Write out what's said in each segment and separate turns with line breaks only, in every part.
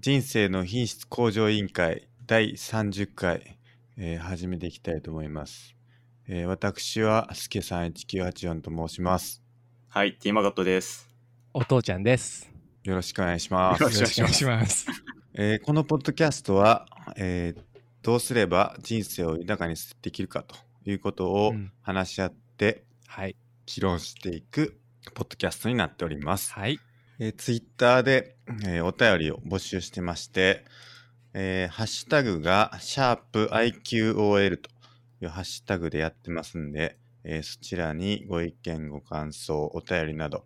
人生の品質向上委員会第30回、えー始めていきたいと思います。えー私は、すけさん1984と申します。
はい、ティーマガットです。
お父ちゃんです。
よろしくお願いします。
よろしくお願いします
ます。
えーこのポッドキャストは、えーどうすれば人生を豊かにできるかということを
うん
話し合って
はい。
議論していくポッドキャストになっております。
はい。
えツイッター Twitter で、えーお便りを募集してまして、えーハッシュタグが、シャープ i q o l というハッシュタグでやってますんで、えーそちらにご意見、ご感想、お便りなど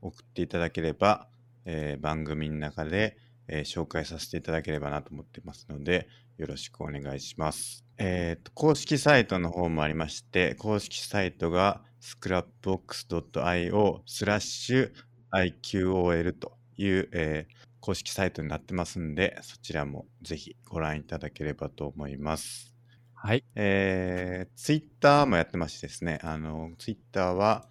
送っていただければ、えー番組の中で、えー紹介させていただければなと思ってますので、よろしくお願いします。えーと、公式サイトの方もありまして、公式サイトが scrapbox.io スラッシュ IQOL という、えー公式サイトになってますんで、そちらもぜひご覧いただければと思います。
はい。
えー、ツイッターもやってましてですね、あの、ツイッターは、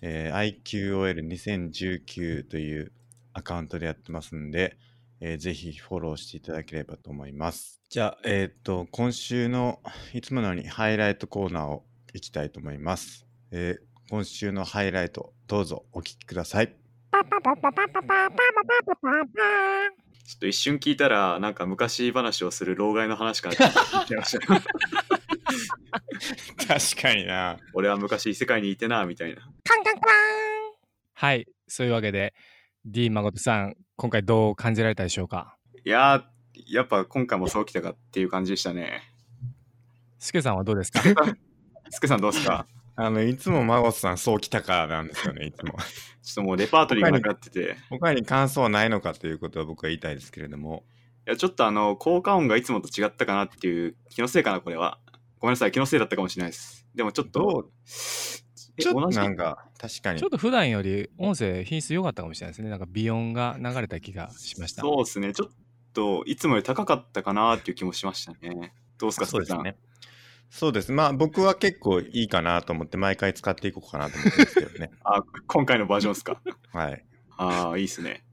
えー IQOL2019 というアカウントでやってますんで、えーぜひフォローしていただければと思います。じゃあ、えっ、と、今週のいつものようにハイライトコーナーをいきたいと思います。えー今週のハイライト、どうぞお聞きください。
ちょっと一瞬聞いたら、なんか昔話をする老害の話から聞いちゃいました。
確かにな。
俺は昔異世界にいてな、みたいな。
はい。そういうわけで、D 誠さん、今回どう感じられたでしょうか
いやー、やっぱ今回もそうきたかっていう感じでしたね。
すけさんはどうですか
スケさんどうですか
あの、いつもマゴスさん、そうきたからなんですよね、いつ も。
ちょっともうレパートリーがなくなってて。い
他に感想はないのかということは僕は言いたいですけれども。
や、ちょっとあの、効果音がいつもと違ったかなっていう、気のせいかな、これは。ごめんなさい、気のせいだったかもしれないです。でもちょっ
ど
と
う、
え
ちょっと
同じ
なんか、確かに
ちょっ。と普段より音声品質良かったかもしれないですね。なんか微音が流れた気がしました。
そうですね、ちょっといつもより高かったかなっていう気もしましたね。どうですか、スケさん。。
そうです。まあ僕は結構いいかなと思って、毎回使っていこうかなと思ってますけど ね。
あ、今回のバージョンですか。
はい。
ああ、いいですね。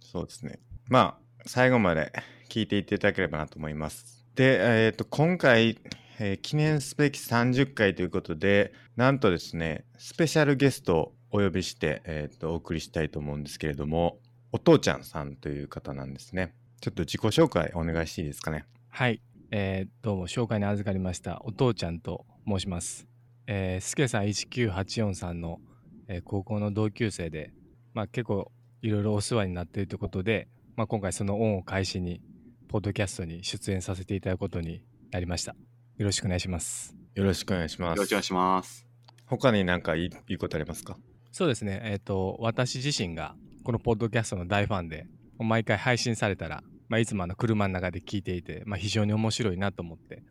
そうですね。まあ、最後まで聞いていっていただければなと思います。で、えっ、と、今回、えー記念すべき30回ということで、なんとですね、スペシャルゲストをお呼びして、えっ、と、お送りしたいと思うんですけれども、お父ちゃんさんという方なんですね。ちょっと自己紹介お願いしていいですかね。
はい、えーどうも紹介に預かりましたお父ちゃんと申します。えー、すけさん1984さんの、えー高校の同級生で、まあ、結構いろいろお世話になっているということで、まあ、今回その恩を返しにポッドキャストに出演させていただくことになりました。よろしくお願いします。
よろしくお願いしま
よろしくお願い
す。
します。
他になんかいいいいことありますか
そうですね、えっ、と私自身がこのポッドキャストの大ファンで毎回配信されたら、まあ、いつもあの車の中で聞いていて、まあ、非常に面白いなと思って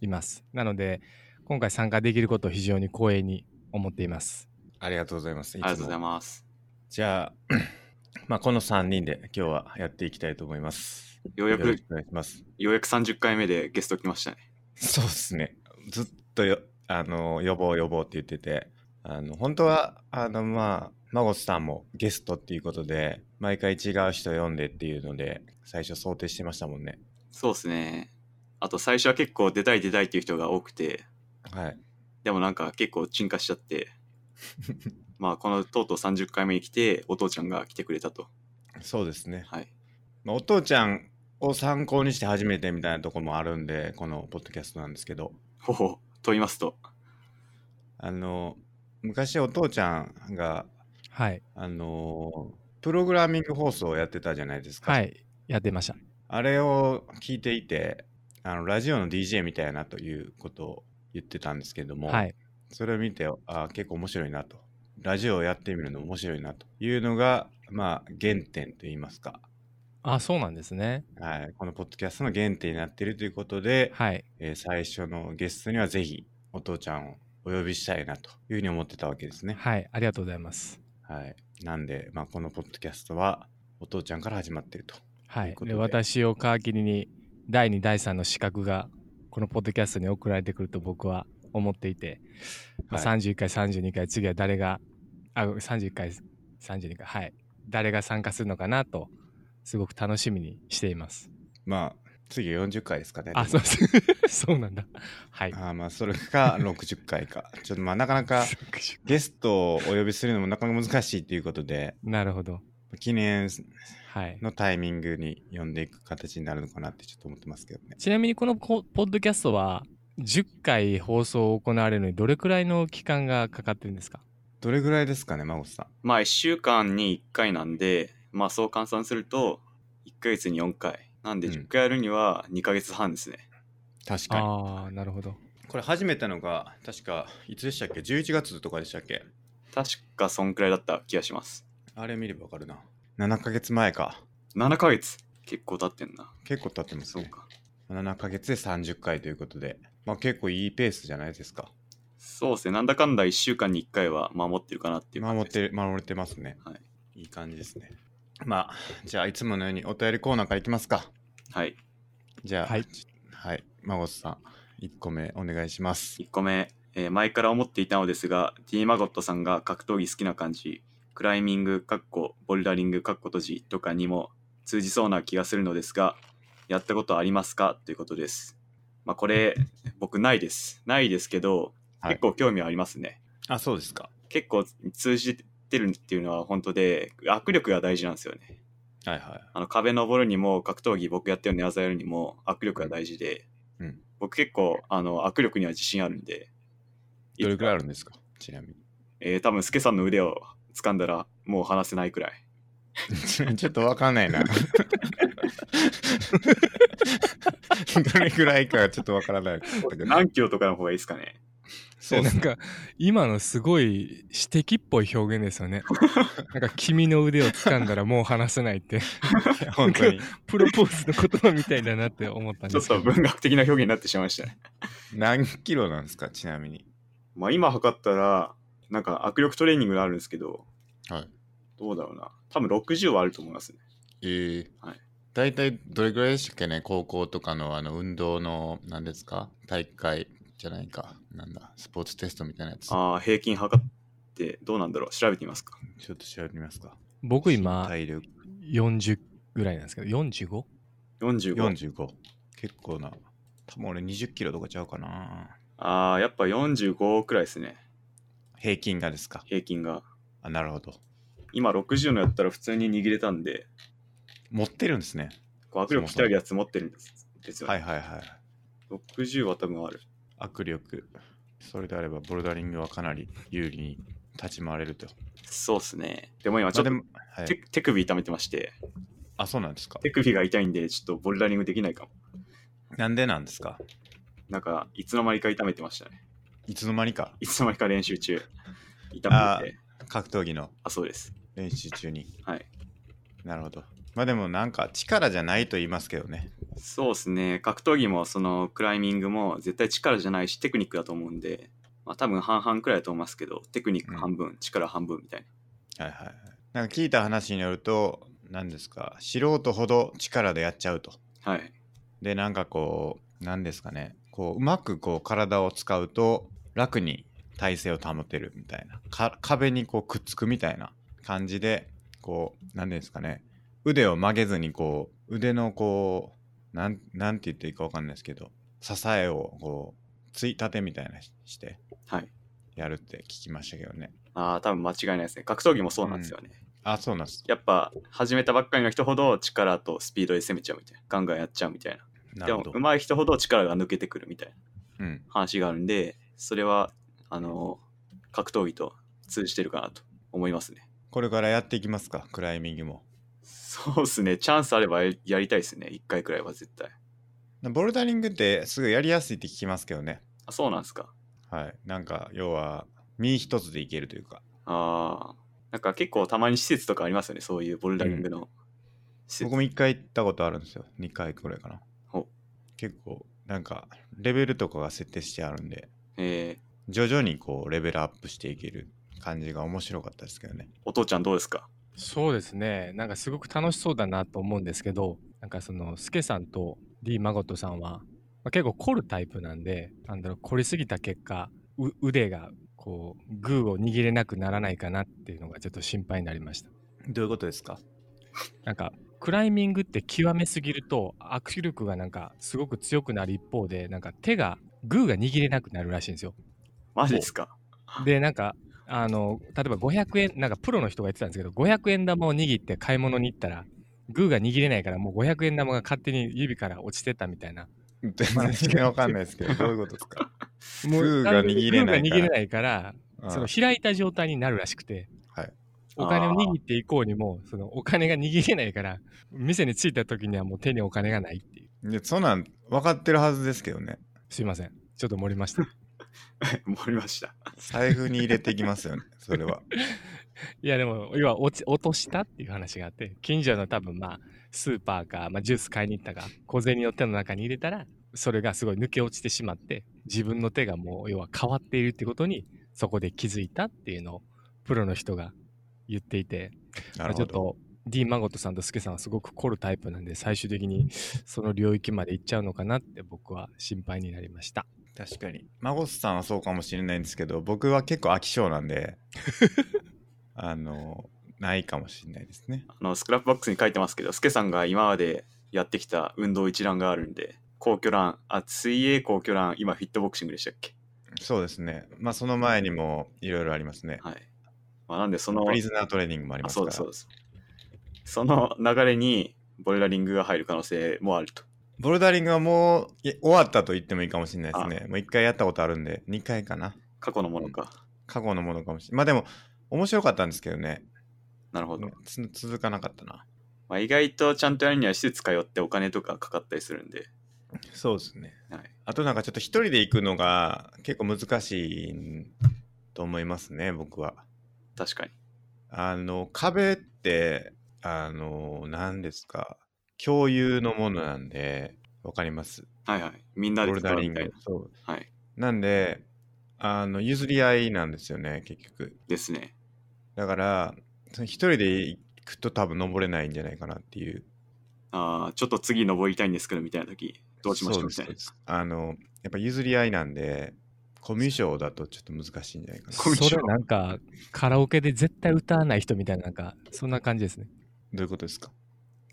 いますなので今回参加できることを非常に光栄に思っています
ありがとうございます。
あ
い
り
つも
がとうございます。
じゃあ、 まあ、この3人で今日はやっていきたいと思います。
ようや
よろ
く
し、くお願いします。
ようやく30回目でゲスト来ましたね。
そうですね。ずっとよ、あの、予防予防って言ってて、あの、本当は、あの、まあ、マゴスさんもゲストっていうことで、毎回違う人呼んでっていうので、最初想定してましたもんね。
そうですね。あと最初は結構出たい出たいっていう人が多くて、
はい。
でもなんか結構沈下しち ゃって、まあこのとうとう30回目に来て、お父ちゃんが来てくれたと。
そうですね。
はい。
まあ、お父ちゃんを参考にして初めてみたいなとこもあるんで、このポッドキャストなんですけど、
ほほ、と言いますと。
あの、昔お父ちゃんが、
はい
あの、プログラミング放送をやってたじゃないですか。
はいやってました
あれを聞いていてあのラジオの DJ みたいなということを言ってたんですけども、
はい
それを見てあ結構面白いなとラジオをやってみるの面白いなというのがまあ原点といいますか、
あそうなんですね
はい、このポッドキャストの原点になっているということで、
はい
えー最初のゲストにはぜひお父ちゃんをお呼びしたいなというふうに思ってたわけですね。
はいありがとうございます
はい、なんで、まあ、このポッドキャストはお父ちゃんから始まっていると。
は
とい
いう
こと
で
で
私を皮切りに第2第3の資格がこのポッドキャストに送られてくると僕は思っていて、まあ
はい
31回32回次は誰があ31回32回はい誰が参加するのかなとすごく楽しみにしています
まあ、次40回ですかね。
あ、そうです そうなんだ。はい。
あーまあ、それか60回 か。ちょっとまあ、なかなかゲストをお呼びするのもなかなか難しいということで、
なるほど。
記念
はい。
のタイミングに呼んでいく形になるのかなってちょっと思ってますけどね。
ちなみにこのポポッドキャストは10回放送行われるのにどれくらいの期間がかかってるんですか
どれぐらいですかね、孫さん。
まあ1週間に1回なんで、まあそう換算すると1ヶ月に4回。なんで
うん
10回やるには2ヶ月半ですね。
確かに。
ああ、なるほど。
これ始めたのが、確か、いつでしたっけ ?11 月とかでしたっけ
確かそんくらいだった気がします。
あれ見ればわかるな。7ヶ月前か。
7ヶ月結構経ってんな。
結構経ってます
そう
ね。
か。
7ヶ月で30回ということで、まあ結構いいペースじゃないですか。
そうですね。なんだかんだ1週間に1回は守ってるかなっていう感
守
じ
っ
です。
てる、守れてますね。。
はい
い感じですね。まあ、じゃあいつものようにお便りコーナーからいきますか。
はい。
じゃあ、
はい。
はい。孫さん、1個目お願いします。
1個目、えー前から思っていたのですが D マゴットさんが格闘技好きな感じクライミングかっこボルダリングかっこ閉じとかにも通じそうな気がするのですがやったことありますかということですまあ これ僕ないですないですけど
はい
結構興味はありますね、
あ、そうですか。
結構通じてるっていうのは本当で握力が大事なんですよね
はいはい。
あの壁登るにも格闘技僕やってる寝技やるにも握力が大事で、
うん
僕結構あの握力には自信あるんで
どれくらいあるんですかちなみに。
えー、多分スケさんの腕を掴んだらもう離せないくらい。
ちょっとわかんないな。 どれくらいかちょっとわからないかったけど。
何キロとかの方がいいですかね。
そう
な
です
ん
ね。
か今のすごい指摘っぽい表現ですよね。 なんか君の腕を掴んだらもう離せないって、
本当に。
プロポーズの言葉みたいだなって思ったん
ち
で
ょっ
すけ
と
ど。
文学的な表現になってしまいましたね。
何キロなんですかちなみに。
まあ今測ったら、なんか握力トレーニングがあるんですけど、
はい。
どうだろうな。多分60はあると思いますね。
ええ
はい
大体どれぐらいでしたっけね高校とかのあの運動の何ですか大会じゃないかなんだスポーツテストみたいなやつちょ
ああ、平均測ってどうなんだろう。調べてみますか。
っと調べてみますか
僕今
体力
40ぐらいなんですけど、45?
45。
45結構な多分俺20キロとかちゃうかな
ああ、やっぱ45くらいですね。
平均がですか
平均が。
あなるほど
今60のやったら普通に握れたんで、
持ってるんですね
こう握力鍛えるやつ持ってるんですですよ
は
ね。
いはいはい
60は多分ある。
握力それであればボルダリングはかなり有利に立ち回れると
そうですね。でも今
あ
ちょっ
で
と
も、は
手
い、
手首痛めてまして。
あそうなんですか
手首が痛いんで、ちょっとボルダリングできないかも。
なんでなんですか
なんか、いつの間にか痛めてましたね。
いつの間にか
いつの間にか練習中。痛めてて。
格闘技の
あ、そうです。
練習中に
はい。
なるほどまあでもなんか力じゃないと言いますけどね
そうですね。格闘技も、その、クライミングも、絶対力じゃないし、テクニックだと思うんで、まあ、多分半々くらいだと思いますけど、テクニック半分、力半分みたいな。
はいはいはいなんか聞いた話によると何ですか素人ほど力でやっちゃうと
はい。
でなんかこう何ですかねこううまくこう体を使うと楽に体勢を保てるみたいなか壁にこうくっつくみたいな感じでこう何ですかね腕を曲げずにこう腕のこうなんなんて言っていいかわかんないですけど支えをこうついたてみたいなしして
はい。
やるって聞きましたけどね
ああ、多分間違いないですね。格闘技もそうなんですよね。
あそうなんです
やっぱ、始めたばっかりの人ほど、力とスピードで攻めちゃうみたいな。ガンガンやっちゃうみたいな。
な
で
る
も
ほ、ど
上手い人ほど力が抜けてくるみたいな。
うん
話があるんで、それは、あの、格闘技と通じてるかなと思いますね。
これからやっていきますかクライミングも
そうですね、チャンスあればややりたいですね、1回くらいは絶対。
ボルダリングってすぐやりやすいって聞きますけどね
あ、そうなんですか。
はい、なんか要は身一つでいけるというか、
ああ、なんか結構たまに施設とかありますよね、そういうボルダリングの施設。
僕も一回行ったことあるんですよ、2回くらいかな
ほ。結
結構なんかレベルとかが設定してあるんで、
えー
徐々にこうレベルアップしていける感じが面白かったですけどね。
お父ちゃんどうですか
そうですね。なんかすごく楽しそうだなと思うんですけど、なんかその、スケさんと D ・マゴットさんは、まあ、結構凝るタイプなんで、なんだろう、凝りすぎた結果、う腕がこう、グーを握れなくならないかなっていうのがちょっと心配になりました。
どういうことですか
なんか、クライミングって極めすぎると握力がなんかすごく強くなる一方でなんか手がグーが握れなくなるらしいんですよ。
マジですか
でなんかあの例えば500円なんかプロの人が言ってたんですけど500円玉を握って買い物に行ったらグーが握れないからもう500円玉が勝手に指から落ちてたみたいな。
全然わかんないですけ ど、どういうことですか
もう
グーが握れないから
グーが握れないから
うん
その開いた状態になるらしくて、
はい
お金を握っていこうにもそのお金が握れないから店に着いた時にはもう手にお金がないっていう
いやそんなん分かってるはずですけどね。
すいませんちょっと盛り ました
盛りました。
財布に入れていきますよね、そ れは。
いやでも要は落ち落としたっていう話があって近所の多分まあスーパーか、まあ、ジュース買いに行ったか小銭を手の中に入れたらそれがすごい抜け落ちてしまって自分の手がもう要は変わっているってことにそこで気づいたっていうのをプロの人が言っていて
なる
ちょ
ほ
っ
ど。
と D マゴットさんとスケさんはすごく凝るタイプなんで最終的にその領域まで行っちゃうのかなって僕は心配になりました
確かに。孫さんはそうかもしれないんですけど、僕は結構飽き性なん で、あの、ないかもしれないですね。
あの、スクラップバックスに書いてますけど、スケさんが今までやってきた運動一覧があるんで、皇居ラン、あ、水泳皇居ラン、今フィットボクシングでしたっけ
そうですね。まあ、その前にもいろいろありますね。
はい。まあ、なんでその、
プリズナートレーニングもあり
あ
ます
そう
から。
です、そうです。その流れに、ボルダリングが入る可能性もあると。
ボルダリングはもうい終わったと言ってもいいかもしれないですね。もう一回やったことあるんで、二回かな。
過去のものか。
過去のものかもしれない。まあでも、面白かったんですけどね。
なるほど。
つ続かなかったな。
まあ、意外とちゃんとやるには施設通ってお金とかかかったりするんで、
そうですね。
はい、
あとなんかちょっと一人で行くのが結構難しいと思いますね、僕は。
確かに。
あの、壁って、あの、何ですか。共有のものなんで、わかります。
はいはい。みん
ボ
なで
ルダ
使う
リン
みた
グ
い。
そう。
な。はい。
なんで、あの、譲り合いなんですよね、結局。
ですね。
だから、その一人で行くと多分登れないんじゃないかなっていう。
ああ、ちょっと次登りたいんですけど、みたいな時、どうしましょうみ
そ
た
う
い
で
な。
すそうですあの、やっぱ譲り合いなんで、コミュ障だとちょっと難しいんじゃないかな。
コミュ
そ
障
れ
それなんかカラオケで絶対歌わない人みたいななんかそんな感じですね
どういうことですか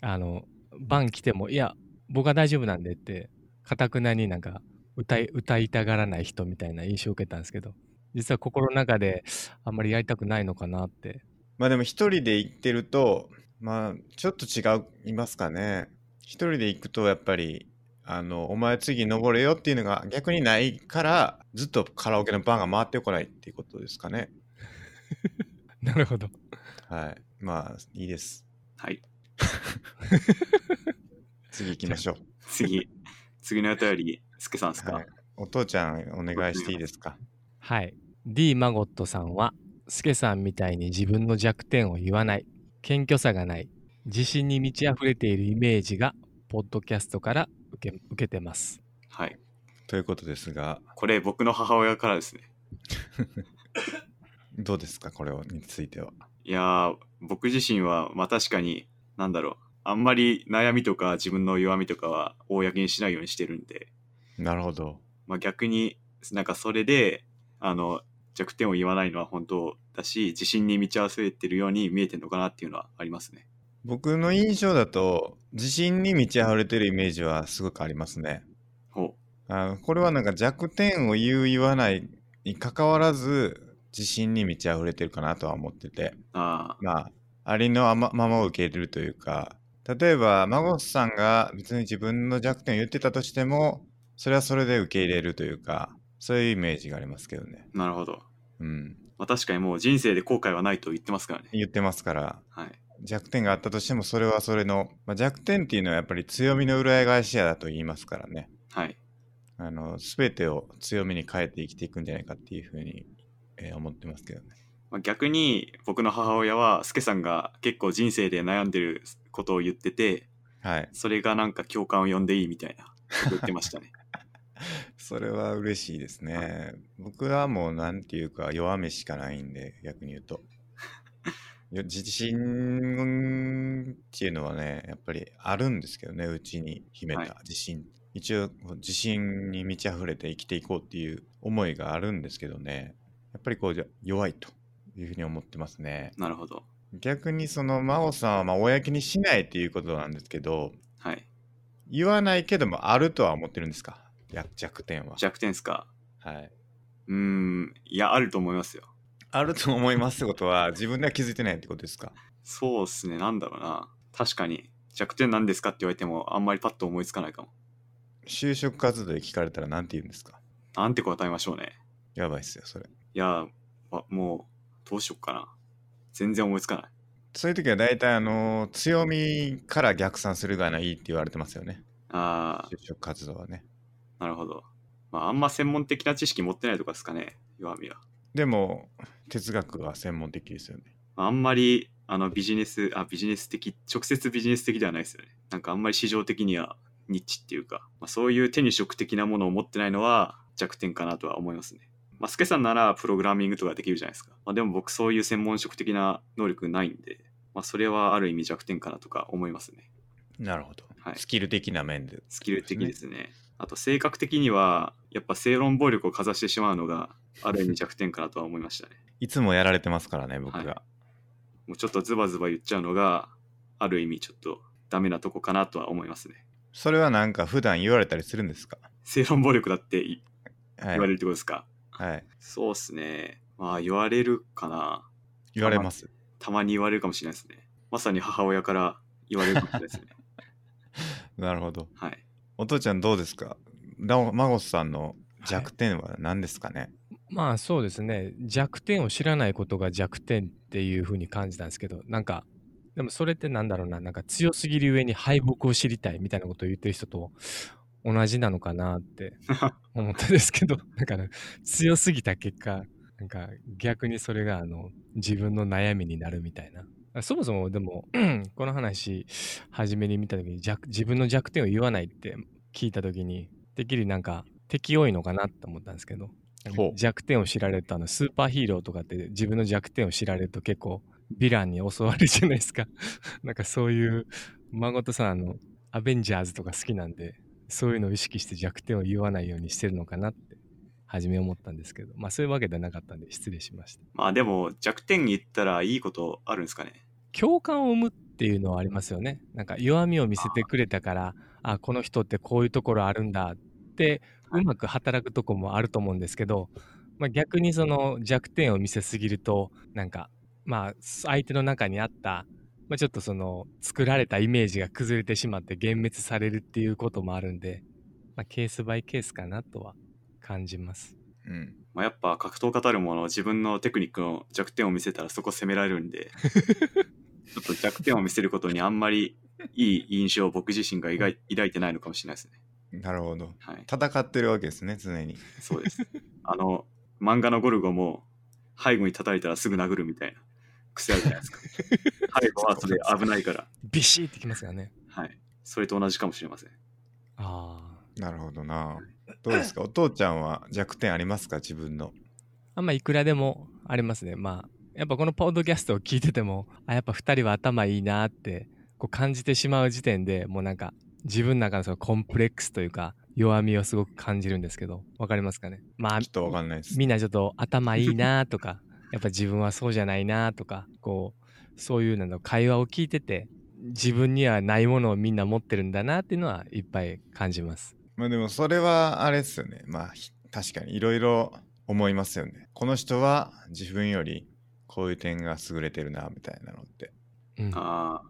あの晩来てもいや僕は大丈夫なんでってかたくなになんか歌い歌いたがらない人みたいな印象を受けたんですけど実は心の中であんまりやりたくないのかなって
まあでも一人で行ってると、まあちょっと違う、いますかね。一人で行くとやっぱり、あの、お前次登れよっていうのが逆にないから、ずっとカラオケの番が回ってこないっていうことですかね。
なるほど
はい。まあ、いいです。
はい。
次行きましょう。
次、次のお便り、すけさんですか、
はいお父ちゃんお願いしていいですか
はい。D マゴットさんは、スケさんみたいに自分の弱点を言わない、謙虚さがない、自信に満ち溢れているイメージが、ポッドキャストから受け受けてます。
はい。
ということですが
これ、僕の母親からですね。
どうですかこれをについてはい
やー、僕自身は、まあ確かに、なんだろう。あんまり悩みとか自分の弱みとかは公にしないようにしてるんで、
なるほど
まあ、逆になんかそれであの弱点を言わないのは本当だし自信に満ち溢れてるように見えてるのかなっていうのはありますね
僕の印象だと自信に満ち溢れてるイメージはすごくありますね
ほ
あのこれはなんか弱点を言う言わないに関わらず自信に満ち溢れてるかなとは思ってて
うああ
まあありのままを受け入れるというか例えば孫さんが別に自分の弱点を言ってたとしてもそれはそれで受け入れるというかそういうイメージがありますけどね
なるほど、
うん
まあ、確かにもう人生で後悔はないと言ってますからね
言ってますから
はい
弱点があったとしてもそれはそれの、まあ、弱点っていうのはやっぱり強みの裏返しやだと言いますからね
はい
あの全てを強みに変えて生きていくんじゃないかっていうふうに、えー思ってますけどね
まあ、逆に僕の母親はスケさんが結構人生で悩んでることを言ってて
はい
それがなんか共感を呼んでいいみたいなこと言ってましたね
それは嬉しいですね僕はもうなんていうか弱みしかないんで逆に言うとよ自信っていうのはねやっぱりあるんですけどねうちに秘め
はい
た自信、一応自信に満ち溢れて生きていこうっていう思いがあるんですけどねやっぱりこうじゃ弱いというふうに思ってますね
なるほど
逆にその真央さんはまあ公にしないっていうことなんですけど
はい。
言わないけどもあるとは思ってるんですかや弱点は、
弱点ですか
はい、
うーん、いや、あると思いますよ。
あると思いますってことは自分では気づいてないってことですか
そうっすね、なんだろうな。確かに、弱点なんですかって言われても、あんまりパッと思いつかないかも。
就職活動で聞かれたら何て言うんですか
なんて答えましょうね。
やばいっすよそれ
いや、わもう、どうしよっかな。全然思いつかない。
そういう時は大体あの強みから逆算するがないいって言われてますよね
あ
就職活動はね
ー、なるほど。まあ、あんま専門的な知識持ってないとかですかね、弱みは。
でも哲学は専門的ですよね
あんまり、あの、ビジネス、あ、ビジネス的、直接ビジネス的ではないですよね。なんかあんまり市場的には、ニッチっていうか、まあ、そういう手に職的なものを持ってないのは弱点かなとは思いますね。まあ、スケさんならプログラミングとかできるじゃないですか。まあ、でも僕そういう専門職的な能力ないんで、まあ、それはある意味弱点かなとか思いますね。
なるほど、
はい
スキル的な面で
スキル的ですね。あと性格的には、やっぱ正論暴力をかざしてしまうのが、ある意味弱点かなとは思いましたね。
いつもやられてますからね僕が、
はもうちょっとズバズバ言っちゃうのが、ある意味ちょっとダメなとこかなとは思いますね。
それはなんか普段言われたりするんですか
正論暴力だってい
は
言
い
われるってことですか、
はい、
そうっすね。まあ言われるかな。
言われます
たまに言われるかもしれないですね。まさに母親から言われるかもしれないです ね。
なるほど
はい。
お父ちゃんどうですかなお孫さんの弱点は何ですかね、
まあそうですね弱点を知らないことが弱点っていうふうに感じたんですけどなんかでもそれってなんだろうななんか強すぎる上に敗北を知りたいみたいなことを言ってる人と同じなのかなって思ったんですけどなんかね強すぎた結果なんか逆にそれがあの自分の悩みになるみたいなそもそもでも この話初めに見た時に弱自分の弱点を言わないって聞いた時にてっきりなんか敵多いのかなって思ったんですけど
ほう
弱点を知られるとあのスーパーヒーローとかって自分の弱点を知られると結構ヴィランに襲われるじゃないですか なんかそういう孫とさんあのアベンジャーズとか好きなんでそういうのを意識して弱点を言わないようにしてるのかなって初め思ったんですけどまあそういうわけではなかったんで失礼しました
まあでも弱点言ったらいいことあるんですかね。
共感を生むっていうのはありますよねなんか弱みを見せてくれたからあこの人ってこういうところあるんだって
はいう
まく働くとこもあると思うんですけど、まあ、逆にその弱点を見せすぎるとなんかまあ相手の中にあった、まあ、ちょっとその作られたイメージが崩れてしまって幻滅されるっていうこともあるんで、まあ、ケースバイケースかなとは感じます。
うん、
まあ、やっぱ格闘家たるもの自分のテクニックの弱点を見せたらそこ攻められるんで ちょっと弱点を見せることにあんまりいい印象を僕自身が抱い抱いてないのかもしれないですね。
なるほど
はい、
戦ってるわけですね常に
そうです。あの漫画のゴルゴも背後に叩いたらすぐ殴るみたいな癖あるじゃないですか。背後はそれ危ないから、
ビシーってきますよね。
はい、それと同じかもしれません。
あー
なるほどなどう ですかお父ちゃんは弱点ありますか自分の
あんまいくらでもありますね。まあ、やっぱこのポッドキャストを聞いてても、あ、やっぱ二人は頭いいなって、こう感じてしまう時点でもうなんか、自分の中のそのコンプレックスというか、弱みをすごく感じるんですけど、わかりますかねまあ
ちょっ、とわかんないです
みんなちょっと頭いいなとか、やっぱ自分はそうじゃないなとか、こう、そういうのの会話を聞いてて、自分にはないものをみんな持ってるんだなっていうのはいっぱい感じます。
まあでもそれはあれですよねまあひ確かにいろいろ思いますよねこの人は自分よりこういう点が優れてるなみたいなのって
うん、
あ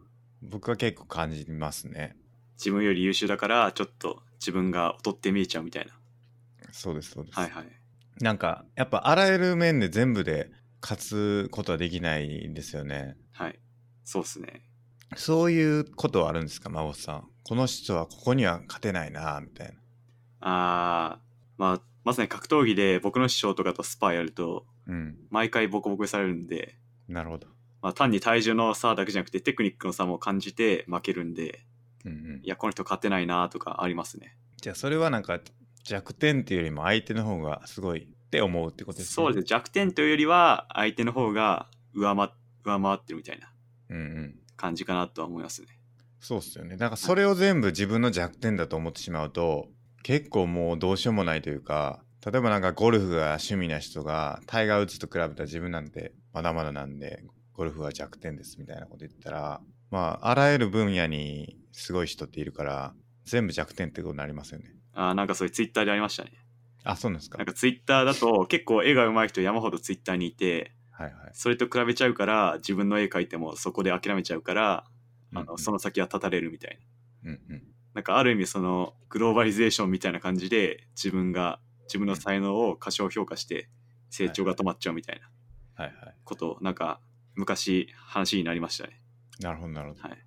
ー
僕は結構感じますね
自分より優秀だからちょっと自分が劣って見えちゃうみたいな。
そうですそうです、
はいはい。
なんかやっぱあらゆる面で全部で勝つことはできないんですよね
はい。そうっすね。
そういうことはあるんですか孫さんこの人はここには勝てないなみたいな
あーまあ、まさに格闘技で僕の師匠とかとスパーやると、
うん
毎回ボコボコにされるんで、
なるほど
まあ、単に体重の差だけじゃなくて、テクニックの差も感じて負けるんで、
うんうん
いや、この人勝てないなとかありますね。
じゃあそれはなんか弱点っていうよりも相手の方がすごいって思うってことですね
そうですね。弱点というよりは、相手の方が上回上回ってるみたいな
うんうん
感じかなとは思いますね。
そうっすよねだからそれを全部自分の弱点だと思ってしまうと結構もうどうしようもないというか例えばなんかゴルフが趣味な人がタイガー・ウッズと比べたら自分なんてまだまだなんでゴルフは弱点ですみたいなこと言ったら、まあ、あらゆる分野にすごい人っているから、全部弱点ってことになりますよね。
あーなんかそういうツイッターでありましたね。
あ、そうなんですか。
なんかツイッターだと結構絵が上手い人山ほどツイッターにいて、
はいはい。
それと比べちゃうから自分の絵描いてもそこで諦めちゃうから、あ
うんう
の
ん
その先は立たれるみたいな。
うんうん。
なんかある意味そのグローバリゼーションみたいな感じで自分が自分の才能を過小評価して成長が止まっちゃうみたいな
はいはい。
ことをなんか昔話になりましたね。
なるほどなるほど。
はい。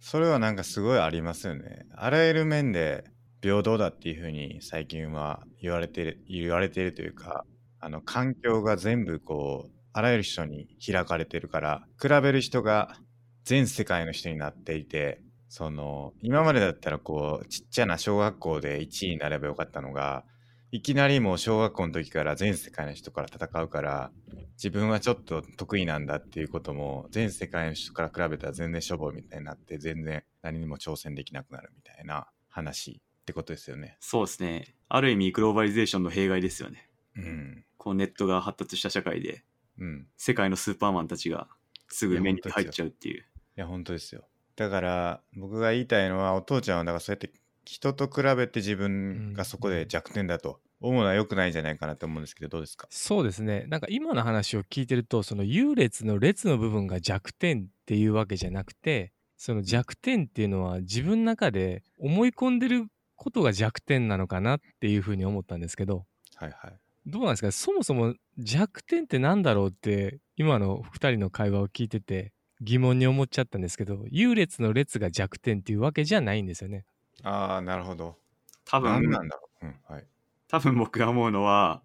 それはなんかすごいありますよね。あらゆる面で平等だっていうふうに最近は言われてる、言われているというか、あの環境が全部こう、あらゆる人に開かれてるから、比べる人が全世界の人になっていて、その、今までだったらこう、ちっちゃな小学校で1位になればよかったのが、いきなりもう小学校の時から全世界の人から戦うから、自分はちょっと得意なんだっていうことも全世界の人から比べたら全然しょぼいみたいになって全然何にも挑戦できなくなるみたいな話ってことですよね。
そうですね。ある意味グローバリゼーションの弊害ですよね。
うん。
こうネットが発達した社会で
うん。
世界のスーパーマンたちがすぐ目に入っちゃうっていう。
いや本当ですよ。だから僕が言いたいのはお父ちゃんはだからそうやって人と比べて自分がそこで弱点だと思うのは良くないんじゃないかなと思うんですけどどうですか
そうですね。なんか今の話を聞いてると、その優劣の列の部分が弱点っていうわけじゃなくて、その弱点っていうのは自分の中で思い込んでることが弱点なのかなっていうふうに思ったんですけど、
はいはい。
どうなんですかそもそも弱点って何だろうって今の2人の会話を聞いてて疑問に思っちゃったんですけど優劣の列が弱点っていうわけじゃないんですよね。
ああなるほど。
多
何
分
なんだろう。うんはい。
多分僕が思うのは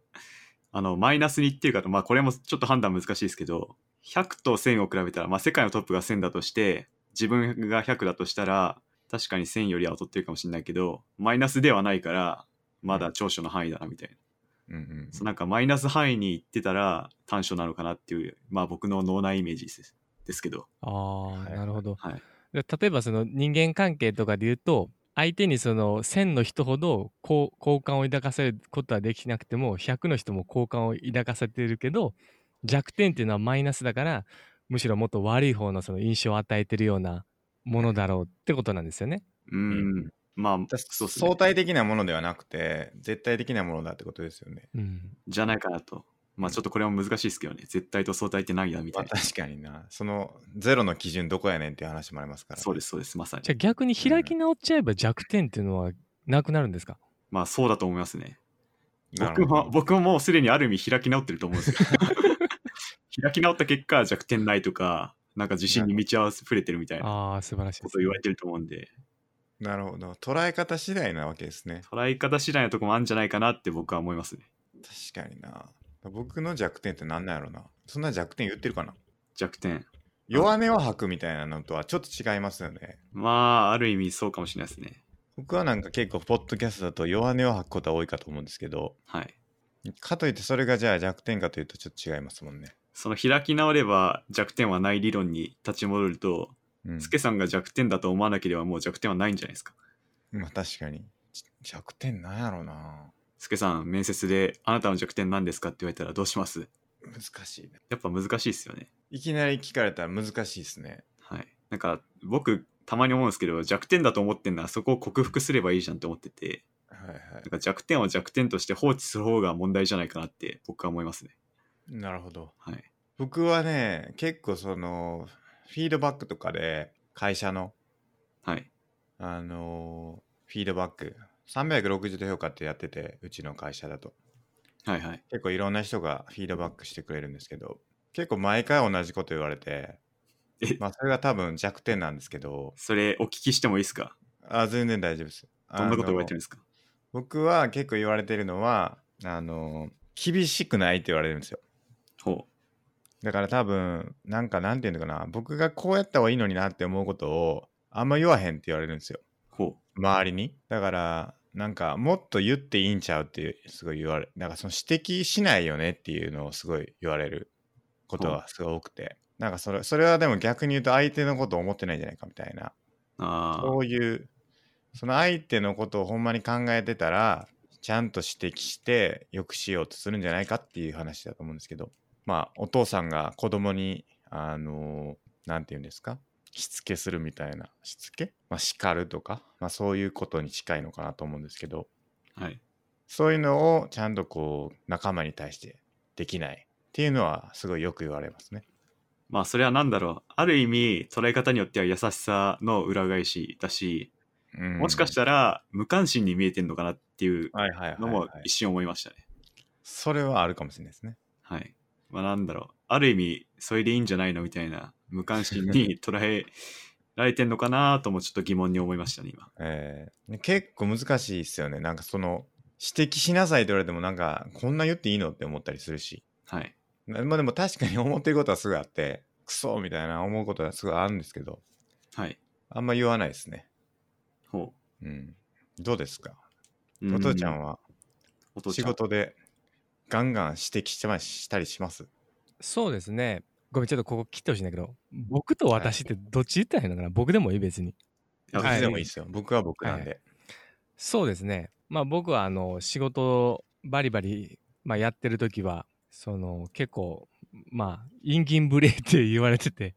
あのマイナスにっていうかまあこれもちょっと判断難しいですけど100と1000を比べたら、まあ、世界のトップが1000だとして自分が100だとしたら確かに1000よりは劣ってるかもしれないけどマイナスではないからまだ長所の範囲だなみたいな、
うんうん
そうなんかマイナス範囲に行ってたら短所なのかなっていうまあ僕の脳内イメージですですけど
ああ、
はい
なるほど。
はい
で例えばその人間関係とかで言うと相手にその1000の人ほど好好感を抱かせることはできなくても100の人も好感を抱かせてるけど弱点っていうのはマイナスだからむしろもっと悪い方のその印象を与えてるようなものだろうってことなんですよね。
うん、まあ
だ
そうっすね
相対的なものではなくて絶対的なものだってことですよね。
うん、
じゃないかなとまあちょっとこれも難しいですけどね絶対と相対ってないなみた
ま
い
あ、
な、
確かにな。そのゼロの基準どこやねんっていう話もありますから。。
そうですすそうですまさに
じゃあ逆に開き直っちゃえば弱点っていうのはなくなるんですか、
まあそうだと思いますね。
な
僕
るほ
も
ど
僕ももうすでにある意味開き直ってると思うんですよ。 開き直った結果弱点ないとか、なんか自信に満ち溢れてるみたいな
ああ素晴らしいで
こ
す
とを言われてると思うんで、
なるほど。捉え方次第なわけですね。
捉え方次第のとこもあるんじゃないかなって僕は思いますね。
確かにな。僕の弱点って何なんやろな。そんな弱点言ってるかな
弱点。
弱音を吐くみたいなのとはちょっと違いますよね。
まあある意味そうかもしれないですね。
僕はなんか結構、ポッドキャストだと弱音を吐くことは多いかと思うんですけど、
はい。
かといってそれがじゃあ弱点かというとちょっと違いますもんね。
その開き直れば弱点はない理論に立ち戻ると、
うん
ス、ケさんが弱点だと思わなければもう弱点はないんじゃないですか。
まあ確かに。ち弱点なんやろな。
スケさん、面接であなたの弱点何ですかって言われたらどうします
難しいね。
やっぱ難しいですよね。
いきなり聞かれたら難しいですね。
はい、なんか僕たまに思うんですけど弱点だと思ってんならそこを克服すればいいじゃんって思ってて
はいはい。
なんか弱点を弱点として放置する方が問題じゃないかなって僕は思いますね。
なるほど。
はい、
僕はね結構そのフィードバックとかで会社の
はい、
あのーフィードバック360度評価ってやっててうちの会社だと
はいはい
結構いろんな人がフィードバックしてくれるんですけど結構毎回同じこと言われて
え
まあそれが多分弱点なんですけど
それお聞きしてもいいですか
あ全然大丈夫です
どんなこと言われて
あの
るんですか
僕は結構言われてるのはあのー厳しくないって言われるんですよ
ほ
だから多分なんかなんていうのかな僕がこうやった方がいいのになって思うことをあんま言わへんって言われるんですよ
うほ
周りにだからなんかもっと言っていいんちゃうっていうすごい言われなんかその指摘しないよねっていうのをすごい言われることがすごい多くてなんかそれそれはでも逆に言うと相手のことを思ってないんじゃないかみたいな
うあ
そういうその相手のことをほんまに考えてたらちゃんと指摘してよくしようとするんじゃないかっていう話だと思うんですけどまあお父さんが子供にあのーなんて言うんですかしつけするみたいなしつけ、まあ、叱るとか、まあ、そういうことに近いのかなと思うんですけど
はい。
そういうのをちゃんとこう仲間に対してできないっていうのはすごいよく言われますね。
まあそれは何だろう。ある意味捉え方によっては優しさの裏返しだし、
うん
もしかしたら無関心に見えてんのかなっていう
はいはいはい
の
は
も
い
一瞬思いましたね。
それはあるかもしれないですね。
はい。まあなんだろう。ある意味、それでいいんじゃないのみたいな無関心に捉えられてんのかなともちょっと疑問に思いましたね、今。
えーね結構難しいですよね。なんかその指摘しなさいと言われてもなんかこんな言っていいのって思ったりするし。
はい。
なまあでも確かに 思ってることはすぐあって、クソみたいな思うことはすごいあるんですけど、
はい。
あんま言わないですね。
ほ
うん。どうですか
う。
お父ちゃん
は
は
お父ち
仕
ゃん
事でガンガン指摘してましたりします
そうですね。ごめん、ちょっとここ切ってほしいんだけど、僕と私ってどっち言ったらいいのかな、僕でもいい、別に。
や
僕
はい
でもいいですよ。僕は僕なんで。
そうですね。まあ僕はあの仕事をバリバリ、まあ、やってる時はその結構まあ陰銀無礼って言われてて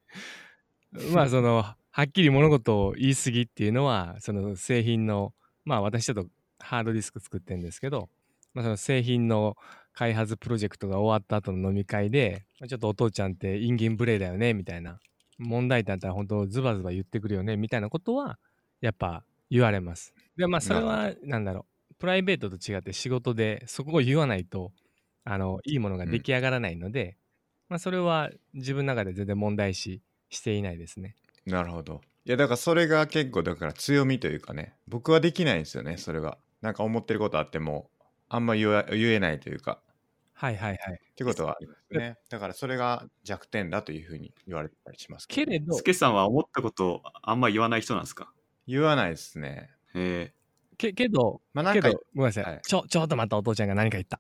まあそのはっきり物事を言い過ぎっていうのはその製品のまあ私ちょっとハードディスク作ってるんですけど、まあ、その製品の開発プロジェクトが終わった後の飲み会でまあちょっとお父ちゃんって陰銀無礼だよねみたいな問題点あったら本当ズバズバ言ってくるよねみたいなことはやっぱ言われます。でまあそれはなんだろうプライベートと違って仕事でそこを言わないとあのいいものが出来上がらないので、まあそれは自分の中で全然問題視していないですね。
なるほど。いやだからそれが結構だから強みというかね、僕はできないんですよね、それが。なんか思ってることあっても、あんま言わ言えないというか。
はいはいはい。
ってことはありますね。だからそれが弱点だというふうに言われてたりしますけど
けれど
スケさんは思ったことあんま言わない人なんですか
言わないですね。
え
けけど、
まあなん
け
か
ど、ごめんなさい,、
はい
ちょ、ちょっとまたお父ちゃんが何か 言った。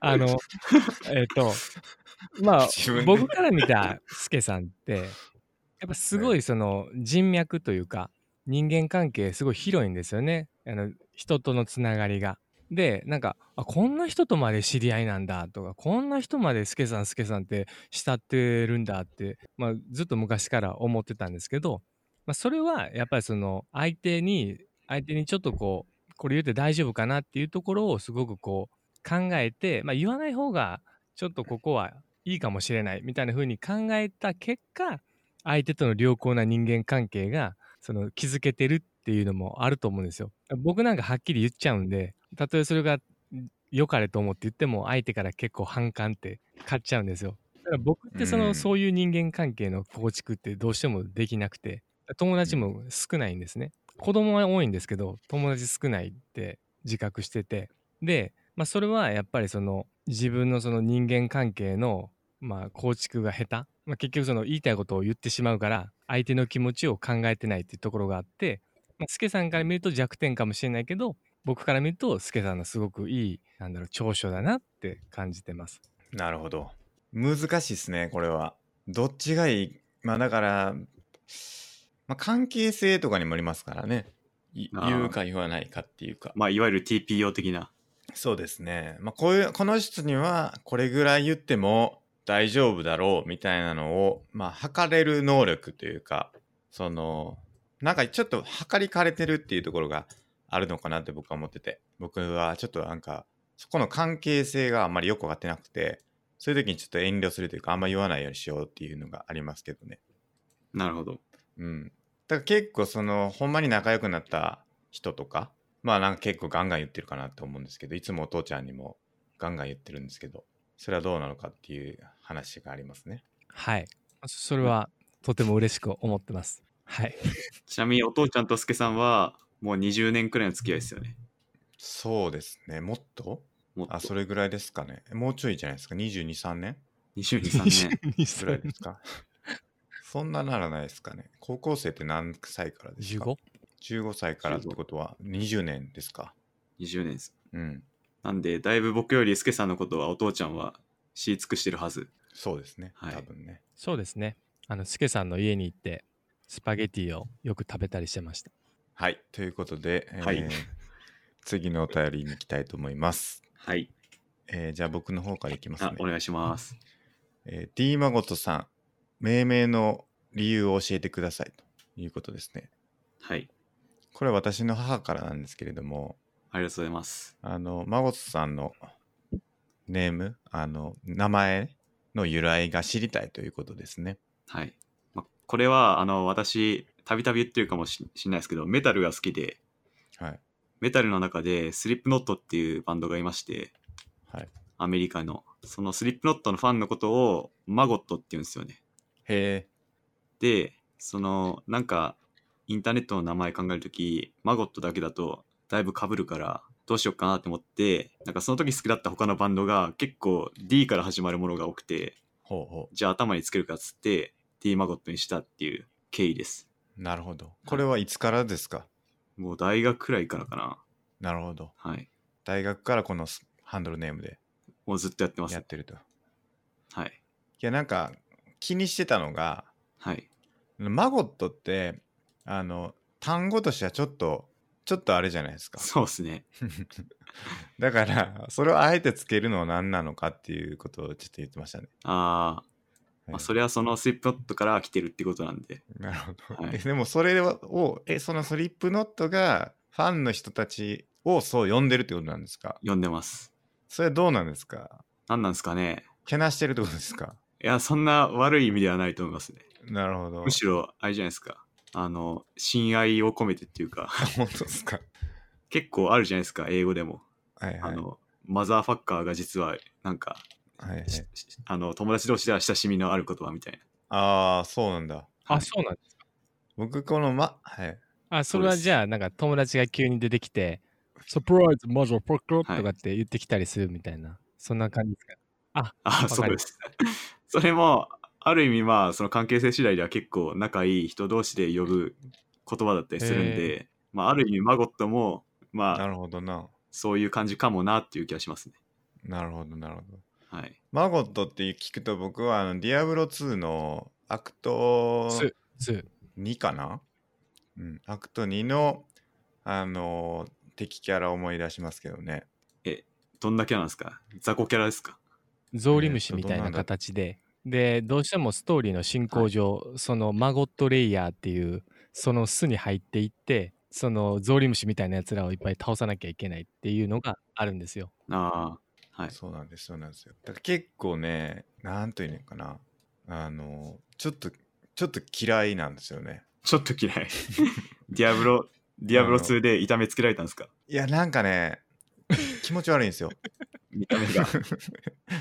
あの、えっ、と、まあ
自分、で
僕から見たスケさん って、やっぱすごいその人脈というか、人間関係すごい広いんですよね。あの人とのつながりが。で、なんか、あこんな人とまで知り合いなんだとか、こんな人までスケさん、スケさんって慕ってるんだって、まあ、ずっと昔から思ってたんですけど、まあ、それはやっぱりその相手に相手にちょっとこうこれ言って大丈夫かなっていうところをすごくこう考えて、まあ、言わない方がちょっとここはいいかもしれないみたいな風に考えた結果相手との良好な人間関係がその築けてるっていうのもあると思うんですよ。僕なんかはっきり言っちゃうんでたとえそれが良かれと思って言っても相手から結構反感って買っちゃうんですよ。だから僕ってその、
うん
そういう人間関係の構築ってどうしてもできなくて友達も少ないんですね。子供は多いんですけど友達少ないって自覚しててで、まあ、それはやっぱりその自分のその人間関係の、まあ、構築が下手、まあ、結局その言いたいことを言ってしまうから相手の気持ちを考えてないっていうところがあって、まあ、スケさんから見ると弱点かもしれないけど僕から見るとスケさんのすごくいいなんだろう長所だなって感じてます。
なるほど。難しいですね、これは。どっちがいいまあだから、まあ、関係性とかにもありますからね。い
あー
言うか言わないかっていうか
え。まあいわゆる TPO 的な。
そうですね。まあこういう、この人にはこれぐらい言っても大丈夫だろうみたいなのを、まあ測れる能力というか、その、なんかちょっと測りかれてるっていうところがあるのかなって僕は思ってて、僕はちょっとなんか、そこの関係性があんまりよくわかってなくて、そういう時にちょっと遠慮するというか、あんま言わないようにしようっていうのがありますけどね。
なるほど。
うん。だから結構その、ほんまに仲良くなった人とか、まあなんか結構ガンガン言ってるかなって思うんですけど、いつもお父ちゃんにもガンガン言ってるんですけど、それはどうなのかっていう話がありますね。
はいそれはとても嬉しく思ってます。はい
ちなみにお父ちゃんとスケさんはもう20年くらいの付き合いですよね。
そうですね。もっと
もっと
あ、それぐらいですかね。もうちょいじゃないですか。22、3年
20、23年。
ぐ らいです か。そんなならないですかね。高校生って何歳からですか
15?
15歳からってことは20年ですか。
20年です。
うん。
なんで、だいぶ僕よりスケさんのことはお父ちゃんは知り尽くしてるはず。
そうですね。
はい
多分ね。
そうですね。あの、スケさんの家に行って、スパゲティをよく食べたりしてました。
はい、ということで、えー
はい
次のお便りに行きたいと思います。
はい。
えーじゃあ僕の方からいきます
あ
ね、。
お願いします。
えー、D マゴトさん、命名の理由を教えてくださいということですね。
はい。
これは私の母からなんですけれども、
ありがとうございます。
あの、マゴトさんのネーム、あの、名前の由来が知りたいということですね。
はい。ま、これは、あの、私、たびたび言ってるかもししれないですけど、メタルが好きで、
はい。
メタルの中でスリップノットっていうバンドがいまして、
はい。
アメリカの。そのスリップノットのファンのことをマゴットって言うんですよね。
へえ。
で、その、なんか、インターネットの名前考えるとき、マゴットだけだとだいぶ被るから、どうしようかなって思って、なんかその時好きだった他のバンドが結構 D から始まるものが多くて、
ほうほ
じゃあ頭につけるかっつって、D マゴットにしたっていう経緯です。
う。なるほど。これはいつからですか
もう大学くらいからかな。
なるほど。
はい。
大学からこのスハンドルネームで
もうずっとやってます。
や
は
ってると。い
い。
や、なんか気にしてたのが、
はい。
マゴットって、あの、単語としてはちょっと、ちょっとあれじゃないですか。
そうですね。
だから、それをあえてつけるのは何なのかっていうことをちょっと言ってましたね。
あー、
は
まあ、
い
それはそのスリップノットから来てるってことなんで。
なるほど。
はい
えでもそれを、え、そのスリップノットがファンの人たちをそう呼んでるってことなんですか
読んでます。
それはどうなんですか
何なんですかね。
けなしてるってことですか
いや、そんな悪い意味ではないと思いますね。
なるほど。
むしろ、あれじゃないですか。あの、親愛を込めてっていうか、
本当ですか
結構あるじゃないですか、英語でも。
はい
あ
はい。
の、マザーファッカーが実は、なんか、
はいはい
ししあの、友達同士では親しみのある言葉みたいな。
ああ、そうなんだ。
は
あ、
い
そうなんですか。
僕、このま、はい。
あ、そ
そう
れ
です
はじゃあ、なんか友達が急に出てきて、サプライズ、マジョポックロ
はい
とかって言ってきたりするみたいな、そんな感じですか。
あ、
か
そう
り
で。
ます
それも、ある意味まあ、その関係性次第では結構仲いい人同士で呼ぶ言葉だったりするん
へ
で、まあ、ある意味マゴットも、ま
な
あ、
るほどな。
そういう感じかもなっていう気がしますね。
なるほど、なるほど。
はい。
マゴットって聞くと僕はあのディアブロ2のアクト
ツー、ツー。
2かなうん、アクト2の、あのー敵キャラを思い出しますけどね。
どんなキャラなんですか雑魚キャラですか
ゾウリムシみたいな形で、で、どうしてもストーリーの進行上、そのマゴットレイヤーっていう、その巣に入っていって、そのゾウリムシみたいなやつらをいっぱい倒さなきゃいけないっていうのがあるんですよ。
ああ、はい。
そうなんです、そうなんですよ。だから結構ね、なんというのかな。あのーちょっと、ちょっと嫌いなんですよね。
ちょっと嫌い。 ディアブロ、ディアブロ2で痛めつけられたんですか
いや、なんかね、気持ち悪いんで すよ。
見た目が。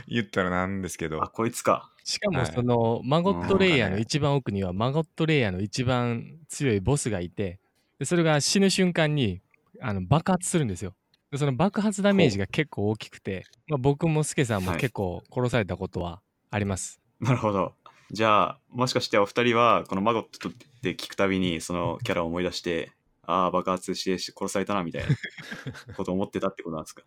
言ったらなんですけど
あ、。こいつか。
しか
は
も
い
そのマゴットレイヤ
なんか
ーの
ね
一番奥にはマゴットレイヤーの一番強いボスがいてでそれが死ぬ瞬間にあの爆発するんですよでその爆発ダメージが結構大きくて、まあ、僕もスケさんも
はい
結構殺されたことはあります、
なるほど。じゃあ、もしかしてお二人は、このマゴットって聞くたびに、そのキャラを思い出して、ああ、爆発して殺されたな、みたいなことを思ってたってことなんですか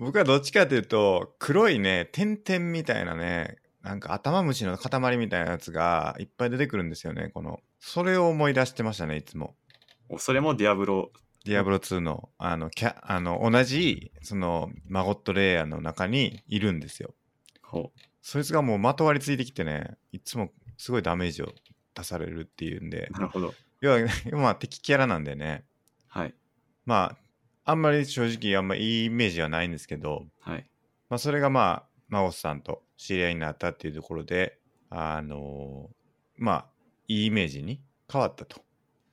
僕はどっちかというと黒いね点々みたいなねなんか頭虫の塊みたいなやつがいっぱい出てくるんですよねこのそれを思い出してましたねいつも
おそれもディアブロ、
ディアブロ2のあのキャあの同じそのマゴットレイヤーの中にいるんですよ
ほ
そいつがもうまとわりついてきてねいつもすごいダメージを出されるっていうんで
うなるほど。
要は まあ敵キャラなんでね
はい。
まああんまり正直あんまいいイメージはないんですけど
はい。
まあ、それがまあ、マゴスさんと知り合いになったっていうところで、あのーまあ、いいイメージに変わったと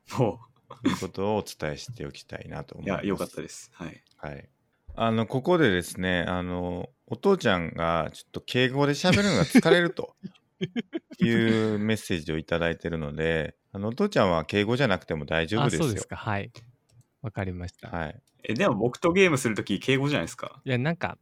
ほ
いうことをお伝えしておきたいなと
う。
思
い
います。
や、よかったです。はい。
はい。あの、ここでですね、あの、お父ちゃんがちょっと敬語で喋るのが疲れるというメッセージをいただいてるので、あの、お父ちゃんは敬語じゃなくても大丈夫
あ
ですよ。
そうですかはいわかりました、い、
はい。
え、でも僕とゲームするとき、敬語じゃないですか。
やなんか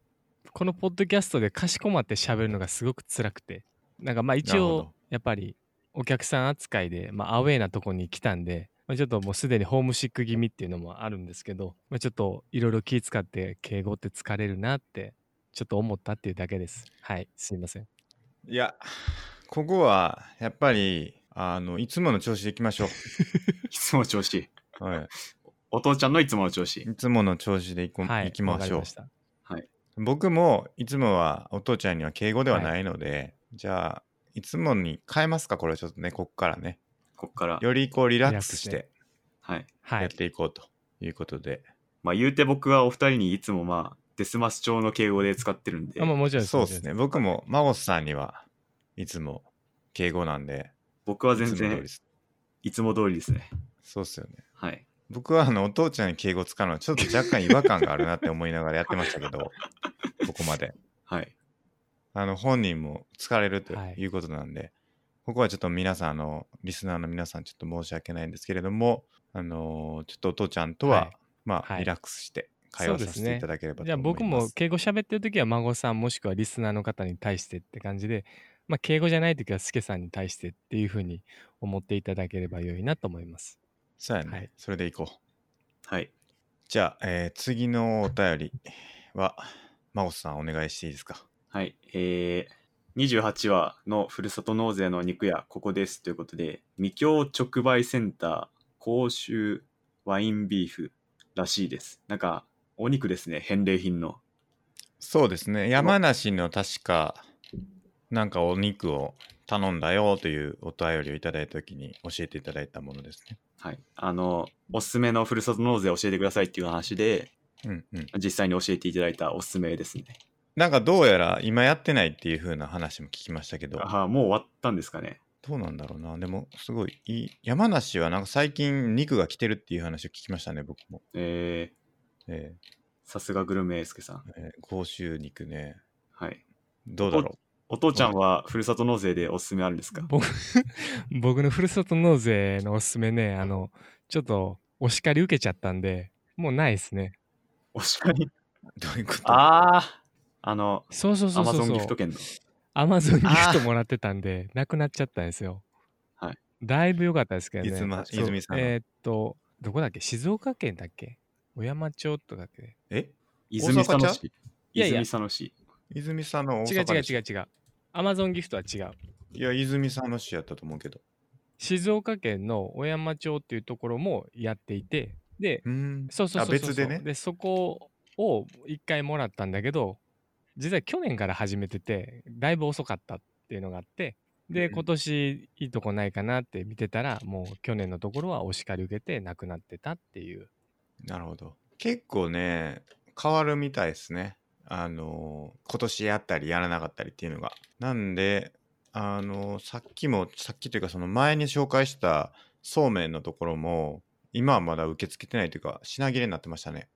このポッドキャストでかしこまって喋るのがすごく辛くてなんかまあ
な
一
るほ
応
ど
やっぱりお客さん扱いで、まあ、アウェーなとこに来たんで、まあ、ちょっともうすでにホームシック気味っていうのもあるんですけど、まあ、ちょっといろいろ気使って敬語って疲れるなってちょっと思ったっていうだけですはいすいません
いや、ここは、やっぱり、あの、いつもの調子でいきましょ
いつもの調子。
う。はい。
お父ちゃんのいつもの調子。
いつもの調子でいこ、
はい
い、きましょ
わかり
う
ました
僕もいつもはお父ちゃんには敬語ではないので、じゃあ、いつもに変えますか、これちょっとね、こっからね。
こっから。
よりこう、リラックスし
リラ
て
はい。
は
やっ
い。
ていこうということで。
まあ言うて僕はお二人にいつもまあデスマス調の敬語で使ってるんで
あ、まあ、もちろん
そうです
もちろん
ね。僕も、マゴスさんにはいつも敬語なんで、
僕はい
つも通り
全然
です。
いつも通りですね。
そうっすよね。
はい。
僕はあのお父ちゃんに敬語使うのはちょっと若干違和感があるなって思いながらやってました けど、ここまで。
はい。
あの本人も疲れると
はい
いうことなんで、ここはちょっと皆さん、あのリスナーの皆さん、ちょっと申し訳ないんですけれども、あのーちょっとお父ちゃんとは、
はい
まあ、
はい
リラックスして会話
そ
さ
うです
せ
ね
ていただければ
じゃ
と
あ
思います。
僕も敬語喋ってるときは孫さんもしくはリスナーの方に対してって感じで、まあ、敬語じゃないときは助さんに対してっていうふうに思っていただければ良いなと思います。
そうやね、
はい
それでいこう。
はい。
じゃあ、えー次のお便りは、真央さんお願いしていいですか。
はい。えー、28話のふるさと納税の肉屋、ここですということで、未京直売センター、甲州ワインビーフらしいです。なんか、お肉ですね、返礼品の。
そうですね、山梨の確か、なんかお肉を頼んだよというお便りをいただいたときに教えていただいたものですね。
はい。あの、おすすめのふるさと納税教えてくださいっていう話で、
うんうん。
実際に教えていただいたおすすめですね。
なんかどうやら今やってないっていう風な話も聞きましたけど、
ああ、もう終わったんですかね。
どうなんだろうな。でもすごいいい、山梨はなんか最近肉が来てるっていう話を聞きましたね、僕も。
え
え
ー、さすがグルメエスケさん。
ーえー甲州肉ね。
はい。
どうだろ
お父ちゃんはふるさと納税でおすすめあるんですか
僕 僕のふるさと納税のおすすめね、あの、ちょっとお叱り受けちゃったんで、もうないですね。
お叱り。
う。どういうこと
あああの、
そうそう
ア
そう
マ
そ
ゾ
う
ンギ
そ
フ
う
ト。券の。
アマゾンギフトもらってたんで、なくなっちゃったんですよ。
はい。
だいぶ良かったですけどね。
いつま
そう
泉さんの
えーっと、どこだっけ静岡県だっけ小山町とかだっけ
え
泉佐野
大阪
市。
いやいや
泉佐野市。
泉さんの大
違う
阪
違
で
う
し
違う違う。アマゾンギフトは違う。
いや、泉さんの市やったと思うけど。
静岡県の小山町っていうところもやっていて、で、
うーん。
そうそうそうそうそう
あ別でね
そこを一回もらったんだけど、実は去年から始めてて、だいぶ遅かったっていうのがあって、で、
うん
今年いいとこないかなって見てたら、もう去年のところはお叱り受けてなくなってたっていう。
なるほど。結構ね、変わるみたいですね。あのー今年やったりやらなかったりっていうのが。なんで、あのーさっきも、さっきというかその前に紹介したそうめんのところも、今はまだ受け付けてないというか、品切れになってましたね。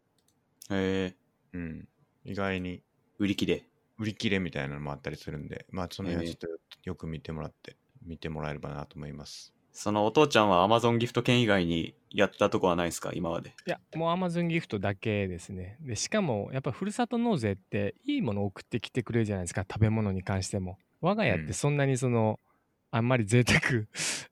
えー、
うん。意外に
売り切れ。
売り切れみたいなのもあったりするんで、まあその辺
え
は
え
ちょっとよく見てもらって、見てもらえればなと思います。
そのお父ちゃんはアマゾンギフト券以外にやったとこはないですか今まで。
いや、もうアマゾンギフトだけですね。で、しかも、やっぱふるさと納税っていいものを送ってきてくれるじゃないですか、食べ物に関しても。我が家っ
うん
てそんなにその、あんまり贅沢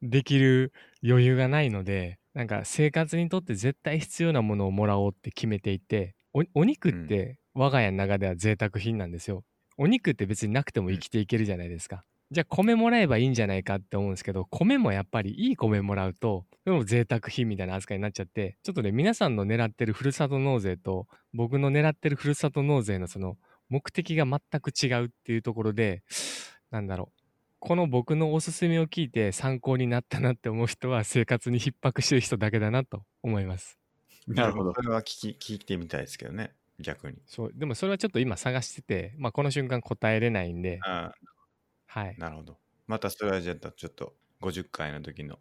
できる余裕がないので、なんか生活にとって絶対必要なものをもらおうって決めていて、おお肉って我が家の中では贅沢品なんですよ。お肉って別になくても生きていけるじゃないですか。じゃあ米もらえばいいんじゃないかって思うんですけど米もやっぱりいい米もらうとでも贅沢品みたいな扱いになっちゃってちょっとね皆さんの狙ってるふるさと納税と僕の狙ってるふるさと納税のその目的が全く違うっていうところでなんだろうこの僕のおすすめを聞いて参考になったなって思う人は生活に逼迫してる人だけだなと思います
なるほど
そ。れは聞き、聞いてみたいですけどね、逆に。
そうでもそれはちょっと今探してて、まあ、この瞬間答えれないんで
あ
はい
なるほど。またそれはじゃあちょっと50回の時の。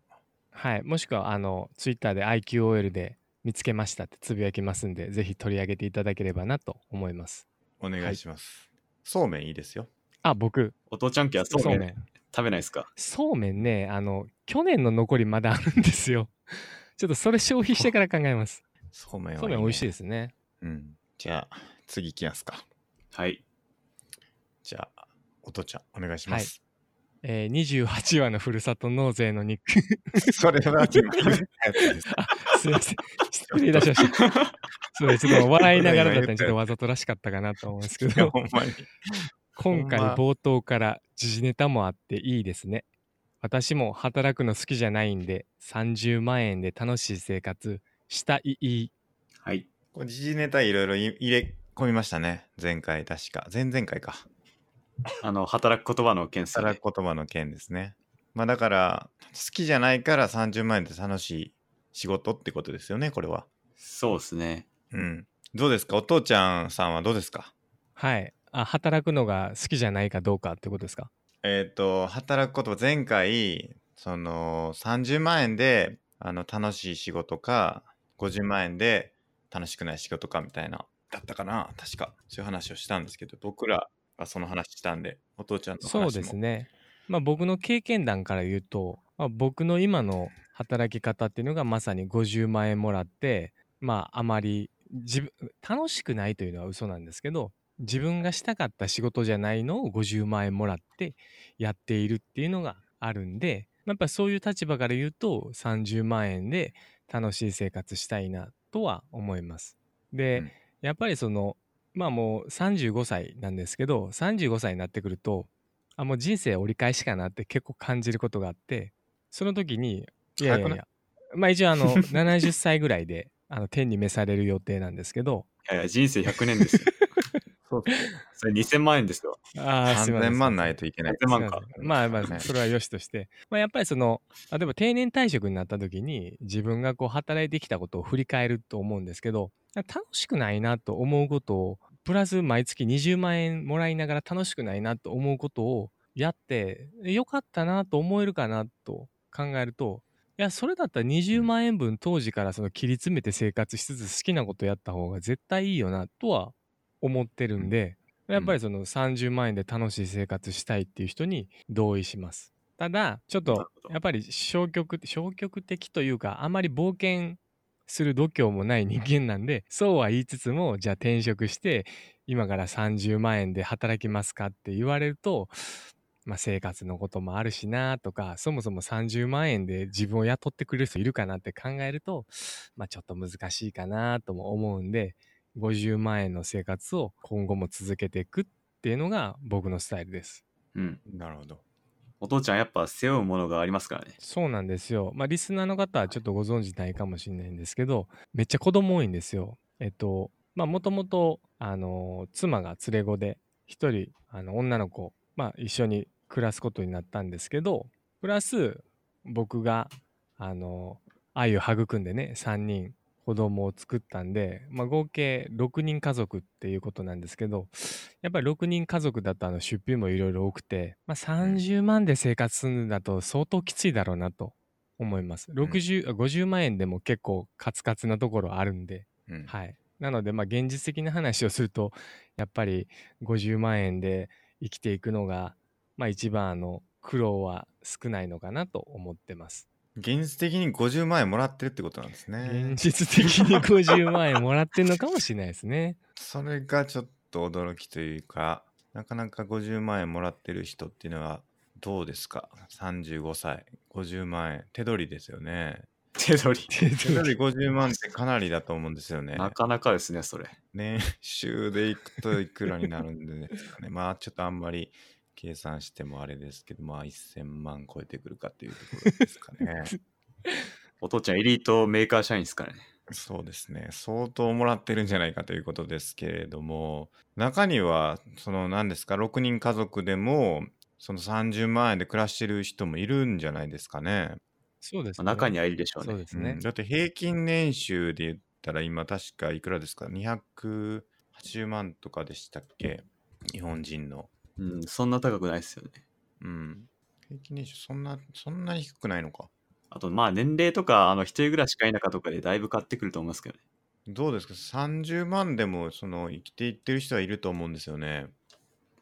はい、もしくはあのツイッターで IQOL で見つけましたってつぶやきますんでぜひ取り上げていただければなと思います
お願いします。そうめんいいですよ。
あ僕
お父ちゃん家はそう
そう
めん
めん
食べないですか
そうめんねあの去年の残りまだあるんですよ ちょっとそれ消費してから考えます
そうめんはいい、ね。
そうめん美味しい
で。
ですすね
うん。じゃあ、次行きますか。
はい。
じゃあ、お父ちゃん、お願いします。
えー、28話のふるさと納税の肉
それは今言ったやつ です。
すいません失礼いたしましたそうですちょっと笑いながらだったんでちょっとわざとらしかったかなと思うんですけ
いや、
ど
ほんまに。
今回
ほんま
冒頭から時事ネタもあっていいですね。私も働くの好きじゃないんで30万円で楽しい生活したいい
はい。
こう時事ネタいろいろ入れ込みましたね。前回確か。前々回か。
あの、働く言葉の件数で
働く言葉の件ですね。まあだから、好きじゃないから30万円で楽しい仕事ってことですよね、これは。
そうですね。
うん。どうですかお父ちゃんさんはどうですか
はい。あ、働くのが好きじゃないかどうかってことですか
えっ、と、働く言葉、前回、その、30万円で、あの、楽しい仕事か、50万円で楽しくない仕事かみたいな、だったかな確か。そういう話をしたんですけど、僕らがその話したんで、お父ちゃんの話
そ
も。
うですね。まあ僕の経験談から言うと、まあ、僕の今の働き方っていうのがまさに50万円もらって、まああまり自分、楽しくないというのは嘘なんですけど、自分がしたかった仕事じゃないのを50万円もらってやっているっていうのがあるんで、まあやっぱそういう立場から言うと30万円で楽しい生活したいなとは思います。で、
うん
やっぱりそのまあもう35歳なんですけど35歳になってくるとあもう人生折り返しかなって結構感じることがあってその時にいやいやい
早くな
やまあ一応あの70歳ぐらいであの天に召される予定なんです けど
いやいや、人生100年 ですよ。
そうそう
それ2000万円ですよ。
あーすいませ
3000
ん
万ないといけない。
3000万か
すいませんまあま
は
あ
い
それはよしとして、まあ、やっぱりその例えば定年退職になった時に自分がこう働いてきたことを振り返ると思うんですけど楽しくないなと思うことをプラス毎月20万円もらいながら楽しくないなと思うことをやってよかったなと思えるかなと考えるといやそれだったら20万円分当時からその切り詰めて生活しつつ好きなことやった方が絶対いいよなとは思ってるんで、やっぱりその30万円で楽しい生活したいっていう人に同意します。ただちょっ
な
と
るほど
やっぱり消極消極的というかあまり冒険する度胸もない人間なんで そうは言いつつもじゃあ転職して今から30万円で働きますかって言われると、まあ、生活のこともあるしなとかそもそも30万円で自分を雇ってくれる人いるかなって考えると、まあ、ちょっと難しいかなとも思うんで50万円の生活を今後も続けていくっていうのが僕のスタイルです。
うん。
なるほど。
お父ちゃんやっぱ背負うものがありますからね。
そうなんですよ。まあ、リスナーの方はちょっとご存知ないかもしれないんですけど、めっちゃ子供多いんですよ。えっと、まあ、もともと、あの、妻が連れ子で、一人、あの、女の子、まあ、一緒に暮らすことになったんですけど、プラス、僕が、あの、愛を育んでね、3人子供を作ったんで、まあ、合計6人家族っていうことなんですけど、やっぱり6人家族だとあの出費もいろいろ多くて、まあ、30万で生活するんだと相当きついだろうなと思います。60あ50万円でも結構カツカツなところあるんで、
うん
はい、なのでまあ現実的な話をするとやっぱり50万円で生きていくのが、まあ、一番あの苦労は少ないのかなと思ってます。
現実的に50万円もらってるってことなんですね
現。実的に50万円もらってるのかもしれないですね。
それがちょっと驚きというか、なかなか50万円もらってる人っていうのはどうですか ?35 歳、50万円、手取りですよね。
手取り。
手取り50万ってかなりだと思うんですよね。
なかなかですね、それ。
年収でいくといくらになるんですかね。まあちょっとあんまり計算してもあれですけど、まあ1000万超えてくるかっていうところですかね。
お父ちゃんエリートメーカー社員ですからね。
そうですね相当もらってるんじゃないかということですけれども中にはその何ですか6人家族でもその30万円で暮らしてる人もいるんじゃないですかね。
そうです
まあ
ね。
中にはいるでしょう
そう
ね。
ですね
うん、。だって平均年収で言ったら今確かいくらですか280万とかでしたっけ日本人の。
うん、そんな高くないですよね。
うん。平均年収そんなそんなに低くないのか。
あと、まあ年齢とか、あの、一人暮らしかいなかとかでだいぶ変わってくると思いますけどね。
どうですか30万でもその生きていってる人はいると思うんですよね。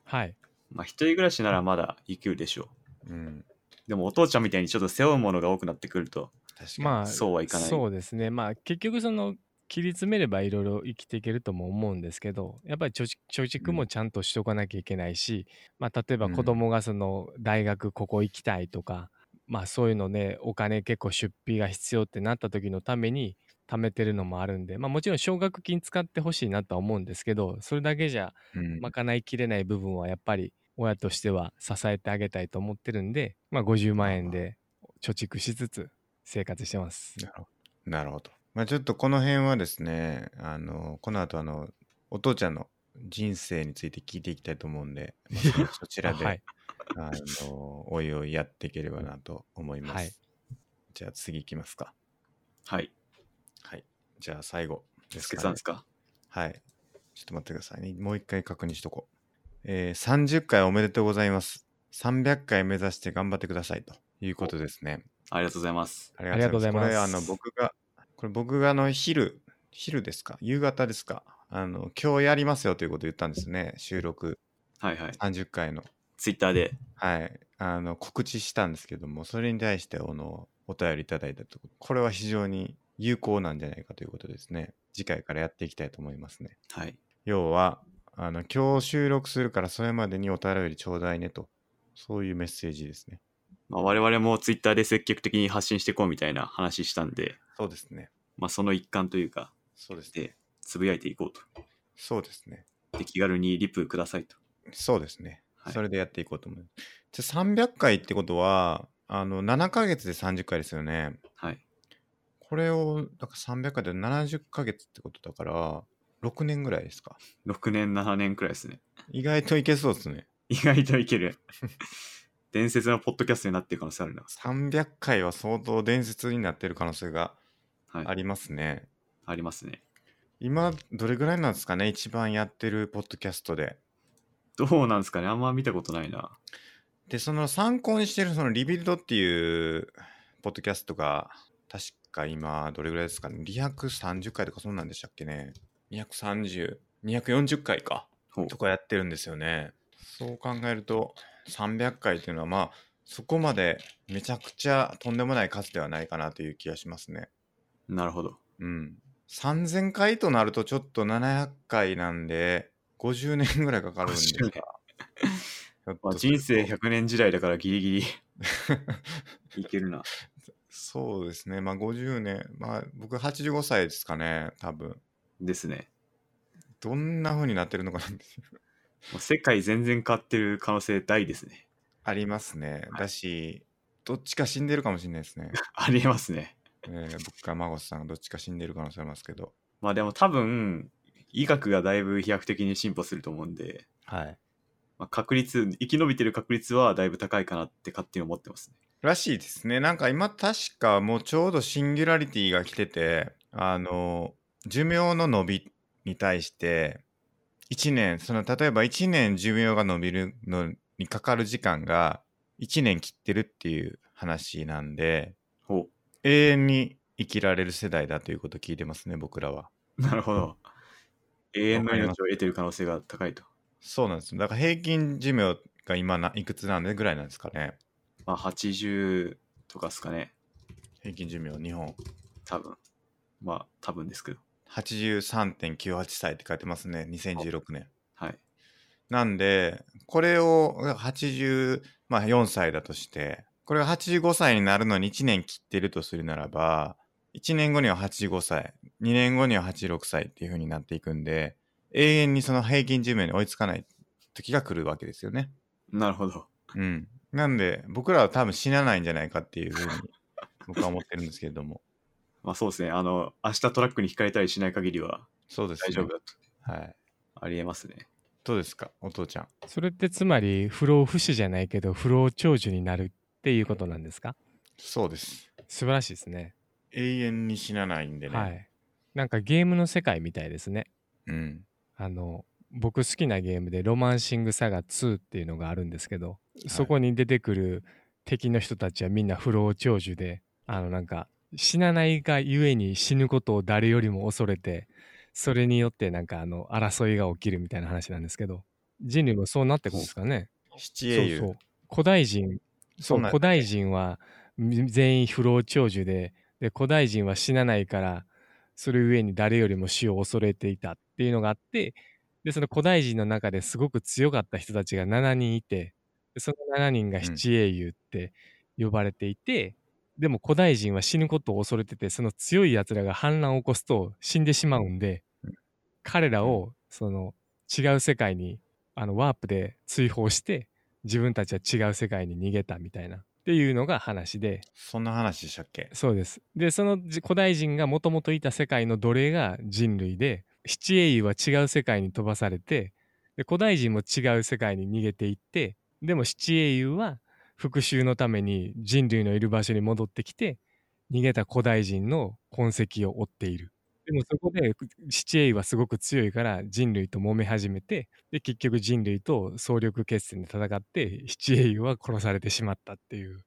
はい。
まあ一人暮らしならまだ生きるでしょ
うん。
う。でもお父ちゃんみたいにちょっと背負うものが多くなってくると、
確かに。
まあ、
そうはいかない。
そうですね。まあ、結局、その、切り詰めればいろいろ生きていけるとも思うんですけど、やっぱり貯蓄貯蓄もちゃんとしとかなきゃいけないし、まあ、例えば
うん
子供がその、大学ここ行きたいとか、まあ、そういうので、お金結構出費が必要ってなった時のために、貯めてるのもあるんで、まあ、もちろん奨学金使ってほしいなとは思うんですけど、それだけじゃ
うん
賄いきれない部分はやっぱり親としては支えてあげたいと思ってるんで、まあ、50万円で貯蓄しつつ生活してます。
なるほど。なるほど。まあちょっとこの辺はですね、あの、この後あの、お父ちゃんの人生について聞いていきたいと思うんで、まあそちらで、
はい。
あのおいおいやっていければなと思います。
はい
じゃあ次いきますか。
はい。
はい。じゃあ最後です
助
かね
さんですか
はい。ちょっと待ってくださいね。もう一回確認しとこう。えー、30回おめでとうございます。300回目指して頑張ってくださいということですね。
ありがとうございます。
あ
りがとうございます
これ、あの、僕が、これ僕があの、昼、昼ですか夕方ですかあの、今日やりますよということを言ったんですね。収録
はいはい。
30回の。
ツイッターで。
はい。あの、告知したんですけども、それに対して、あの、お便りいただいたとここれは非常に有効なんじゃないかということですね。次回からやっていきたいと思いますね。
はい。
要はあの今日収録するからそれまでにお便りちょうだいねとそういうメッセージですね
まあ、我々もツイッターで積極的に発信していこうみたいな話したんで、
そうですね
まあ、その一環というか、
そうですね
で、つぶやいていこう
そうですね
と。で、気軽にリプくださいと。
そうですね、
はい
それでやっていこうと思うじゃあ300回ってことはあの7ヶ月で30回ですよね
はい。
これをだから300回で70ヶ月ってことだから6年ぐらいですか
6年、7年くらいですね。
意外といけそうですね
意外といけ る。伝説のポッドキャストになってる可能性あるな。
300回は相当伝説になってる可能性が
はい。
ありますね、
ありますね。
今どれぐらいなんですかね一番やってるポッドキャストで
どうなんですかねあんま見たことないな。
で、その参考にしてるそのリビルドっていうポッドキャストが、確か今、どれぐらいですかね。230回とかそんなんでしたっけね。230、240回か。
ほう
と。かやってるんですよね。そう考えると、300回っていうのはまあ、そこまでめちゃくちゃとんでもない数ではないかなという気がしますね。
なるほど。
うん。3000回となるとちょっと700回なんで、50年ぐらいかかるんですが
50年。
ひょっ
ま
と
あ、
する
人
と
生100年時代だからギリギ リいけるな。
そうですね、まあ50年、まあ僕85歳ですかね、多分。
ですね。
どんな風になって るのかな
もう世界全然変わってる可能性大ですね。
ありますね。
はい
だし、どっちか死んでるかもしれないですね。
ありえますね。
えー僕か孫さんがどっちか死んでる可能性ありますけど。
まあでも多分、医学がだいぶ飛躍的に進歩すると思うんで、
はい。
まあ、確率、生き延びてる確率はだいぶ高いかなって勝手に思ってますね。
らしいですね。なんか今確かもうちょうどシンギュラリティが来てて、あの、寿命の伸びに対して、1年、その例えば1年寿命が伸びるのにかかる時間が1年切ってるっていう話なんで、
ほ
永遠に生きられる世代だということを聞いてますね、僕らは。
う。なるほど。永遠の命を得てる可能性が高いと。
そうなんですよ。だから平均寿命が今ないくつなんでぐらいなんですかね。
まあ80とかですかね。
平均寿命、日本。
多分。まあ多分ですけど。
83.98歳って書いてますね、2016年。
はい。
なんで、これを84、まあ、4歳だとして、これが85歳になるのに1年切ってるとするならば、1年後には85歳、2年後には86歳っていう風になっていくんで、永遠にその平均寿命に追いつかない時が来るわけですよね。
なるほど。
うん。なんで、僕らは多分死なないんじゃないかって いう風に、僕は思ってるんですけれども。
まあそうですね。あの、明日トラックにひかれたりしない限りは
そうです
大
ね。
丈夫だと。
はい。
ありえますね。
どうですか、お父ちゃん。
それってつまり不老不死じゃないけど不老長寿になるっていうことなんですか
そうです。
素晴らしいですね。
永遠に死なないんでね。
はい。なんかゲームの世界みたいですね。
うん。
あの僕好きなゲームで「ロマンシング・サガ2」っていうのがあるんですけど、そこに出てくる敵の人たちはみんな不老長寿であのなんか死なないがゆえに死ぬことを誰よりも恐れてそれによってなんかあの争いが起きるみたいな話なんですけど人類もそうなってくんですかね
七
そ
英
う
雄。
そう古代人
そ
そうう
なん
古代人はみ全員不老長寿でで古代人は死なないからそれ上に誰よりも死を恐れていたっていうのがあってでその古代人の中ですごく強かった人たちが7人いてでその7人が
うん
七英雄って呼ばれていて、でも古代人は死ぬことを恐れててその強いやつらが反乱を起こすと死んでしまうんで、
うん
彼らをその違う世界にあのワープで追放して自分たちは違う世界に逃げたみたいなっていうのが話で
そんな話でしたっけ
そうですでそのじ古代人がもともといた世界の奴隷が人類で七英雄は違う世界に飛ばされてで古代人も違う世界に逃げていってでも七英雄は復讐のために人類のいる場所に戻ってきて逃げた古代人の痕跡を追っている。でもそこで七英雄はすごく強いから人類と揉め始めてで結局人類と総力決戦で戦って七英雄は殺されてしまったっていう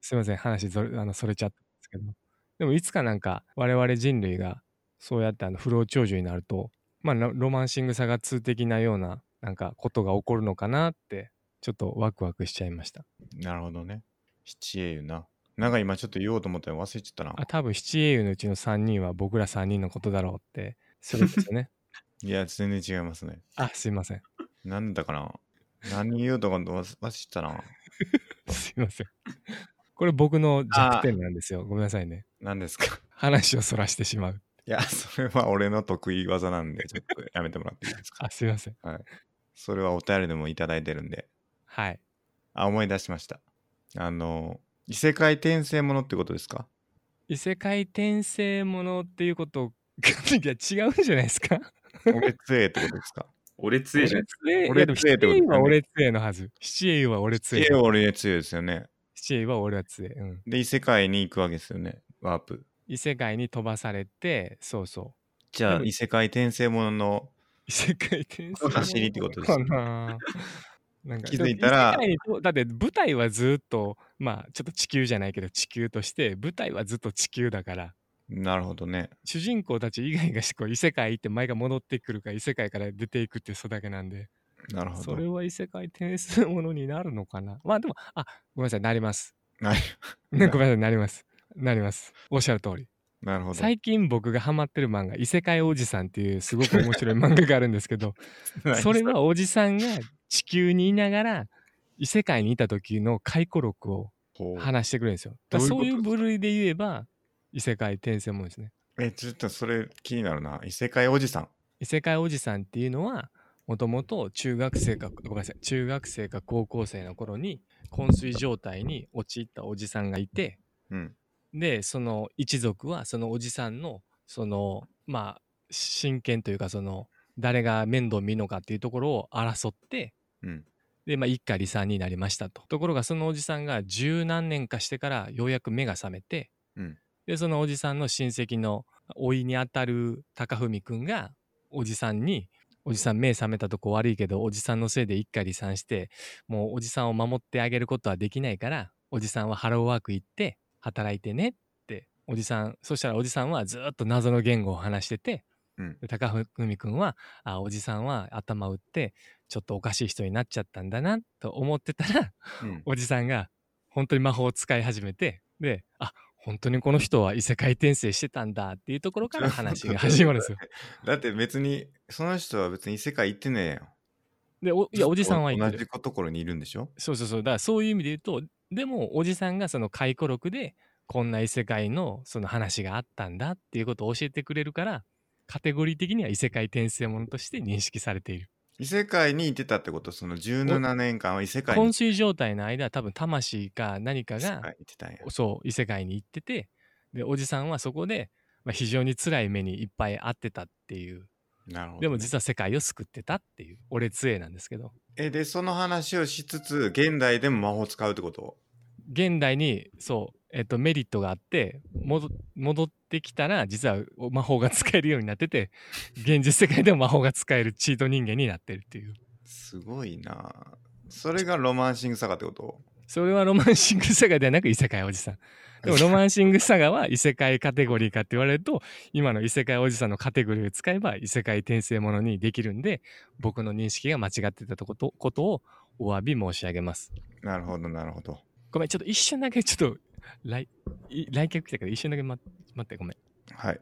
すいません話ぞれあのそれちゃったんですけどでもいつかなんか我々人類がそうやってあの不老長寿になるとまあロロマンシングさが通的なようななんかことが起こるのかなってちょっとワクワクしちゃいました
なるほどね。七英雄な。なんか今ちょっと言おうと思ったの忘れちゃったな
あ。多分七英雄のうちの3人は僕ら3人のことだろうってそれですよね
いや、全然違いますね。
あすいません
なんだかな。何言おうとか忘忘れちゃったな。
すいませんこれ僕の弱点なんですよごめんなさいね
何ですか。
話をそらしてしまう
いや、それは俺の得意技なんで、ちょっとやめてもらっていいですか
あ。すいません
それはお便りでもいただいてるんで。
はい
あ、思い出しました。あの、異世界転生ものってことです か
異世界転生ものっていうこと がいや違うんじゃないですか
俺強えってことですか
俺強いじゃん。
俺
俺
強
強い
い
ってことですよね
は俺強いのはず。七英雄は俺強い
強。え俺強いですよね。
七英雄は俺は強い。うん。
で、異世界に行くわけですよね。ワープ。
異世界に飛ばされて、そうそう。
じゃ
で
あ、
も
異世界転生ものの
異世界転生。
走りってことですよね
かななんか
気づいたら
でも異世界にだって舞台はずっと、まあちょっと地球じゃないけど地球として、舞台はずっと地球だから、
なるほどね。
主人公たち以外がこう異世界行って前が戻ってくるか異世界から出ていくっていうそれだけなんで、
なるほ
そ
ど
れ。は異世界転生ものになるのかなまあでも、あ、ごめんなさい、なります。
な
ね、 ごめんなさい、なります。なります。おっしゃる通り。
なるほど。
最近僕がハマってる漫画、異世界おじさんっていうすごく面白い漫画があるんで すけど、それはおじさんが地球にいながら異世界にいた時の回顧録を
ほう
話してくれるんですよ。
どういうこ
そ
と
ういう部類で言えば、異世界転生ものですね。
え、ちょっとそれ気になるな。異世界おじさん。
異世界おじさんっていうのはもともと中学生かごめんなさい中学生か高校生の頃に昏睡状態に陥ったおじさんがいて
うん。
でその一族はそのおじさんのそのまあ親権というかその誰が面倒見るのかっていうところを争って
うん。
でまあ一家離散になりましたとところがそのおじさんが十何年かしてからようやく目が覚めて、
うん
でそのおじさんの親戚の甥にあたる貴文くんがおじさんに「おじさん目覚めたとこ悪いけどおじさんのせいで一家離散してもうおじさんを守ってあげることはできないからおじさんはハローワーク行って働いてね」っておじさんそしたらおじさんはずーっと謎の言語を話してて、
うん
で貴文くんはあ「おじさんは頭打ってちょっとおかしい人になっちゃったんだなと思ってたら
うん、
おじさんが本当に魔法を使い始めてであ本当にこの人は異世界転生してたんだっていうとこ ろから話が始まるんですよ。
だって別に、その人は別に異世界行ってねえよ。
でおいやおじさんは言っ
同
て
じ
る。
ところにいるんでしょ
そうそうそうだからそういう意味で言うとでもおじさんがその回顧録でこんな異世界のその話があったんだっていうことを教えてくれるからカテゴリー的には異世界転生ものとして認識されている。
異世界に行ってたってことその17年間は異世界に
昏睡状態の間多分魂か何か
異世界
が
に行ってたんや。
そう異世界に行っててでおじさんはそこで、まあ、非常に辛い目にいっぱい遭ってたっていう
なるほどね、
でも実は世界を救ってたっていう俺杖なんですけど
え、で、その話をしつつ、現代でも魔法使うってこと
現代にそう、えっとメリットがあって戻戻ってきたら実は魔法が使えるようになってて現実世界でも魔法が使えるチート人間になってるっていう
すごいなそれがロマンシングさがってこと
それはロマンシングサガではなく異世界おじさ んでもロマンシングサガは異世界カテゴリーかって言われると今の異世界おじさんのカテゴリーを使えば異世界転生ものにできるんで僕の認識が間違ってたとことことをお詫び申し上げます
なるほど、なるほど。
ごめんちょっと一瞬だけちょっと来い来客来たから一瞬だけ待待ってごめん
はい。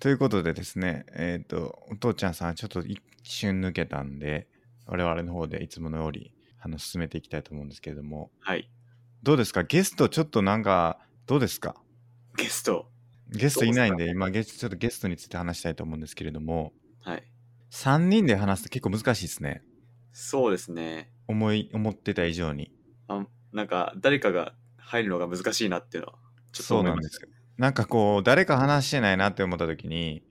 ということでですね、えっ、と、お父ちゃんさん、ちょっと一瞬抜けたんで、我々の方でいつものより、あの、進めていきたいと思うんですけれども、
はい。
どうですかゲスト、ちょっとなんか、どうですか
ゲスト。
ゲストいないん
どう
で、今ゲス、ちょっとゲストについて話したいと思うんですけれども、
はい。
3人で話すと結構難しいですね。
そうですね。
思い、思ってた以上に。
あなんか、誰かが入るのが難しいなっていうのは、ちょっと
そう
思い
なん
ま
で
し
す
た
よ。なんかこう、誰か話してないなって思った時に、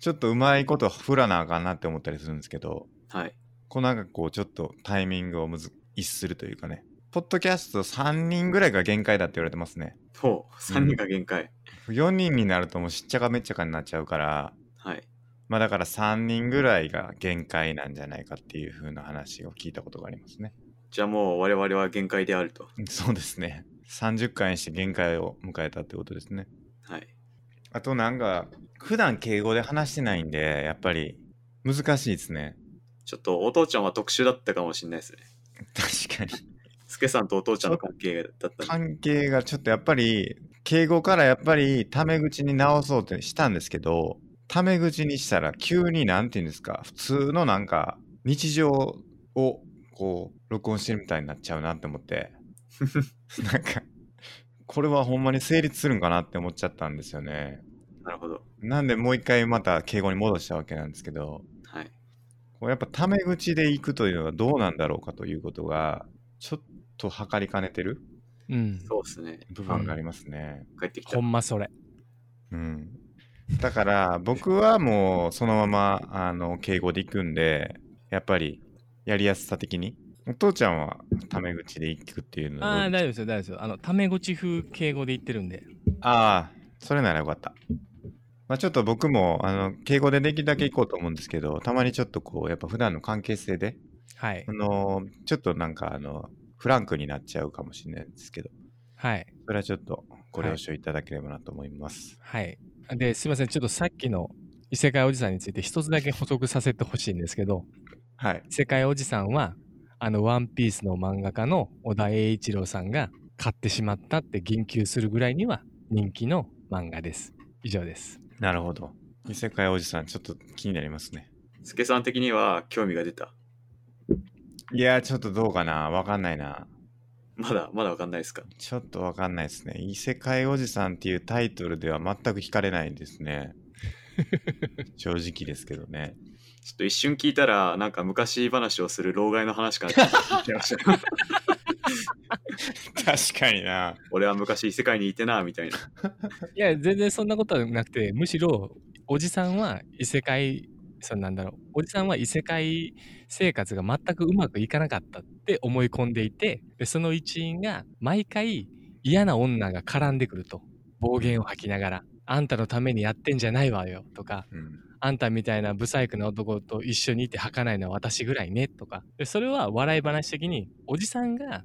ちょっとうまいこと振らなあかんなって思ったりするんですけど、
はい。
こうなんかこうちょっとタイミングをむず一するというかね、ポッドキャスト3人ぐらいが限界だって言われてますね。
ほう、3人が限界。
4人になるともうしっちゃかめっちゃかになっちゃうから、
はい。
まあだから3人ぐらいが限界なんじゃないかっていう風な話を聞いたことがありますね。
じゃあもう我々は限界であると。
そうですね。30回にして限界を迎えたってことですね。
はい。
あとなんか、普段敬語で話してないんで、やっぱり難しいですね。
ちょっとお父ちゃんは特殊だったかもしれないですね。
確かに。
スケさんとお父ちゃんの関係だったんで。
関係がちょっとやっぱり、敬語からやっぱりタメ口に直そうってしたんですけど、タメ口にしたら急になんて言うんですか、普通のなんか日常をこう、録音してるみたいになっちゃうなって思 って、なんか、これはほんまに成立するんかなって思っちゃったんですよね。
なるほど。
なんでもう一回また敬語に戻したわけなんですけど、
はい。
こうやっぱタメ口で行くというのはどうなんだろうかということが、ちょっと測りかねてる
うん。
そうですね。
部分がありますね。
帰ってきた
ほ。んまそれ。
うん。だから僕はもうそのままあの敬語で行くんで、やっぱりやりやすさ的に。お父ちゃんはタメ口で行くっていうのは
ああ、
どう
大丈夫ですよ、大丈夫ですよ。あの、タメ口風敬語で言ってるんで。
ああ、それならよかった。まあ、ちょっと僕もあの敬語でできるだけ行こうと思うんですけど、たまにちょっとこう、やっぱ普段の関係性で、
はい
あ。のちょっとなんかあのフランクになっちゃうかもしれないですけど、
はい。
それはちょっとご了承いただければなと思います。
はい。で、すいません。ちょっとさっきの異世界おじさんについて一つだけ補足させてほしいんですけど、
はい。
異世界おじさんは、あの、ワンピースの漫画家の小田栄一郎さんが買ってしまったって言及するぐらいには人気の漫画です。以上です。
なるほど。異世界おじさん、ちょっと気になりますね。
スケさん的には興味が出た。
いやー、ちょっとどうかな。わかんないな。
まだ、まだわかんないですか。
ちょっとわかんないですね。異世界おじさんっていうタイトルでは全く惹かれないですね。 正直ですけどね。
ちょっと一瞬聞いたら、なんか昔話をする老害の話かな って思っちゃいました。
確かにな。
俺は昔異世界にいてな、みたいな。
いや、全然そんなことはなくて、むしろ、おじさんは異世界、そうなんだろう、おじさんは異世界生活が全くうまくいかなかったって思い込んでいて、でその一員が毎回嫌な女が絡んでくると、暴言を吐きながら、あんたのためにやってんじゃないわよとか、
うん。
あんたみたいなブサイクな男と一緒にいて吐かないのは私ぐらいねとかでそれは笑い話的におじさんが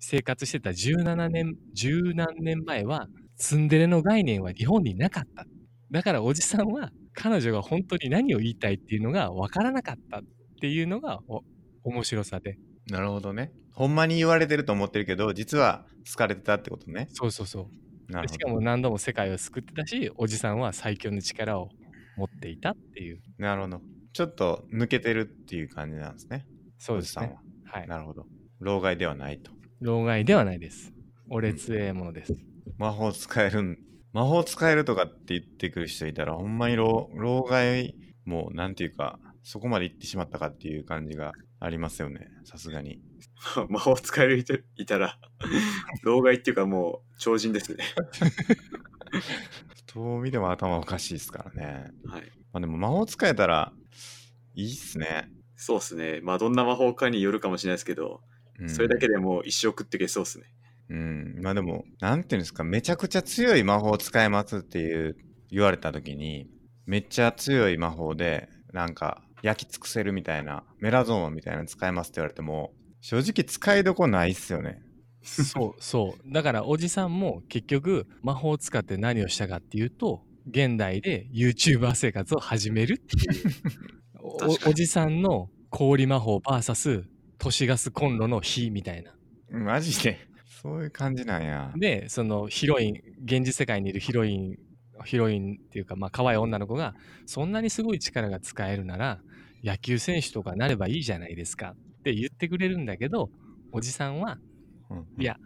生活してた17年十何年前はツンデレの概念は日本になかっただからおじさんは彼女が本当に何を言いたいっていうのが分からなかったっていうのがお面白さで
なるほどね。ほんまに言われてると思ってるけど、実は好かれてたってことね。
そうそうそう
なる
で
ほ
しか
ど。
も何度も世界を救ってたしおじさんは最強の力を持っていたっていう
なるほど。ちょっと抜けてるっていう感じなんですね。
そう
お
で
じ
す
さん
ね
は。
はい
なるほど。老害ではないと。
老害ではないです俺強えものです
魔法使えるん、魔法使えるとかって言ってくる人いたら、ほんまに老老害、もうなんていうか、そこまで行ってしまったかっていう感じがありますよね。さすがに。
魔法使える人いたら、 老害っていうかもう超人ですね。
どう見ても頭おかしいですからね。
はい。
まあでも魔法使えたら、いいっすね。
そうですね。まあどんな魔法かによるかもしれないですけど、
うん
それだけでもう一生食ってけそうですね。
うん、まあでも、なんていうんですか、めちゃくちゃ強い魔法を使えますっていう言われた時に、めっちゃ強い魔法で、なんか焼き尽くせるみたいな、メラゾーマみたいなの使えますって言われても、正直使いどこないっすよね。
そうそうだからおじさんも結局魔法を使って何をしたかっていうと現代で YouTuber 生活を始めるっていう
確か
お
に
おじさんの氷魔法 VS 都市ガスコンロの火みたいな
マジで。 そういう感じなんや。
でそのヒロイン現実世界にいるヒロインヒロインっていうかまあ可愛い女の子がそんなにすごい力が使えるなら野球選手とかなればいいじゃないですかって言ってくれるんだけどおじさんは
うん
いや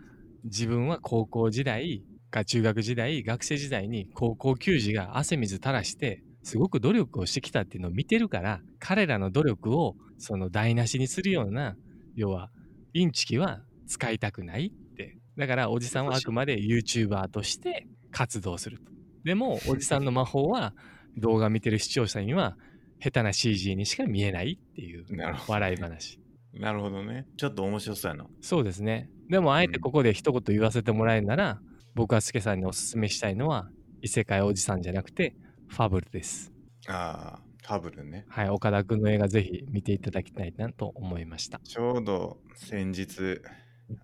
自分は高校時代か中学時代学生時代に高校球児が汗水垂らしてすごく努力をしてきたっていうのを見てるから彼らの努力をその台無しにするような要はインチキは使いたくないってだからおじさんはあくまで YouTuber として活動するとでもおじさんの魔法は動画見てる視聴者には下手な CG にしか見えないっていう
なるほ
笑い話
ど。なるほどね。ちょっと面白そうやな。
そうですねでもあえてここで一言言わせてもらえるなら、僕はスケさんにおすすめしたいのは異世界おじさんじゃなくてファブルです
ああ、ファブルね。
はい岡田君の映画ぜひ見ていただきたいなと思いました
ちょうど先日、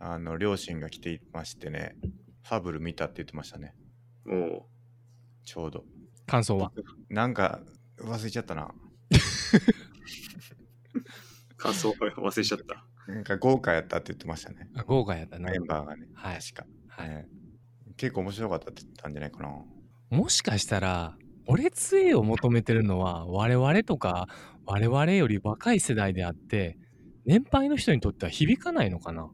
あの、両親が来ていましてね、ファブル見たって言ってましたね。
おお
ちょうど。
感想は
なんか、忘れちゃったな。
ー、感想忘れちゃった。
なんか豪華やったって言ってましたね。
あ豪華やったな
メンバーがね。
はい
確か。
はい
ね結構面白かったって言ったんじゃないかな。
もしかしたら、俺杖を求めてるのは、我々とか、我々より若い世代であって、年配の人にとっては響かないのかな。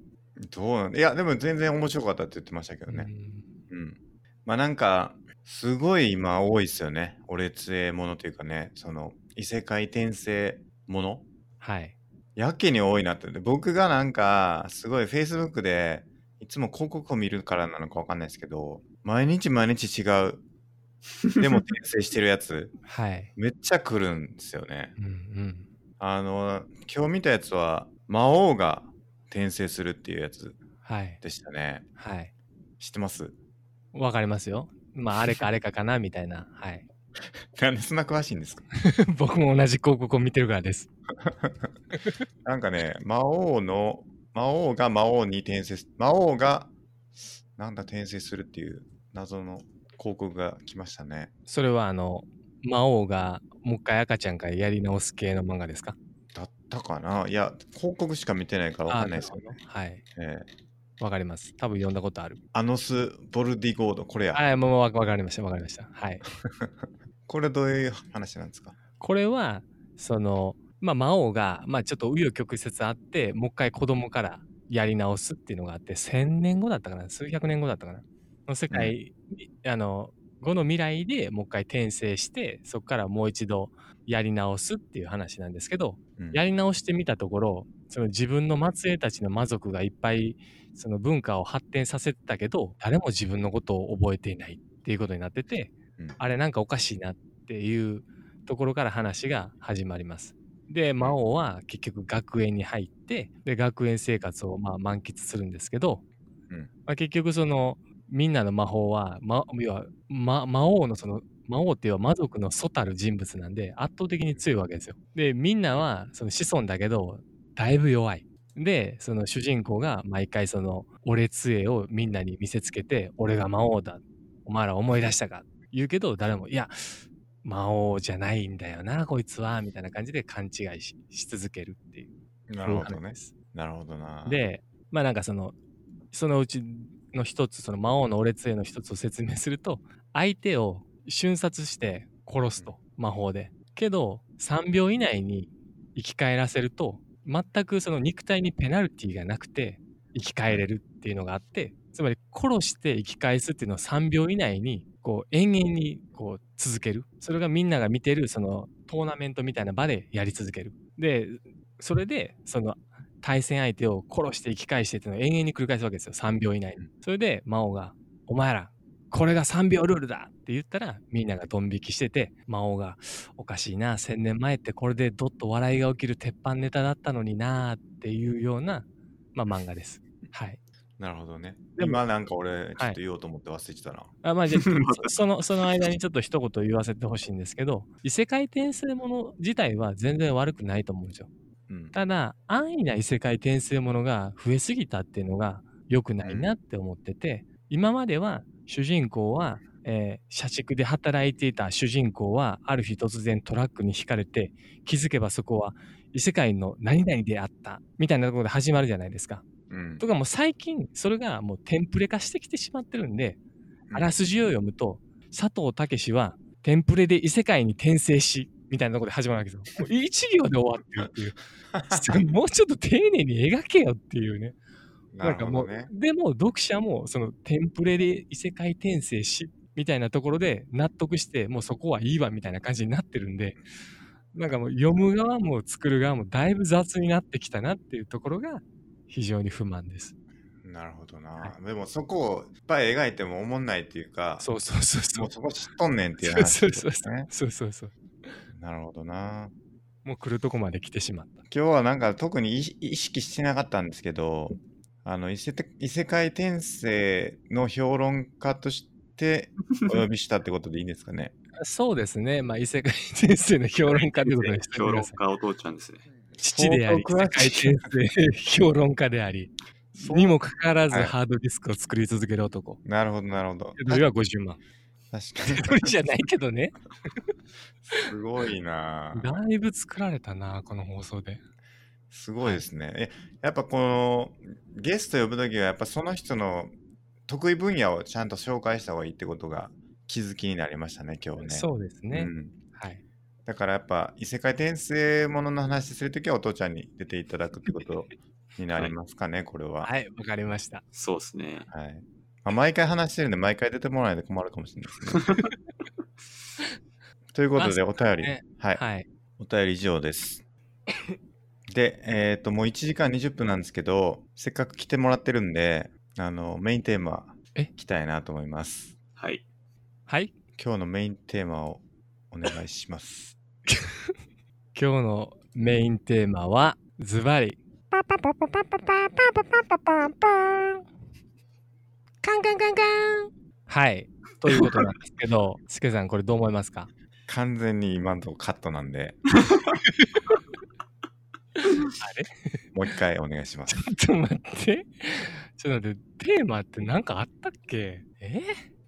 どうなんいや、でも全然面白かったって言ってましたけどね。うん。まあなんか、すごい今多いですよね。俺杖ものというかね、その異世界転生もの
はい。
やけに多いなって。で僕がなんか、すごい Facebook でいつも広告を見るからなのかわかんないですけど、毎日毎日違う。でも転生してるやつ、
はい。
めっちゃ来るんですよね。
うんうん。
あの、今日見たやつは、魔王が転生するっていうやつ
はい。
でしたね。
はい。
知ってます
わかりますよ。 まあ、あれかあれかかな、みたいな。はい。
なんでそんな詳しいんですか
僕も同じ広告を見てるからです。
なんかね、魔王の、魔王が魔王に転生す、魔王が、なんだ転生するっていう謎の広告が来ましたね。
それは、あの、魔王がもう一回赤ちゃんからやり直す系の漫画ですか
だったかないや、広告しか見てないからわかんないですよね。
あはい。
ええ
わかります。多分読んだことある。
アノス・ボルディゴード、これや。
はい、もうわわかりました。わかりました。はい。
これどういう話なんですか
これはその、まあ、魔王が、まあ、ちょっと紆余曲折あってもう一回子供からやり直すっていうのがあって1,000年後だったかな数百年後だったかなの世界、あの後の未来でもう一回転生してそこからもう一度やり直すっていう話なんですけど
うん
やり直してみたところその自分の末裔たちの魔族がいっぱいその文化を発展させてたけど誰も自分のことを覚えていないっていうことになってて、
うん
あれなんかおかしいなっていうところから話が始まります。で魔王は結局学園に入ってで学園生活をまあ満喫するんですけど、
うん
まあ、結局そのみんなの魔法は、ま、要は、ま、魔王のその魔王っていうのは魔族の祖たる人物なんで圧倒的に強いわけですよ。でみんなはその子孫だけどだいぶ弱い。でその主人公が毎回その「俺杖」をみんなに見せつけて「俺が魔王だ」「お前ら思い出したか」言うけど誰も「いや魔王じゃないんだよなこいつは」みたいな感じで勘違いしし続けるっていう。
なるほ
そう
ど
いう話
ね
で。す
なるほどな。、
でまあなんかそのそのうちの一つその魔王の俺杖の一つを説明すると相手を瞬殺して殺すと魔法でけど3秒以内に生き返らせると全くその肉体にペナルティがなくて生き返れるっていうのがあってつまり殺して生き返すっていうのを3秒以内にこう延々にこう続けるそれがみんなが見てるそのトーナメントみたいな場でやり続けるでそれでその対戦相手を殺して生き返してっていうのを延々に繰り返すわけですよ3秒以内にそれで魔王が「お前らこれが3秒ルールだ!」って言ったらみんながドン引きしてて魔王が「おかしいな1000年前ってこれでどっと笑いが起きる鉄板ネタだったのにな」っていうような、まあ、漫画です。はい
なるほどね。
でも
今なんか俺、ちょっと言おうと思って忘れてたな。
あ まあ、じゃあそそのその間にちょっと一言言わせてほしいんですけど異世界転生もの自体は全然悪くないと思うんですよ。
うん。
ただ安易な異世界転生ものが増えすぎたっていうのが良くないなって思ってて、今までは主人公は、えー社畜で働いていた主人公はある日突然トラックにひかれて気づけばそこは異世界の何々であったみたいなところで始まるじゃないですか。
うん
とかもう最近それがもうテンプレ化してきてしまってるんで、
うん
あらすじを読むと佐藤健はテンプレで異世界に転生しみたいなところで始まるわけですよ。もう一行で終わってるっていう ちょっと。もうちょっと丁寧に描けよっていうね。
なる
か
ほ
も
ど
う、
ね。
でも読者もそのテンプレで異世界転生しみたいなところで納得してもうそこはいいわみたいな感じになってるんでなんかもう読む側も作る側もだいぶ雑になってきたなっていうところが非常に不満です。
なるほどな、
は
でもそこをいっぱい描いても思んないっていうか
そうそうそうそ
も
う
う。そこ知っとんねんっていう
そう
話
そう
です
そう
ね
そう。そうそうそう。
なるほどな
もう来るとこまで来てしまった。
今日はなんか特に意意識してなかったんですけどあの異世て異世界転生の評論家と してお呼びしたってことでいいんですかね
そうですね。まあ、異世界転生の評論家ということにして
評
くだ
論
さい。
家お父ちゃんですね。
父であ
相
り、異世
当
界
詳
転
しい
生評論家であり、にもかかわらず
はい
ハードディスクを作り続ける男。
なるほどなるほど
手取りは50万。
確か
手取
に
りじゃないけどね。
すごいな
だいぶ作られたな、この放送で。
すごいですね。えやっぱこのゲスト呼ぶときはやっぱその人の得意分野をちゃんと紹介した方がいいってことが気づきになりましたね今日ね。
そうです
う
ね。
ん、
はい。
だからやっぱ異世界転生ものの話するときはお父ちゃんに出ていただくってことになります かね、これは。
はい、わかりました。
そうですね。
はいまあ、毎回話してるんで毎回出てもらえないと困るかもしれないですね。 ということでお便り、
ね
はい、
はい。
お便り以上です。で、えっ、と、もう1時間20分なんですけど、せっかく来てもらってるんで、あの、メインテーマ、
え
いきたいなと思います。
はい。
はい。
今日のメインテーマをお願いします。
今日のメインテーマは、ズバリ。
パパパパパパパパパパパパカンカンカンカン
はい。ということなんですけど、すけさん、これどう思いますか
完全に今のとこカットなんで。もう一回お願いします。
ちょっと待って。ちょっと待って、テーマって何かあったっけえ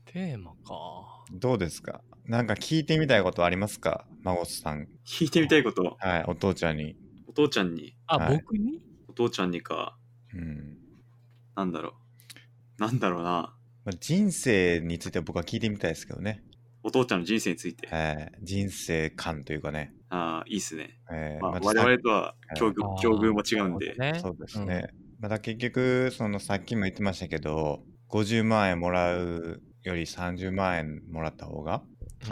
テーマか。
どうですかなんか聞いてみたいことありますか孫さん。
聞いてみたいこと、
はい、お父ちゃんに。
お父ちゃんに、
あ、
はい
僕に
お父ちゃんにか、
うん。
なんだろう。なんだろうな。
まあ、人生について僕は聞いてみたいですけどね。
お父ちゃんの人生について。
えー人生観というかね、
ああ、いいっすね。
えー
まあ、
まあ
我々とは境
え
遇
ー
境遇も違うんで、
ね
そうですね、また結局そのさっきも言ってましたけど50万円もらうより30万円もらった方が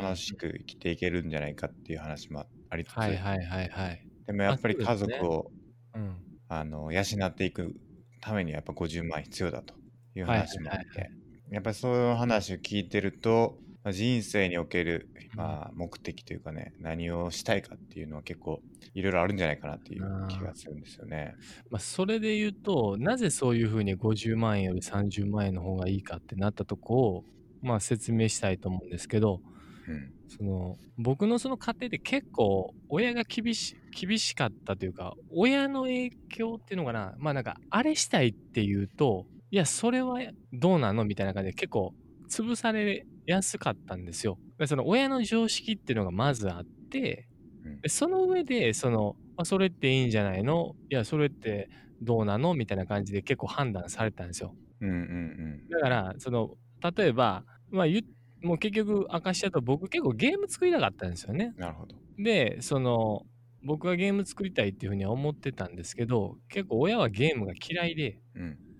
楽しく生きていけるんじゃないかっていう話もありつつ、
はいはいはいはい。
でもやっぱり
まあ
家
そうですね
族を
うん。
あの養っていくためにはやっぱ50万円必要だという
はいはい
話もあって、
はい
やっぱりそういう話を聞いてるとまあ人生における、まあ、目的というかね何をしたいかっていうのは結構いろいろあるんじゃないかなっていう気がするんですよね。
まあ、それで言うと、なぜそういうふうに50万円より30万円の方がいいかってなったとこを、まあ、説明したいと思うんですけど、
うん
その僕のその家庭で結構親が厳し厳しかったというか親の影響っていうのかなまあなんかあれしたいっていうといやそれはどうなのみたいな感じで結構潰されやすかったんですよ。でその親の常識っていうのがまずあって
うん
でその上でそのあそれっていいんじゃないのいやそれってどうなのみたいな感じで結構判断されたんですよ。
うんうん
だから、その、例えば、まあ、言っもう結局、明かしちゃうと、僕結構ゲーム作りたかったんですよね
う。ん。なるほど。
で、その、僕がゲーム作りたいっていうふうには思ってたんですけど、結構親はゲームが嫌いで、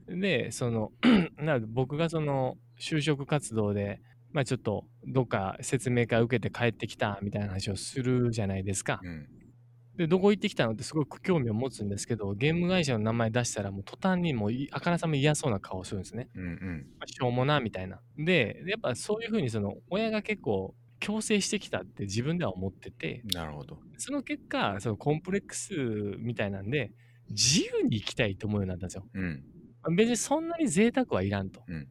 うん。
で、その、 なので僕がその、就職活動で、まあちょっと、どっか説明会受けて帰ってきたみたいな話をするじゃないですか。
うん。
で、どこ行ってきたのってすごく興味を持つんですけど、ゲーム会社の名前出したら、もう途端にもうい、あからさまに嫌そうな顔をするんですね。
うんうん。
まあしょうもなみたいな。で、やっぱそういうふうにその親が結構強制してきたって自分では思ってて、
なるほど。
その結果、そのコンプレックスみたいなんで、自由に生きたいと思うようになったんですよ。
うん。
まあ別にそんなに贅沢はいらんと。
うん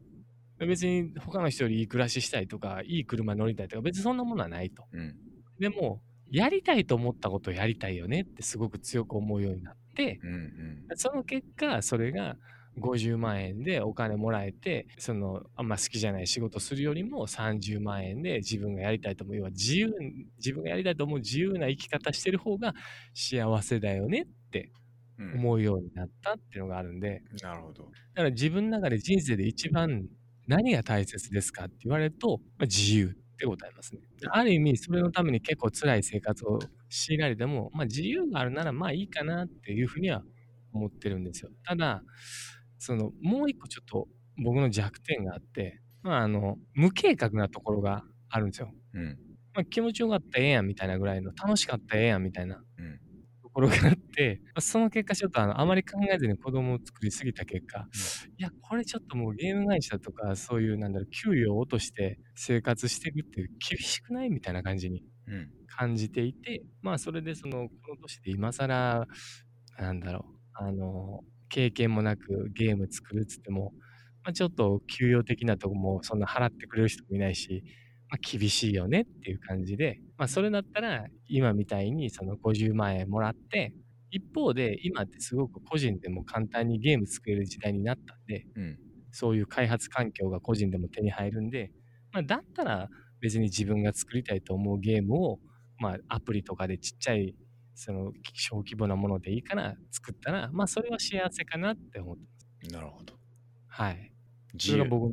別に他の人よりいい暮らししたいとか、いい車乗りたいとか、別にそんなものはないと。
うん。
でも、やりたいと思ったことをやりたいよねってすごく強く思うようになって、
うんうん。
その結果、それが50万円でお金もらえて、そのあんま好きじゃない仕事するよりも30万円で自分がやりたいと思う、要は自由、自分がやりたいと思う自由な生き方してる方が幸せだよねって
うん
思うようになったっていうのがあるんで、
なるほど。
だから自分の中で人生で一番何が大切ですかって言われると、まあ、自由でございますね。ある意味、それのために結構辛い生活を強いられても、まあ、自由があるならまあいいかなっていうふうには思ってるんですよ。ただ、そのもう一個ちょっと僕の弱点があって、まあ、あの無計画なところがあるんですよ。
うん。
まあ、気持ちよかったらええやんみたいなぐらいの、楽しかったらええやんみたいな
うん
と転がって、まあその結果、ちょっとあのあまり考えずに子供を作りすぎた結果、いや、これちょっともうゲーム会社とか、そういう、なんだろう、給与を落として生活してるって厳しくないみたいな感じに
うん。
感じていて、まあ、それで、その、この年で今更、なんだろう、あの、経験もなくゲーム作るっつっても、まあ、ちょっと給与的なとこもそんな払ってくれる人もいないし、まあ、厳しいよねっていう感じで、まあ、それだったら今みたいにその50万円もらって、一方で今ってすごく個人でも簡単にゲーム作れる時代になったんで、
うん。
そういう開発環境が個人でも手に入るんで、まあ、だったら別に自分が作りたいと思うゲームを、まあ、アプリとかでちっちゃいその小規模なものでいいから作ったら、まあ、それは幸せかなって思ってます。
なるほど。
はい。そ
自由
れが。僕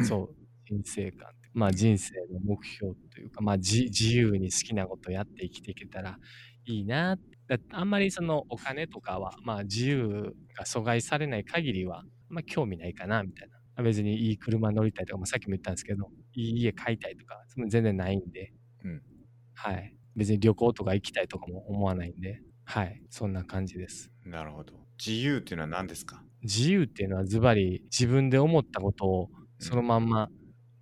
の、そう、人生観って。まあ人生の目標というか、まあじ自由に好きなことやって生きていけたらいいなって。だあんまりそのお金とかは、まあ自由が阻害されない限りは、まあ興味ないかな、みたいな。別にいい車乗りたいとか、まあ、さっきも言ったんですけど、いい家買いたいとか、その全然ないんで、
うん
はい。別に旅行とか行きたいとかも思わないんで、はい。そんな感じです。
なるほど。自由っていうのは何ですか
自由っていうのはズバリ自分で思ったことをそのまんま、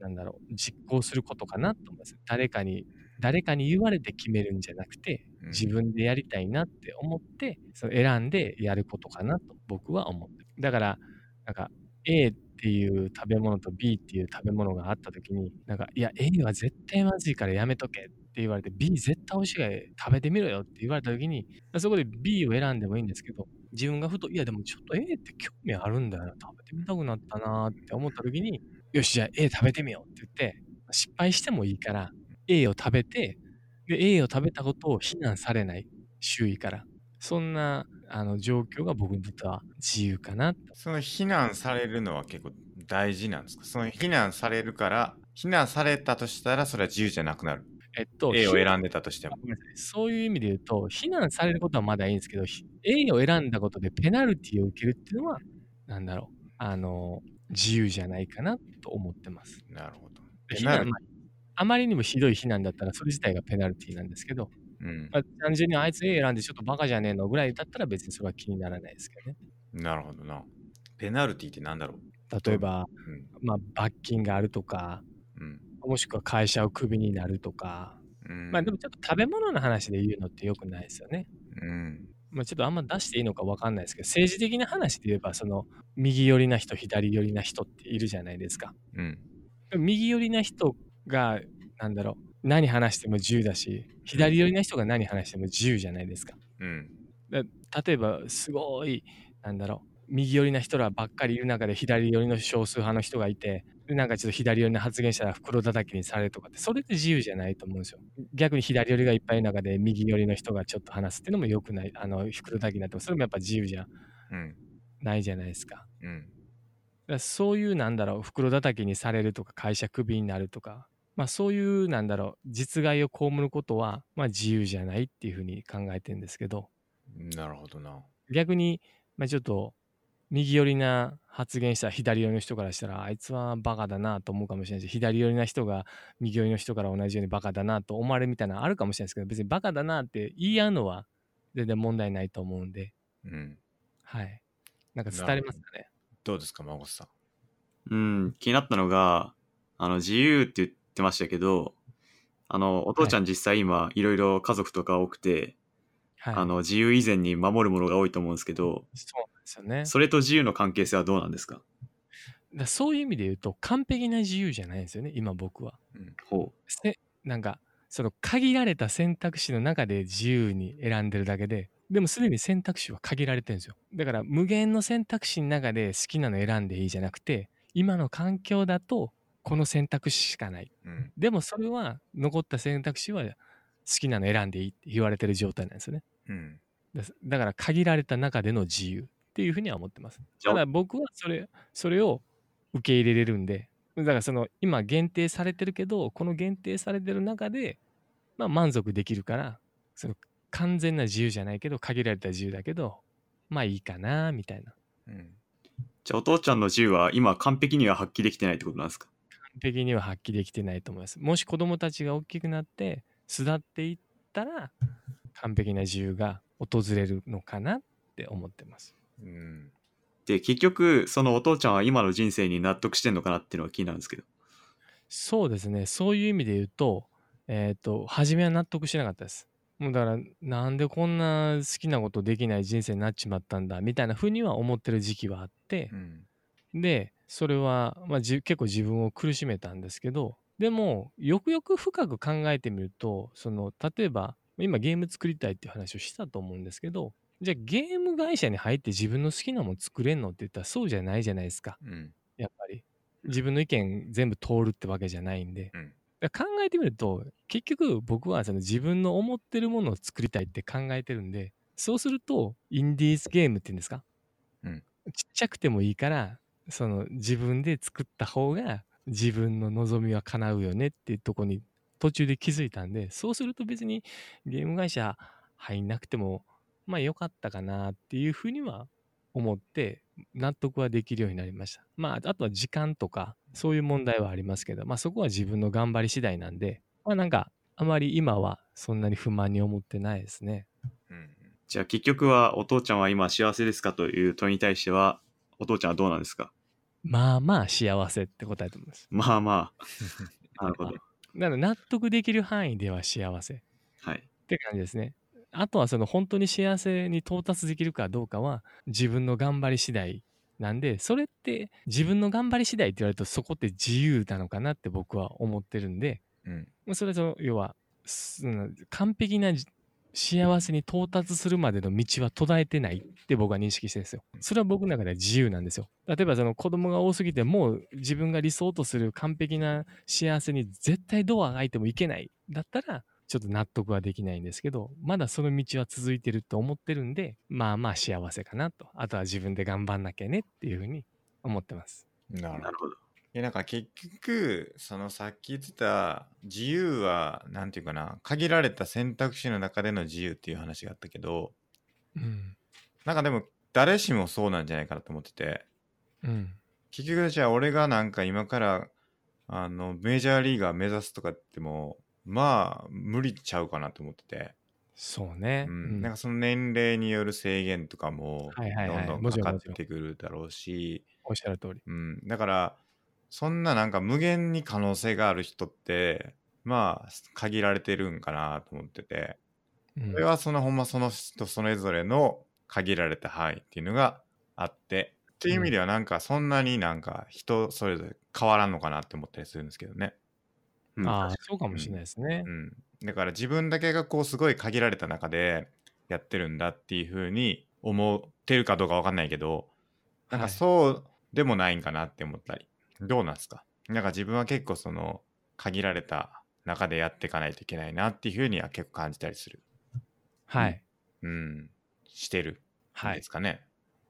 なんだろう、実行することかなと思います。誰かに、誰かに言われて決めるんじゃなくて、
うん
自分でやりたいなって思って、その選んでやることかなと僕は思ってる。だから、なんか A っていう食べ物と B っていう食べ物があった時に、なんか、いや、A は絶対まずいからやめとけって言われて、B 絶対美味しいから食べてみろよって言われた時に、そこで B を選んでもいいんですけど、自分がふと、いや、でもちょっと A って興味あるんだよな、食べてみたくなったなって思った時に、よし、じゃあ A 食べてみようって言って、失敗してもいいから、A を食べて、で、A を食べたことを非難されない、周囲から。そんな、あの、状況が僕にとっては自由かなと。
その非難されるのは結構大事なんですかその非難されるから、非難されたとしたらそれは自由じゃなくなる。
えっと、
A を
非難
選んでたとしても。
ごめんなさいそういう意味で言うと、非難されることはまだいいんですけど、ひ A を選んだことでペナルティを受けるっていうのは、なんだろう、あの、自由じゃないかなと思ってます。
なるほど。
非難まああまりにもひどい非難だったら、それ自体がペナルティなんですけど、
うん
ま。あ、単純にあいつ A 選んでちょっとバカじゃねえのぐらいだったら別にそれは気にならないですけどね。
なるほどな。ペナルティってなんだろう
例えば、
うん。
まあ、罰金があるとか、
うん。
もしくは会社をクビになるとか、
うん
まあでもちょっと食べ物の話で言うのって良くないですよね。
うん。
まあ、ちょっとあんま出していいのか分かんないですけど、政治的な話で言えば、その右寄りな人、左寄りな人っているじゃないですか。
うん。
でも右寄りな人が、なんだろう、何話しても自由だし、左寄りな人が何話しても自由じゃないですか。
うん。
例えばすごいなんだろう右寄りな人らばっかりいる中で左寄りの少数派の人がいてでなんかちょっと左寄りの発言したら袋叩きにされるとかってそれって自由じゃないと思うんですよ逆に左寄りがいっぱいいる中で右寄りの人がちょっと話すっていうのも良くないあの袋叩きになってもそれもやっぱ自由じゃ
うん。
ないじゃないですかだか
うん。
らそういうなんだろう袋叩きにされるとか会社クビになるとかまあそういうなんだろう実害を被ることはまあ自由じゃないっていうふうに考えてるんですけど
なるほどな。
逆に、まあ、ちょっと右寄りな発言した左寄りの人からしたらあいつはバカだなと思うかもしれないし左寄りな人が右寄りの人から同じようにバカだなと思われるみたいなのあるかもしれないですけど別にバカだなって言い合うのは全然問題ないと思うんで
うん。
はいなんか伝わりますかね
どうですか、孫さん。
うん、気になったのが、あの、自由って言ってましたけど、あの、お父ちゃん実際今、いろいろ家族とか多くて、
はい
あの、自由以前に守るものが多いと思うんですけど、
そうなんですよね
それと自由の関係性はどうなんですか
だからそういう意味で言うと完璧な自由じゃないんですよね今僕は
ほ
せなんかその限られた選択肢の中で自由に選んでるだけででもすでに選択肢は限られてるんですよだから無限の選択肢の中で好きなの選んでいいじゃなくて今の環境だとこの選択肢しかない
うん。
でもそれは残った選択肢は好きなの選んでいいって言われてる状態なんですよね
うん。
だだから限られた中での自由っていうふうには思ってます。
じゃあ
ただ僕はそれそれを受け入れれるんで、だからその今限定されてるけど、この限定されてる中で、まあ、満足できるから、その完全な自由じゃないけど、限られた自由だけど、まあいいかなみたいな。
うん。
じゃあお父ちゃんの自由は今完璧には発揮できてないってことなんですか
完璧には発揮できてないと思います。もし子供たちが大きくなって、巣立っていったら、完璧な自由が訪れるのかなって思ってます。
うん。
で、結局、そのお父ちゃんは今の人生に納得してんのかなっていうのが気になるんですけど。
そうですね、そういう意味で言うと、えっ、と、初めは納得しなかったです。もうだから、なんでこんな好きなことできない人生になっちまったんだ、みたいなふうには思ってる時期はあって、
うん。
で、それは、まあ、じ結構自分を苦しめたんですけど、でも、よくよく深く考えてみると、その、例えば、今ゲーム作りたいっていう話をしたと思うんですけど、じゃあゲーム会社に入って自分の好きなもの作れんのって言ったらそうじゃないじゃないですか。
うん。
やっぱり自分の意見全部通るってわけじゃないんで、
うん
だから考えてみると結局僕はその自分の思ってるものを作りたいって考えてるんでそうするとインディーズゲームっていうんですか、
うん
ちっちゃくてもいいからその自分で作った方が自分の望みは叶うよねっていうとこに途中で気づいたんでそうすると別にゲーム会社入んなくてもまあ良かったかなっていうふうには思って納得はできるようになりました。まあ、あとは時間とか、そういう問題はありますけど、まあそこは自分の頑張り次第なんで、まあなんか、あまり今はそんなに不満に思ってないですね。
うん。
じゃあ結局は、お父ちゃんは今幸せですかという問いに対しては、お父ちゃんはどうなんですか
まあまあ幸せって答えてます。
まあま あ。なるほど。
なので納得できる範囲では幸せっ
はい。
て感じですね。あとはその本当に幸せに到達できるかどうかは自分の頑張り次第なんで、それって自分の頑張り次第って言われるとそこって自由なのかなって僕は思ってるんで、
うん。
まあそれはその要はすうん完璧なじ幸せに到達するまでの道は途絶えてないって僕は認識してるんですよ。それは僕の中では自由なんですよ。例えばその子供が多すぎてもう自分が理想とする完璧な幸せに絶対ドアが開いてもいけないだったらちょっと納得はできないんですけどまだその道は続いてると思ってるんでまあまあ幸せかなとあとは自分で頑張んなきゃねっていうふうに思ってます。
なるほ
な
ど。
るほ
い
ど。
やなんか結局そのさっき言ってた自由はなんていうかな限られた選択肢の中での自由っていう話があったけど
うん。
なんかでも誰しもそうなんじゃないかなと思ってて
うん。
結局じゃあ俺がなんか今からあのメジャーリーガー目指すとかってもまあ無理ちゃうかなと思ってて、
そうね。
う
うんん
なんかその年齢による制限とかも
はいはいはい
どんど
も
ん
ち
か
ろ
か
ん
ってくるだろうし、
おっしゃる通り。
うん、だからそんななんか無限に可能性がある人ってまあ限られてるんかなと思ってて
うん
それはそのほんまその人それぞれの限られた範囲っていうのがあってっていう意味ではなんかそんなになんか人それぞれ変わらんのかなって思ったりするんですけどね、
うん
ああ、そうかもしれないですね
う。ん、だから自分だけがこうすごい限られた中でやってるんだっていうふうに思ってるかどうかわかんないけどなんか
はい
そうでもないんかなって思ったり、どうなんすかなんか自分は結構その限られた中でやっていかないといけないなっていうふうには結構感じたりする
はい。
うんしてるん
は
で
い
す。かね、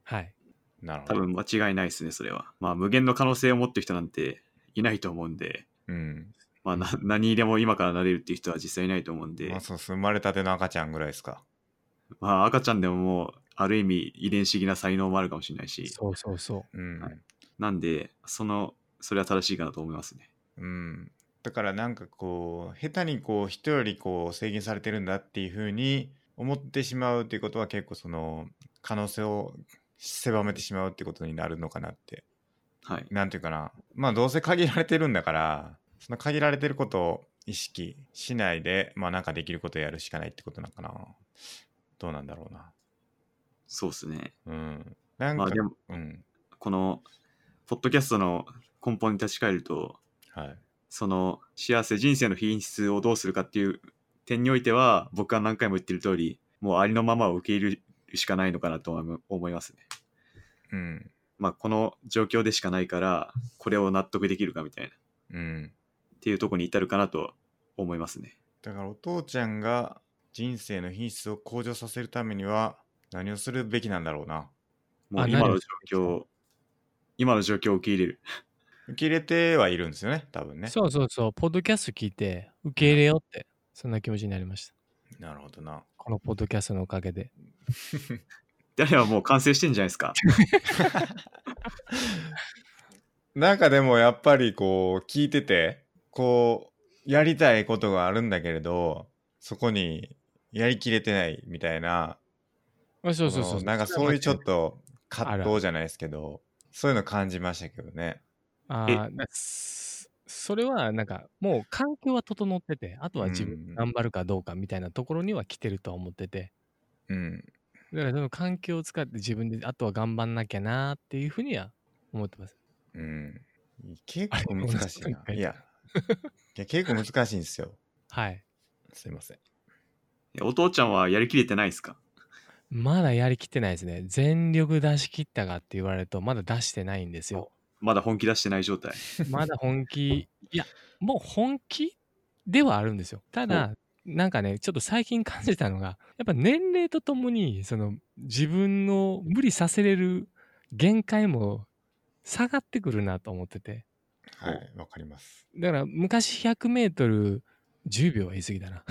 はい。
なるほ
多
ど
分間違いないですね、それは。まあ、無限の可能性を持ってる人なんていないと思うんで、
うん
まあ、な何でも今からなれるっていう人は実際いないと思うんで、
まあそう生まれたての赤ちゃんぐらいですか
まあ、赤ちゃんでももう、ある意味遺伝子的な才能もあるかもしれないし、
そうそうそ
うん、
はいなんで、その、それは正しいかなと思いますね。
うん、だからなんかこう下手にこう人よりこう制限されてるんだっていうふうに思ってしまうっていうことは結構その可能性を狭めてしまうってことになるのかなって
はい。
なんていうかなまあどうせ限られてるんだからその限られてることを意識しないでまあなんかできることをやるしかないってことなのかなどうなんだろうな
そうですね。
うんなん
ま
か、
あ、でも、
うん
この、ポッドキャストの根本に立ち返ると、
はい
その、幸せ、人生の品質をどうするかっていう点においては、僕は何回も言ってる通り、もうありのままを受け入れるしかないのかなと思い思いますね。
うん
まあ、この状況でしかないから、これを納得できるかみたいな、っ
うん
ていうところに至るかなと思いますね。
だからお父ちゃんが人生の品質を向上させるためには何をするべきなんだろうな。
も
あ
う今
何
の
を
状況を、今の状況を受け入れる。
受け入れてはいるんですよね、多分
う。
ね。
そうそうそう。ポッドキャスト聞いて、受け入れようって、そんな気持ちになりました。
なるほどな。
このポッドキャストのおかげで。
であればもう完成してんじゃないですか。
なんかでもやっぱりこう聞いてて、こうやりたいことがあるんだけれど、そこにやりきれてないみたいな
あそうそうそう。
なんかそういうちょっと
あ
葛
る
藤じゃないですけど、そういうの感じましたけどね。
あーなんかすそれはなんかもう環境は整っててあとは自
うん
分頑張るかどうかみたいなところには来てるとは思ってて
うん。
だからその環境を使って自分であとは頑張んなきゃなーっていうふうには思ってます。
うん。結構
あれ
難しい
同じこと言っ
な。
た
いや、いや結構難しいんですよ。
はい。
すいません。
えお父ちゃんはやりきれてないですか
まだやりきってないですね。全力出し切ったかって言われるとまだ出してないんですよ。
まだ本気出してない状態。
まだ本気、いや、もう本気ではあるんですよ。ただ、なんかね、ちょっと最近感じたのが、やっぱ年齢とともに、その自分の無理させれる限界も下がってくるなと思ってて。
はい、わかります。
だから昔100メートル10秒は言い過ぎだ な。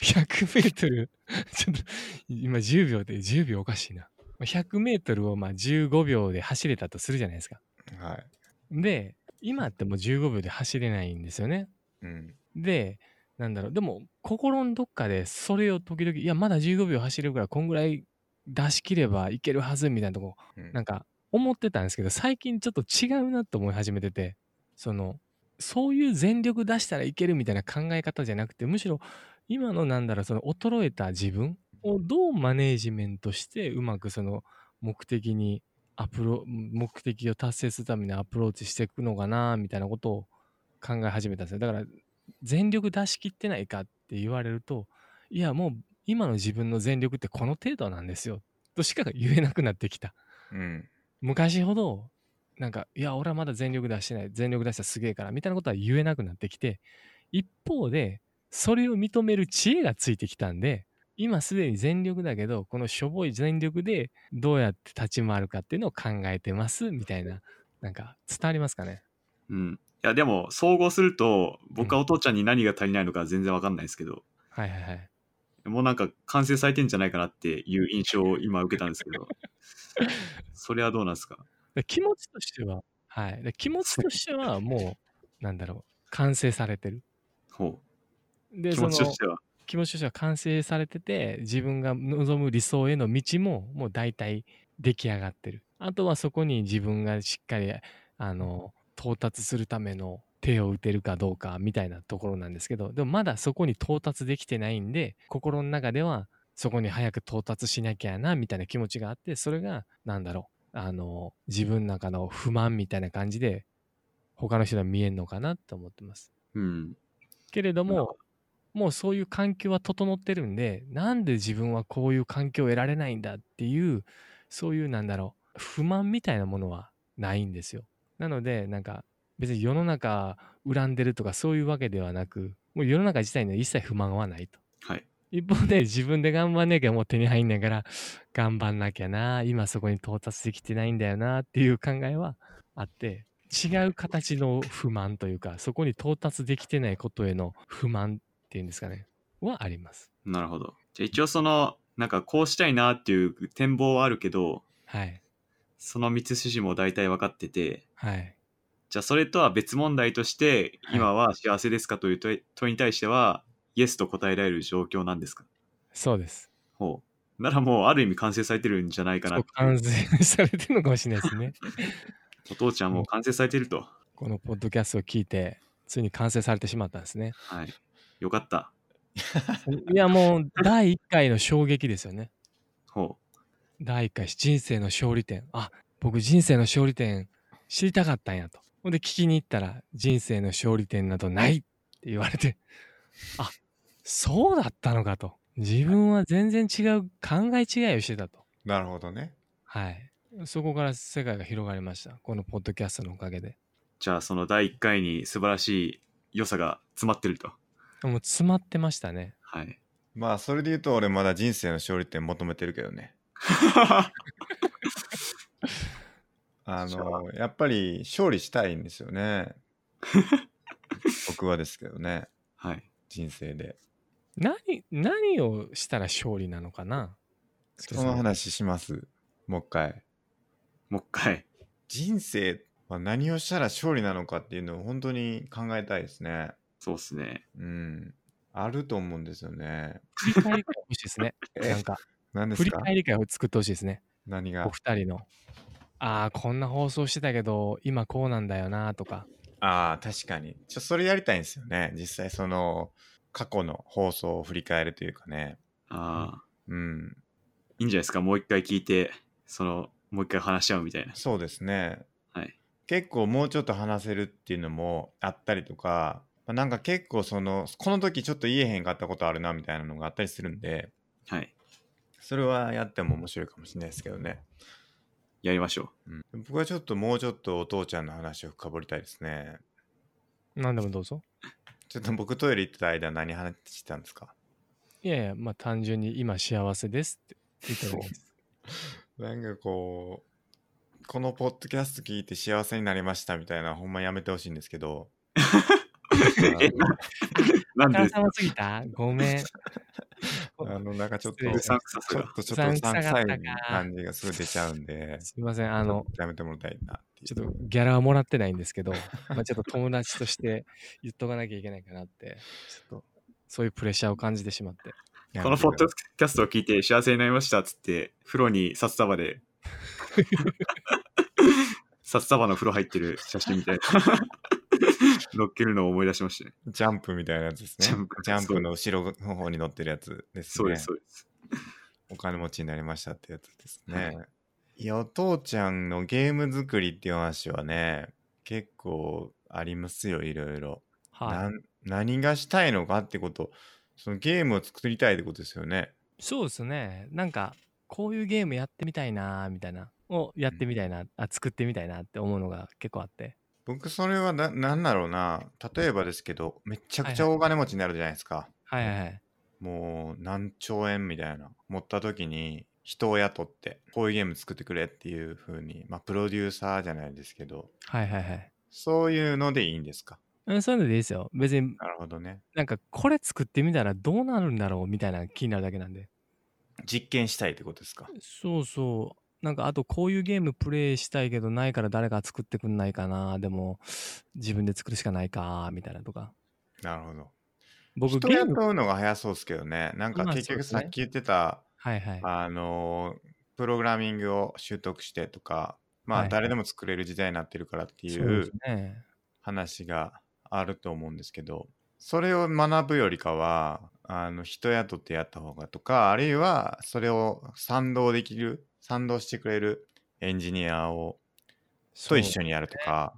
100メートル、ちょっと今10秒で10秒おかしいな。100メートルをまあ15秒で走れたとするじゃないですか。
はい。
で、今ってもう15秒で走れないんですよね。
うん。
で、なんだろう、でも心のどっかでそれを時々、いやまだ15秒走れるからこんぐらい出し切ればいけるはずみたいなとこ
うん
なんか思ってたんですけど最近ちょっと違うなと思い始めててそのそういう全力出したらいけるみたいな考え方じゃなくてむしろ今のなんだろうその衰えた自分をどうマネージメントしてうまくその目的にアプロ目的を達成するためにアプローチしていくのかなみたいなことを考え始めたんですよだから全力出し切ってないかって言われるといやもう今の自分の全力ってこの程度なんですよとしか言えなくなってきた
うん。
昔ほどなんかいや俺はまだ全力出してない全力出したらすげえからみたいなことは言えなくなってきて一方でそれを認める知恵がついてきたんで今すでに全力だけどこのしょぼい全力でどうやって立ち回るかっていうのを考えてますみたいななんか伝わりますかね
うん。いや、でも、総合すると、僕はお父ちゃんに何が足りないのか全然わかんないですけど、
はいはいはい
もうなんか完成されてんじゃないかなっていう印象を今受けたんですけど、それはどうなんですか
で気持ちとしてははいで気持ちとしてはもうなんだろう完成されてる
ほ
で
う。気持ち
その
としては。
気持ちとしては完成されてて自分が望む理想への道ももう大体出来上がってるあとはそこに自分がしっかりあの到達するための手を打てるかどうかみたいなところなんですけどでもまだそこに到達できてないんで心の中ではそこに早く到達しなきゃなみたいな気持ちがあってそれがなんだろうあの自分の中の不満みたいな感じで他の人には見えるのかなと思ってます。
うん。
けれど
なるほ
も、もうそういう環境は整ってるんで、なんで自分はこういう環境を得られないんだっていう、そういうなんだろう、不満みたいなものはないんですよ。なので、なんか別に世の中恨んでるとかそういうわけではなく、もう世の中自体には一切不満はないと。
はい。
一方で自分で頑張んなきゃもう手に入んないから、頑張んなきゃな、今そこに到達できてないんだよなっていう考えはあって、違う形の不満というか、そこに到達できてないことへの不満っていうんですかね、はあります。
なるほど。じゃあ一応その、なんかこうしたいなっていう展望はあるけど、
はい。
その道筋も大体分かってて、
はい。
じゃあそれとは別問題として、
はい
今は幸せですかという問い問いに対しては、イエスと答えられる状況なんですか
そうです。
ほう。ならもうある意味完成されてるんじゃないかな
そう完成されてるのかもしれないですね。
お父ちゃんもう完成されてると。
このポッドキャストを聞いて、ついに完成されてしまったんですね。
はい。よかった。
いや、もう第1回の衝撃ですよね。
ほ
第1回人生の勝利点あ僕人生の勝利点知りたかったんやとほんで聞きに行ったら人生の勝利点などないって言われてあそうだったのかと自分は全然違う考え違いをしてたと
なるほどね。
はいそこから世界が広がりましたこのポッドキャストのおかげで
う。じゃあその第1回に素晴らしい良さが詰まってると。
もう詰まってましたね
はい。
まあ、それで言うと俺まだ人生の勝利点求めてるけどね。あ
じゃあ
の、やっぱり勝利したいんですよ ね。僕はですけどね、
はい。
人生で。
何何をしたら勝利なのかな
その話します。もう一回。
もう一回。
人生は何をしたら勝利なのかっていうのを本当に考えたいですね。
そうっすね。
うん。あると思うんですよね。
振り返りが欲しいですね
え
なんか
何です
振り
か
返り会を作ってほしいですね。
何
お
が
二人の。ああ、こんな放送してたけど、今こうなんだよなとか。
ああ、確かに。ちょ、それやりたいんですよね。実際、その、過去の放送を振り返るというかね。
ああ、
うん。
いいんじゃないですか。もう一回聞いて、その、もう一回話し合うみたいな。
そうですね。
はい。
結構もうちょっと話せるっていうのもあったりとか、まあなんか結構その、この時ちょっと言えへんかったことあるなみたいなのがあったりするんで、
はい。
それはやっても面白いかもしれないですけどね。
やりましょう。
うん、僕はちょっともうちょっとお父ちゃんの話を深掘りたいですね。
何でもどうぞ。
ちょっと僕トイレ行ってた間何話してたんですか
いやいや、まあ単純に今幸せですって言っただけです。
なんかこう、このポッドキャスト聞いて幸せになりましたみたいな、ほんまやめてほしいんですけ ど。
なん
お
で
母、様すぎたごめん。
あのあの、なんかちょっと、
失礼
う
し
さ
ち
ん
ょっと、
くささが。
ちょっとうさんくさい
うさんくさかったか
感じがすぐ出ちゃうんで、
すいません。あの、
やめてもらいたいなっていう。
ちょっとギャラはもらってないんですけど、まあちょっと友達として言っとかなきゃいけないかなって、ちょっとそういうプレッシャーを感じてしまって。
や
こ
め
の
て
ポッ
くだ
ドキャストを聞いて幸せになりましたっつって、風呂に札束で、 札束の風呂入ってる写真み たいな。乗っけるのを思い出しましたね。
ジャンプみたいなやつですね。
ジ
ジ
ャ
ャ
ン
ン
プ
プの後ろの方に乗ってるやつですね。
そうです、そうです。
お金持ちになりましたってやつですね。
はい
い、や、お父ちゃんのゲーム作りっていう話はね、結構ありますよ、いろいろ。
は
なん何がしたいのかってこと、そのゲームを作りたいってことですよね。
い。そうですね。なんか、こういうゲームやってみたいなーみたいな。をやってみたいな、あ、作ってみたいなって思うのが結構あって。
僕、それはな、なんだろうな。例えばですけど、めちゃくちゃ
はいは
大金持ちになるじゃないですか。
はいはいはい。
もう、何兆円みたいな。持った時に、人を雇って、こういうゲーム作ってくれっていう風に、まあ、プロデューサーじゃないですけど、
はいはいはい
そういうのでいいんですか。
うん。そういうのでいいですよ。別に
なるほどね。
なんかこれ作ってみたらどうなるんだろうみたいな気になるだけなんで。
実験したいってことですか。
そうそう。なんかあとこういうゲームプレイしたいけどないから誰か作ってくんないかなでも自分で作るしかないかみたいなとか
なるほど。
僕
人
ゲーム
雇うのが早そうですけどね。なんか
まあ
結
そうで
局
すね
さっき言ってた、
はいはい
あのー、プログラミングを習得してとか、ま
はいは
あ
い
誰でも作れる時代になってるからってい
そうで
う
すね
話があると思うんですけど、それを学ぶよりかは、あの人雇ってやった方がとか、あるいはそれを賛同できる、賛同してくれるエンジニアを
そ
と
う
一緒にやるとか、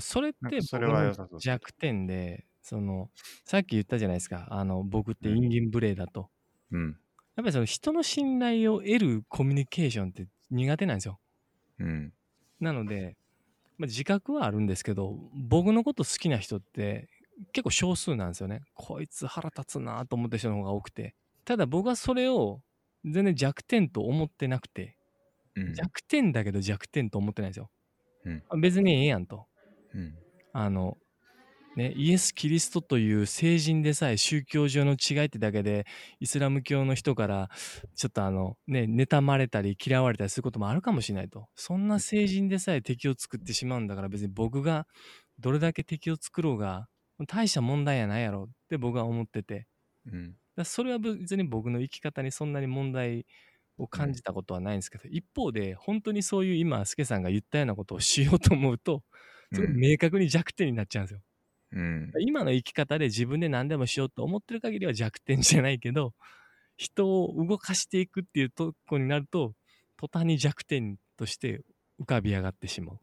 それっ
なん
て
か
僕
それは良
の
さそうですね
弱点でそのさっき言ったじゃないですかあの僕ってインギン無礼だと、
うん、
やっぱりその人の信頼を得るコミュニケーションって苦手なんですよ
うん、
なので、まあ、自覚はあるんですけど僕のこと好きな人って結構少数なんですよねこいつ腹立つなと思った人の方が多くてただ僕はそれを全然弱点と思ってなくて
うん、
弱点だけど弱点と思ってないんですよ、
うん
あ別にええやんと
うん、
あのね、イエス・キリストという聖人でさえ宗教上の違いってだけでイスラム教の人からちょっとあのね妬まれたり嫌われたりすることもあるかもしれないとそんな聖人でさえ敵を作ってしまうんだから別に僕がどれだけ敵を作ろうが大した問題やないやろって僕は思っててだか
うん、
らそれは別に僕の生き方にそんなに問題を感じたことはないんですけど一方で本当にそういう今スケさんが言ったようなことをしようと思うとそれ明確に弱点になっちゃうんですよ。
うん、
今の生き方で自分で何でもしようと思ってる限りは弱点じゃないけど人を動かしていくっていうとこになると途端に弱点として浮かび上がってしまう。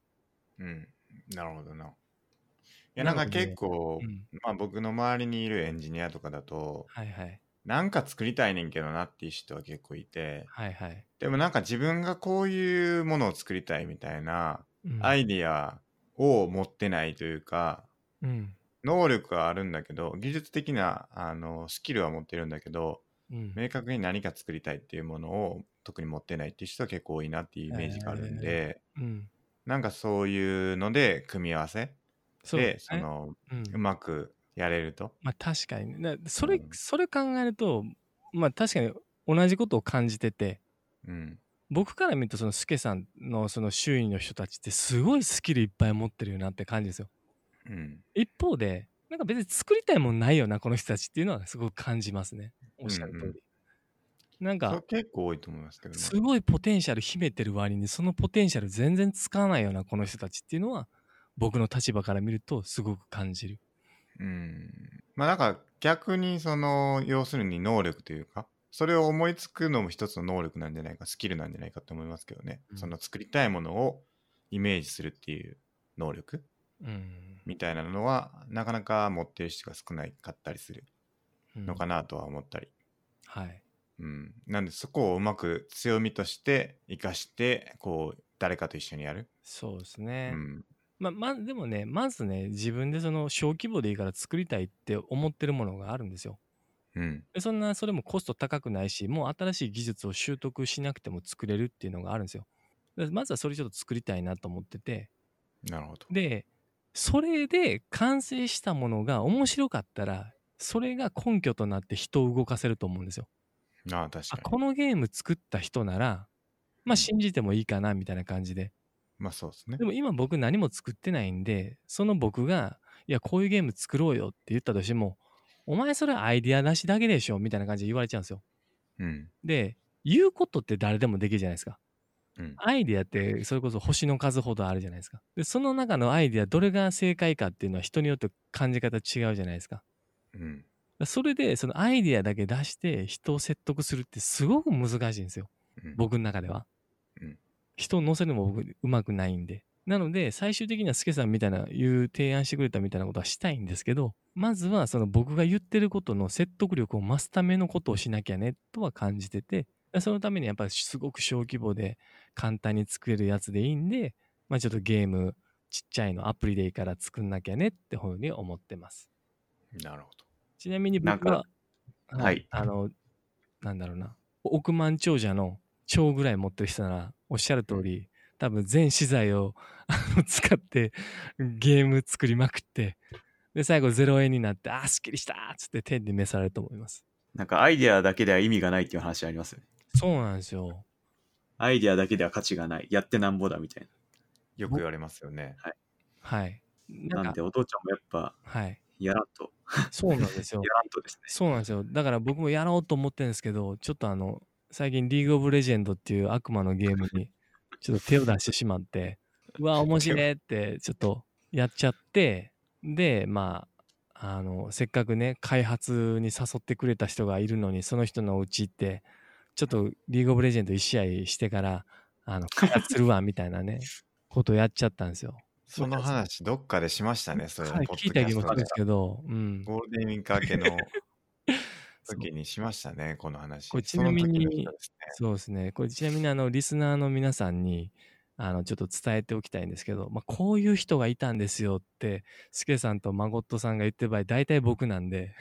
うん、なるほどな。いや
な
な
の
ん
で
か結構、
うん
まあ僕の周りにいるエンジニアとかだと、
はいはい
なんか作りたいねんけどなっていう人は結構いて、
はいはい。
でもなんか自分がこういうものを作りたいみたいな
うん
アイディアを持ってないというか、
うん
能力はあるんだけど、技術的なあのスキルは持ってるんだけど、
うん
明確に何か作りたいっていうものを特に持ってないっていう人は結構多いなっていうイメージがあるんで、
うん
なんかそういうので組み合わせ
そう
で、
です
そ
ね
の
うん
うまくやれると。
まあ確かにねだそれ
うん
それ考えるとまあ確かに同じことを感じてて
うん。
僕から見るとそのスケさんのその周囲の人たちってすごいスキルいっぱい持ってるよなって感じですよ。
うん。
一方でなんか別に作りたいもんないよなこの人たちっていうのはすごく感じますねおっしゃる通り、
うんうん
なん
それ
か、
結構多いと思いますけどね。
すごいポテンシャル秘めてる割に、そのポテンシャル全然つかないようなこの人たちっていうのは、僕の立場から見るとすごく感じる。
うん。まあなんか逆にその要するに能力というかそれを思いつくのも一つの能力なんじゃないかスキルなんじゃないかと思いますけどね、
うん
その作りたいものをイメージするっていう能力
うん。
みたいなのはなかなか持ってる人が少ないかったりするのか
な、
なとは思ったり、
はい。
うん、なんでそこをうまく強みとして生かしてこう誰かと一緒にやる、
そうです
う
ね。
ん
まあ、まあ、でもね、まずね、自分でその小規模でいいから作りたいって思ってるものがあるんですよ。
うん
でそんなそれもコスト高くないしもう新しい技術を習得しなくても作れるっていうのがあるんですよ。でまずはそれちょっと作りたいなと思ってて
なるほど
でそれで完成したものが面白かったらそれが根拠となって人を動かせると思うんですよ。
ああ確か
あ
に
このゲーム作った人ならま
う
あ
ん
信じてもいいかなみたいな感じで
まあそうですね
でも今僕何も作ってないんで、その僕が、いや、こういうゲーム作ろうよって言ったとしても、お前それアイディア出しだけでしょみたいな感じで言われちゃうんですよ。
うん
で、言うことって誰でもできるじゃないですか。
うん
アイディアってそれこそ星の数ほどあるじゃないですか。で、その中のアイディア、どれが正解かっていうのは人によって感じ方違うじゃないですか。
うん
それで、そのアイディアだけ出して人を説得するってすごく難しいんですよ。
うん
僕の中では。
うん
人を乗せるのも僕うまくないんで。なので、最終的にはスケさんみたいな、いう提案してくれたみたいなことはしたいんですけど、まずはその僕が言ってることの説得力を増すためのことをしなきゃね、とは感じてて、そのためにやっぱりすごく小規模で簡単に作れるやつでいいんで、まあちょっとゲーム、ちっちゃいのアプリでいいから作んなきゃねってふうに思ってます。
なるほど
ちなみに
なん
僕
か
は、
はい
あの、なんだろうな、億万長者の長ぐらい持ってる人なら、おっしゃる通り、多分全資材を あの使ってゲーム作りまくって、で、最後0円になって、あー、すっきりしたーっつって天に召されると思います。
なんかアイデアだけでは意味がないっていう話ありますよね。
そうなんですよ。
アイデアだけでは価値がない。やってなんぼだみたい
よく言われますよね
はい。
な。
な
なんん
か
で、、お父ちゃんもやっぱ、
はい。
やらんと、
そうなんですよ
や。らんとですね。
そうなんですよ。だから僕もやろうと思ってるんですけど、ちょっとあの、最近リーグオブレジェンドっていう悪魔のゲームに、ちょっと手を出してしまって、 うわ、面白いって、ちょっとやっちゃって、で、まあ、あの、せっかくね、開発に誘ってくれた人がいるのに、その人のうち行って、ちょっとリーグオブレジェンド1試合してから、あの、開発するわ、みたいなね、ことをやっちゃったんですよ。
その話どっかでしましたね、 それ
はい
ポッ
聞い
ド
た
キャ
気
ス
もす
ト
るん
で
ですけど、うん。
ゴールデンウィーク明 けの時にしましたね、この話。
これちなみに
その時の人です
そうですね。これちなみにあのリスナーの皆さんにあのちょっと伝えておきたいんですけど、まあ、こういう人がいたんですよって、スケさんとマゴットさんが言ってる場合、大体僕なん で、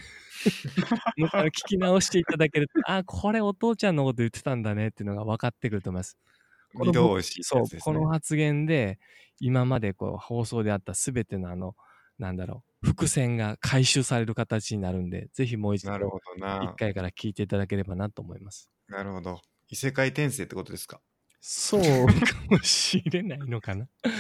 もうあの聞き直していただけると、あ、これお父ちゃんのこと言ってたんだねっていうのが分かってくると思います。こ
ね。
の
移動し
そう、この発言で、今までこう放送であったすべてのあの、なんだろう、伏線が回収される形になるんで、ぜひもう一
なる
度、
ほど
一
な。
回から聞いていただければなと思います。
なるほど。異世界転生ってことですか
そうかもしれないのかな。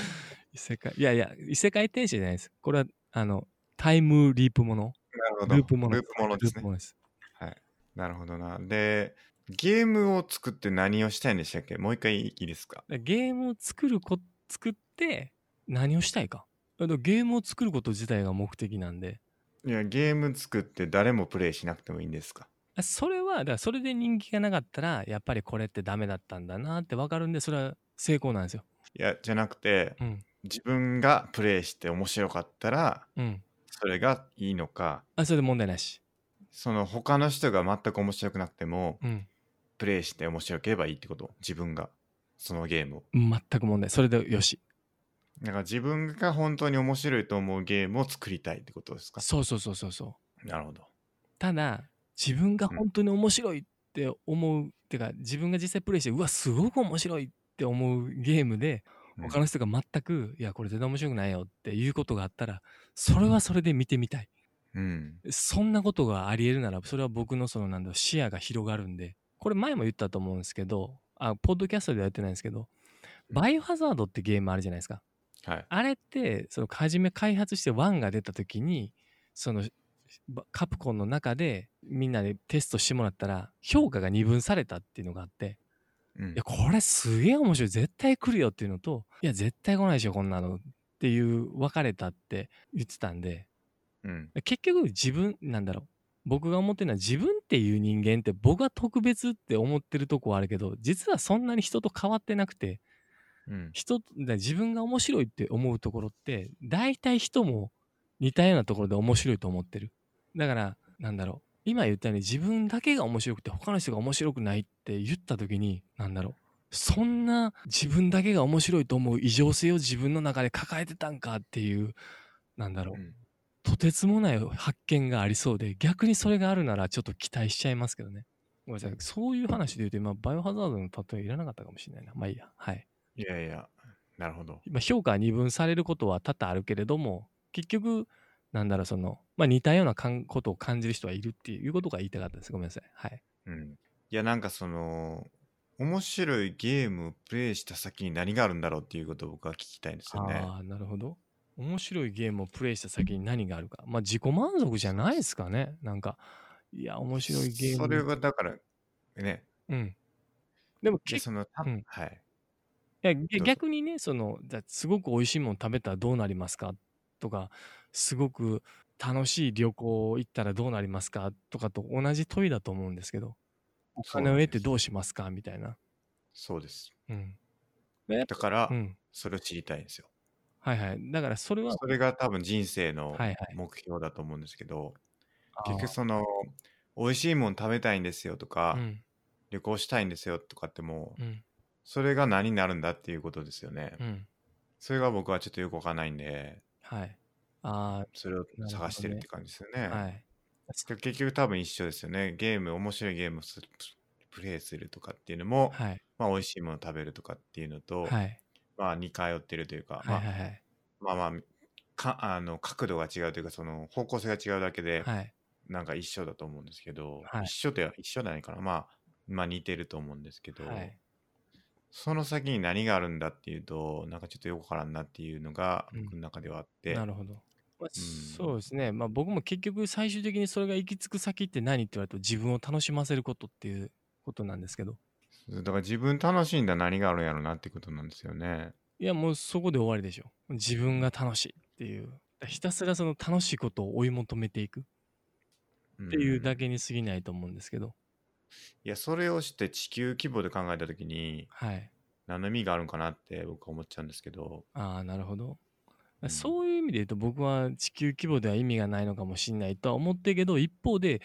異世界、いやいや、異世界転生じゃないです。これは、あの、タイムリープもの。
なるほど。
ループもの。
ループものです
ル
ね
ープ。ものです。
なるほどな。で、ゲームを作って何をしたいんでしたっけもう一回いいですか
だからゲームを作るこ、作って何をしたいか。だからゲームを作ること自体が目的なんで、
いや、ゲーム作って誰もプレイしなくてもいいんですか
あそれは、だからそれで人気がなかったら、やっぱりこれってダメだったんだなってわかるんで、それは成功なんですよ。
いや、じゃなくて、
うん。
自分がプレイして面白かったら、
うん。
それがいいのか、
あ、それで問題なし。
その他の人が全く面白くなくても、
うん。
プレイして面白ければいいってこと自分がそのゲームを
全く問題。それでよし。
だから自分が本当に面白いと思うゲームを作りたいってことですか
そうそうそうそうそう。
なるほど
ただ自分が本当に面白いって思う、てか自分が実際プレイしてうわすごく面白いって思うゲームで
うん
他の人が全く、いやこれ全然面白くないよっていうことがあったらそれはそれで見てみたい、
うん
そんなことがありえるならそれは僕のそのなんだろう視野が広がるんでこれ前も言ったと思うんですけどあポッドキャストではやってないんですけど「
うん
バイオハザード」ってゲームあるじゃないですか
はい
あれってその初め開発して1が出た時にそのばカプコンの中でみんなでテストしてもらったら評価が二分されたっていうのがあって
うん
いやこれすげえ面白い絶対来るよっていうのといや絶対来ないでしょこんなのっていう分かれたって言ってたんで
うん
結局自分なんだろう僕が思ってるのは自分っていう人間って僕は特別って思ってるとこはあるけど実はそんなに人と変わってなくて
うん
人だ自分が面白いって思うところって大体人も似たようなところで面白いと思ってるだからなんだろう今言ったように自分だけが面白くて他の人が面白くないって言った時になんだろうそんな自分だけが面白いと思う異常性を自分の中で抱えてたんかっていうなんだろう
うん
とてつもない発見がありそうで逆にそれがあるならちょっと期待しちゃいますけどねごめんなさいそういう話で言うと今バイオハザードの例えいらなかったかもしれないなまあいいやはい
いやいやなるほど
まあ評価は二分されることは多々あるけれども結局なんだろうその、まあ、似たようなかんことを感じる人はいるっていうことが言いたかったですごめんなさいはい
うんいやなんかその面白いゲームをプレイした先に何があるんだろうっていうことを僕は聞きたいんですよね
ああなるほど面白いゲームをプレイした先に何があるかまあ自己満足じゃないですかねなんかいや面白いゲーム
それはだからね
うんでも
いや
結
そのた、
うん
はい
いや
ど
ぎ
うぞ
逆にねそのじゃあすごく美味しいもの食べたらどうなりますかとかすごく楽しい旅行行ったらどうなりますかとかと同じ問いだと思うんですけどお
そう
金
なん
を得
です
てどうしますかみたいな
そうです
うん、
だから、
うん、
それを知りたいんですよ
はいはいだからそれは
それが多分人生の
はいはい
目標だと思うんですけど、
あー
結局その美味しいもの食べたいんですよとか、
うん
旅行したいんですよとかってもう
うん
それが何になるんだっていうことですよね、
うん
それが僕はちょっとよくわかんないんで
はいあ
それを探してるって感じですよね
あはい
で結局多分一緒ですよねゲーム面白いゲームをすプレイするとかっていうのも、
はい
まあ美味しいもの食べるとかっていうのと、
はい
まあ似通ってるというか、
はいはいはい
まあまあまあかあの角度が違うというかその方向性が違うだけで、
はい
なんか一緒だと思うんですけど、
はい
一緒で一緒じゃないかな、まあ、まあ似てると思うんですけど、
はい
その先に何があるんだっていうとなんかちょっとよくわからんなっていうのが
うん
僕の中ではあって、
なるほど、まあ、
うん
そうですね、まあ、僕も結局最終的にそれが行き着く先って何って言われると自分を楽しませることっていうことなんですけど
だから自分楽しんだ何があるんやろうなってことなんですよね。
いやもうそこで終わりでしょ自分が楽しいっていうひたすらその楽しいことを追い求めていくっていうだ
け
けに過ぎないと思うんですけど、
いやそれをして地球規模で考えた時に
はい
何の意味があるんかなって僕は思っちゃうんですけど、
ああなるほど
うん
そういう意味で言うと僕は地球規模では意味がないのかもしれないとは思ってるけど一方で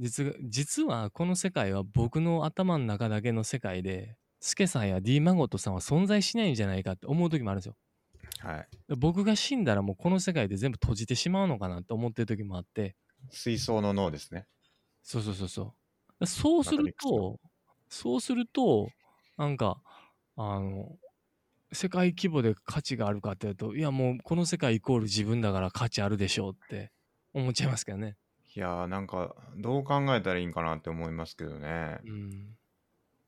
実が実はこの世界は僕の頭の中だけの世界でスケさんや D マゴットさんは存在しないんじゃないかって思う時もあるんですよ。
はい、
僕が死んだらもうこの世界で全部閉じてしまうのかなって思ってる時もあって
水槽の脳ですね。
そうそうそうそう。そうすると、そうすると、なんか、あの、世界規模で価値があるかっていうと、いやもうこの世界イコール自分だから価値あるでしょうって思っちゃいますけどね。
いやーなんかどう考えたらいいんかなって思いますけどね。
うん。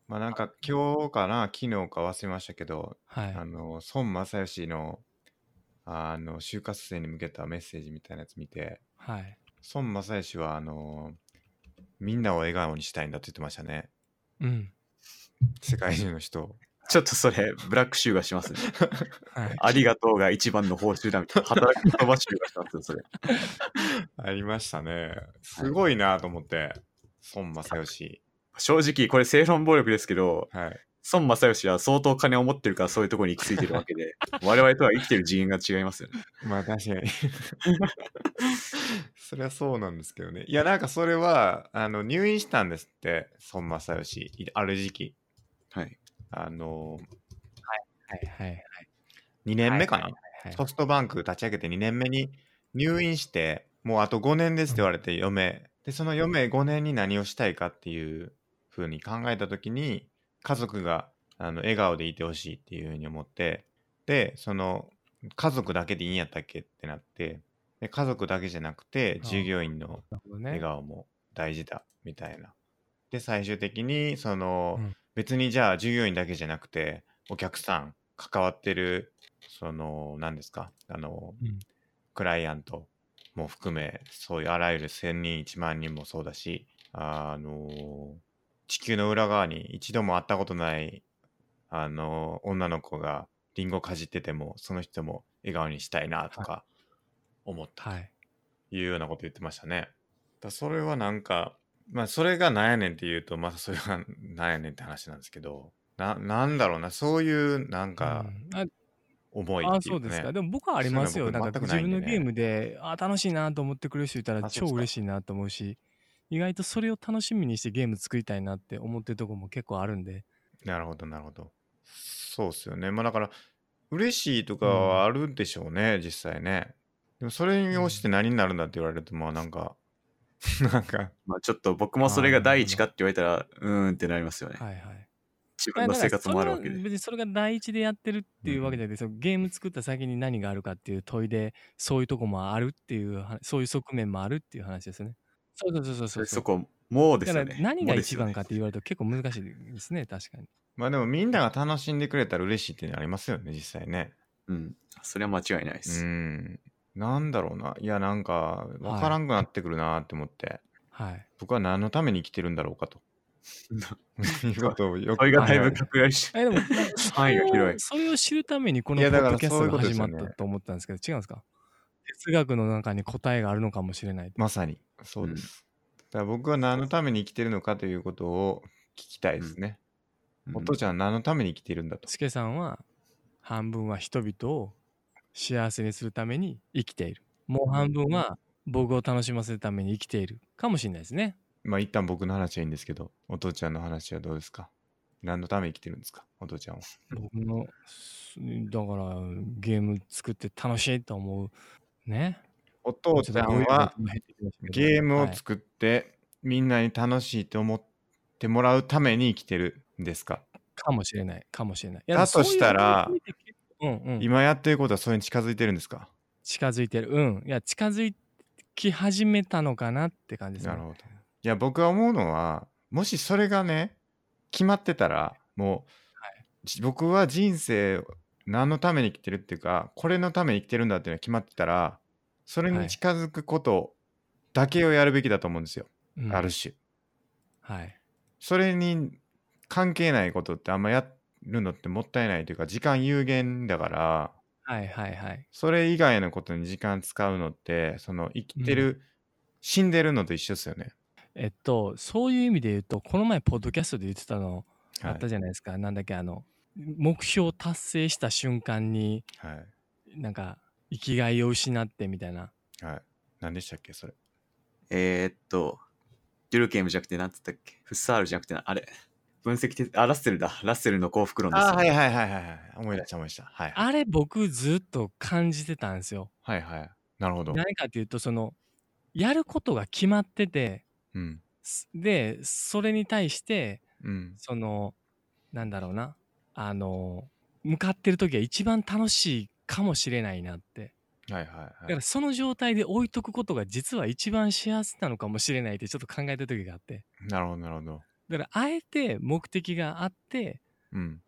まあなんか今日かな昨日か忘れましたけど
はい。
あの孫正義のあの就活生に向けたメッセージみたいなやつ見て
はい。
孫正義はあのみんなを笑顔にしたいんだって言ってましたね
うん。
世界中の人を
ちょっとそれ、ブラックシューがしますね。
はい。
ありがとうが一番の報酬だみたいな。働く言葉集がしますよ、それ。
ありましたねすごいなと思って、孫正義
正直、これ正論暴力ですけど、
はい
孫正義は相当金を持ってるからそういうところに行き着いてるわけで、我々とは生きてる次元が違いますよね。
まあ確か に それはそうなんですけどねいやなんかそれはあの入院したんですって孫正義いある時期
はい。
あの
はい。はい。
2年目かな、
はい。
ソフトバンク立ち上げて2年目に入院して、もうあと5年ですって言われて余命。で、その余命5年に何をしたいかっていうふうに考えたときに、家族があの笑顔でいてほしいっていうふうに思って、で、その家族だけでいいんやったっけってなって、で家族だけじゃなくて、
あ
従業員の
なるほど
笑
ね。
顔も大事だみたいな。で最終的にその、
うん
別にじゃあ従業員だけじゃなくてお客さん関わってるその何ですかあの、
うん
クライアントも含め、そういうあらゆる1000人、1万人もそうだし、あのー地球の裏側に一度も会ったことない、あのー女の子がリンゴかじってても、その人も笑顔にしたいなとか思ったと
はい。
いうようなこと言ってましたね。だからそれはなんか、まあそれがなんやねんって言うと、またそれがなんやねんって話なんですけど、な、なんだろうな、そういうなんか
うんあ
思い
あ
ってい
そうう
か
で
ね。
すか。でも僕はあります
そう
よ。
いうの
な
僕
んか
全くない
自
ん
分
でね
のゲームで、あ、楽しいなと思ってくれる人いたら
あそう
超
ですか
嬉しいなと思うし、意外とそれを楽しみにしてゲーム作りたいなって思ってるとこも結構あるんで。
なるほど、なるほど。そうっすよね。まあだから、嬉しいとかはあるんでしょうね、実際ね。でもそれに応じて何になるんだって言われると、まあなんか、 なんか、
まあちょっと僕もそれが第一かって言われたら、うーんってなりますよね。
はいはい。
自分の生活もあるわけ
まだからそれは
で。
別にそれが第一でやってるっていうわけじゃなくて、そのゲーム作った先に何があるかっていう問いで、そういうとこもあるっていうは、そういう側面もあるっていう話ですよね。そうそうそうそう
そうそこ、もうで
だ
す
か
よ
ら
ね。
何
も
が
うです
一
よね
番かって言われると結構難しいですね、確かに。
まあでもみんなが楽しんでくれたら嬉しいっていうのありますよね、実際ね。
うん。それは間違いないで
う
す。
ん。なんだろうな。いや、なんか、わからんくなってくるなって思って、
はい。
僕は何のために生きてるんだろうか と。いうことをよく
問いがだい
考え
ぶ
る
拡大して、
えでも
範囲が広い。
それを知るためにこの
いや
ポ
だ
ッ
か
ド
ら
キャス
そうい
ト
うこ
が
とで
始
す
ま
よ
っ
ね
たと思ったんですけど、違うんですか哲学の中に答えがあるのかもしれない。
まさに、そうです。だから僕は何のために生きてるのかということを聞きたいですね。お父ちゃんは何のために生きているんだと。
スケさんは半分は人々を幸せにするために生きている。もう半分は僕を楽しませるために生きているかもしれないですね。
まあ一旦僕の話はいいんですけど、お父ちゃんの話はどうですか何のために生きてるんですかお父ちゃんは。
僕のすだからゲーム作って楽しいと思うね。
お父ちゃんはゲームを
作
作ってみんなに楽しいと思ってもらうために生きてるんですか
かもしれないかもしれない。い
だとしたら、
でもそういうのを見て結構うんうん、
今やってることはそれに近づいてるんですか
近づいてる。うん。いや、近づき始めたのかなって感じですね。
なるほど。いや、僕は思うのは、もしそれがね、決まってたら、もう、じ僕は人生、何のために生きてるっていうか、これのために生きてるんだっていうのが決まってたら、それ
は
に
い
近づくことだけをやるべきだと思うんですよ、
うん
ある種。
はい。
それに関係ないことってあんまやるのってもったいないというか、時間有限だから、
はいはいはい。
それ以外のことに時間使うのって、その生きてる、死んでるのと一緒ですよね。
えっと、そういう意味で言うと、この前、ポッドキャストで言ってたのあ
は
った
い。
じゃないですか。なんだっけ、あの、目標を達成した瞬間に、
はい
なんか、生きがいを失ってみたいな。
はい。何でしたっけ、それ。
えーっと、デュルケームじゃなくて、なんつったっけフッサールじゃなくてな、あれ。分析てあ、ラッセルだ。ラッセルの幸福論です
あ
よ、
ーはいはいはいはいはい。思い出した思い出した。はい。
あれ、僕、ずっと感じてたんですよ。
はいはい。なるほど。
何かっていうと、その、やることが決まってて、
うん。
すで、それに対して、
うん。
その、なんだろうな、あの、向かってる時は一番楽しいかもしれないなって。
はいはい
だ
は
か
い
ら。その状態で置いとくことが実は一番幸せなのかもしれないってちょっと考えた時があって。
なるほどなるほど。
だからあえて目的があって、
うん。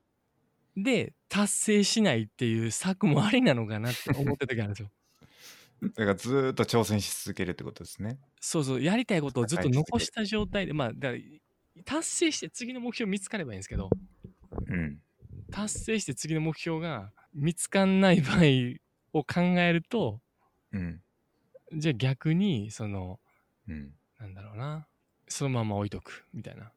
で、達成しないっていう策もありなのかなって思った時あるんです よ。
だからずーっと挑戦し続けるってことですね。
そうそう、やりたいことをずっと残した状態で、まあ、だから達成して次の目標見つかればいいんですけど、
うん。
達成して次の目標が見つかんない場合を考えると、
うん。
じゃあ逆に、その、
うん。
なんだろうな、そのまま置いとくみたいな。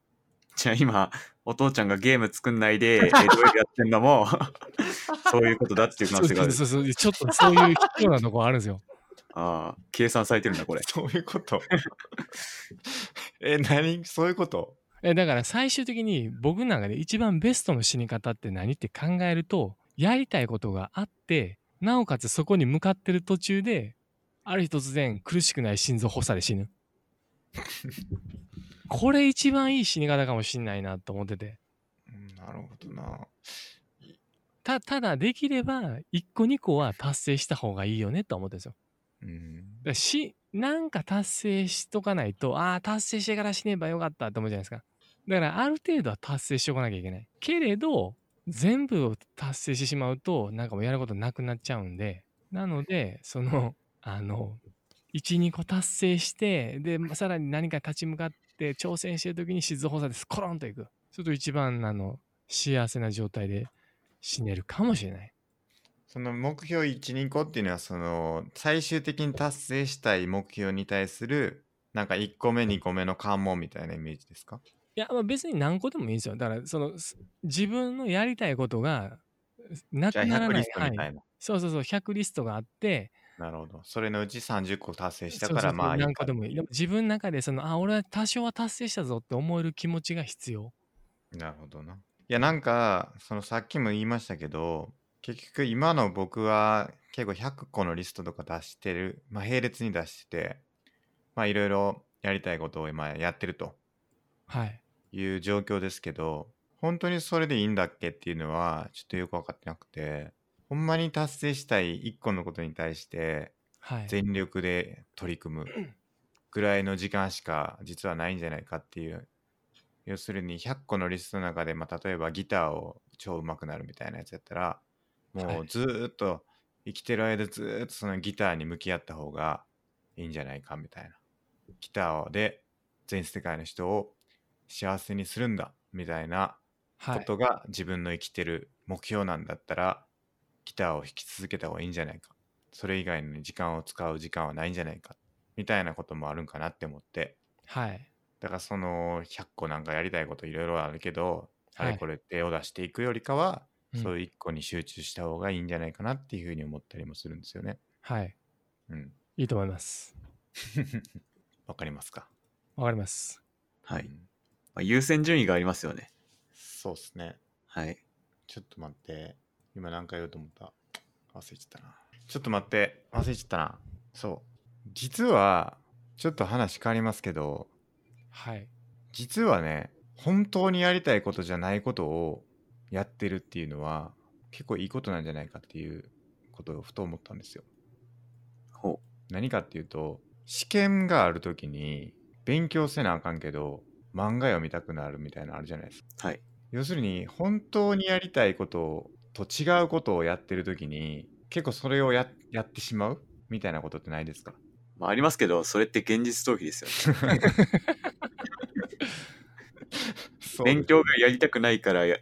じゃあ今、お父ちゃんがゲーム作んないで、えードリルやってん のも、そういうことだっていう可
そ
能
う
性があ
そう
る。
そうそう、ちょっとそういう卑怯なとこあるんですよ。
ああ、計算されてるんだ、これ。
そういうこと え、何そういうこと
えだから最終的に僕の中で一番ベストの死に方って何って考えると、やりたいことがあって、なおかつそこに向かってる途中で、ある日突然苦しくない心臓発作で 死ぬ。これ一番いい死に方かもしんないなと思ってて。
うんなるほどな。
た、ただできれば、一個二個は達成した方がいいよねと思ってるんですよ。
うん。
だからし、なんか達成しとかないと、ああ、達成してから死ねばよかったって思うじゃないですか。だから、ある程度は達成しておかなきゃいけない。けれど、全部を達成してしまうと、なんかもうやることなくなっちゃうんで、なので、その、あの、 12個達成してでさらに何か立ち向かって挑戦してる時に静放射ですコロンといくすると一番あの幸せな状態で死ねるかもしれない
その目標12個っていうのはその最終的に達成したい目標に対するなんか1個目2個目の関門みたいなイメージですか
いや、まあ、別に何個でもいいんですよだからそのす自分のやりたいことがな
じゃ
く
あ
なら
100
な
リ
い
スト
範
み
囲
たいな。
そうそうそう100リストがあって
なるほど。それのうち30個達成した
そう
か
そう
ら
そう
まあいい
何個
か
でもいいでも自分の中でそのあ俺は多少は達成したぞって思える気持ちが必要
なるほどな。いやなんかそのさっきも言いましたけど結局今の僕は結構100個のリストとか出してる、まあ、並列に出しててまあいろいろやりたいことを今やってると
はい
いう状況ですけど本当にそれでいいんだっけっていうのはちょっとよく分かってなくてほんまに達成したい1個のことに対して
はい
全力で取り組むぐらいの時間しか実はないんじゃないかっていう要するに100個のリストの中で、まあ、例えばギターを超うまくなるみたいなやつやったらも
は
う
い
ずーっと生きてる間ずーっとそのギターに向き合った方がいいんじゃないかみたいなギターで全世界の人を幸せにするんだみたいな
は
こ
い
とが自分の生きてる目標なんだったら、ギターを弾き続けた方がいいんじゃないかそれ以外に時間を使う時間はないんじゃないかみたいなこともあるんかなって思って
はい
だからその100個なんかやりたいこといろいろあるけど、
はい
あれこれ手を出していくよりかは、
うん
そういう1個に集中した方がいいんじゃないかなっていうふうに思ったりもするんですよね。
はい
うん。
いいと思います
わかりますか
わかります
はい
うん
まあ、優先順位がありますよね。
そうっすね。
はい。
ちょっと待って。今何回言おうと思った忘れちゃったな。ちょっと待って。忘れちゃったな。そう。実は、ちょっと話変わりますけど、
はい
実はね、本当にやりたいことじゃないことをやってるっていうのは、結構いいことなんじゃないかっていうことをふと思ったんですよ。
ほ
何かっていうと、試験があるときに、勉強せなあかんけど、漫画読みたくなるみたいなのあるじゃないですか
う。はい。
要するに本当にやりたいことと違うことをやってる時に結構それをややってしまうみたいなことってないですか
まあ、ありますけど、それって現実逃避ですよね。
そう
勉強がやりたくないからや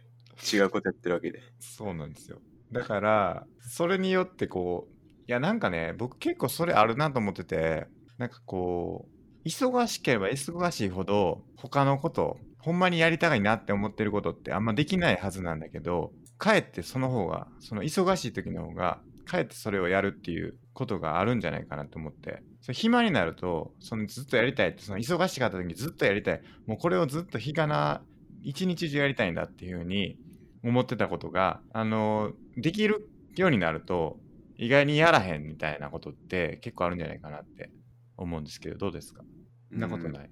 違うことやってるわけで。
そうなんですよだからそれによってこういやなんかね僕結構それあるなと思っててなんかこう忙しければ忙しいほど他のことほんまにやりたいなって思ってることってあんまできないはずなんだけどかえってその方がその忙しい時の方がかえってそれをやるっていうことがあるんじゃないかなと思ってそれ暇になるとそのずっとやりたいってその忙しかった時にずっとやりたいもうこれをずっと日がな一日中やりたいんだっていうふうに思ってたことが、あのできるようになると意外にやらへんみたいなことって結構あるんじゃないかなって思うんですけどどうですかそんなことない、
うん。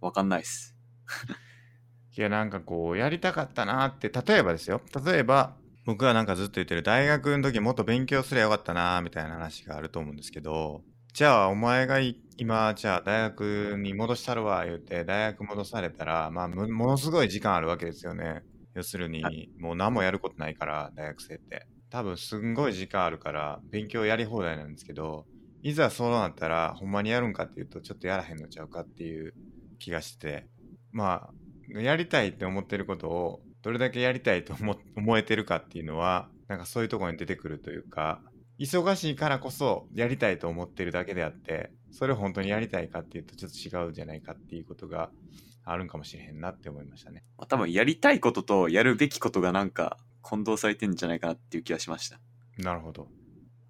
わかんないっす。
いやなんかこうやりたかったなって例えばですよ例えば僕はなんかずっと言ってる大学の時もっと勉強すればよかったなみたいな話があると思うんですけどじゃあお前がい今じゃあ大学に戻したるわ言うて大学戻されたらまあもものすごい時間あるわけですよね要する
は
にもう何もやることないから大学生って多分すんごい時間あるから勉強やり放題なんですけどいざそうなったらほんまにやるんかっていうとちょっとやらへんのちゃうかっていう気がしてまあやりたいって思ってることをどれだけやりたいと思 思えてるかっていうのはなんかそういうところに出てくるというか忙しいからこそやりたいと思ってるだけであってそれを本当にやりたいかっていうとちょっと違うんじゃないかっていうことがあるんかもしれへんなって思いましたね。
まあ、多分やりたいこととやるべきことがなんか混同されてんじゃないかなっていう気がしました。
なるほど。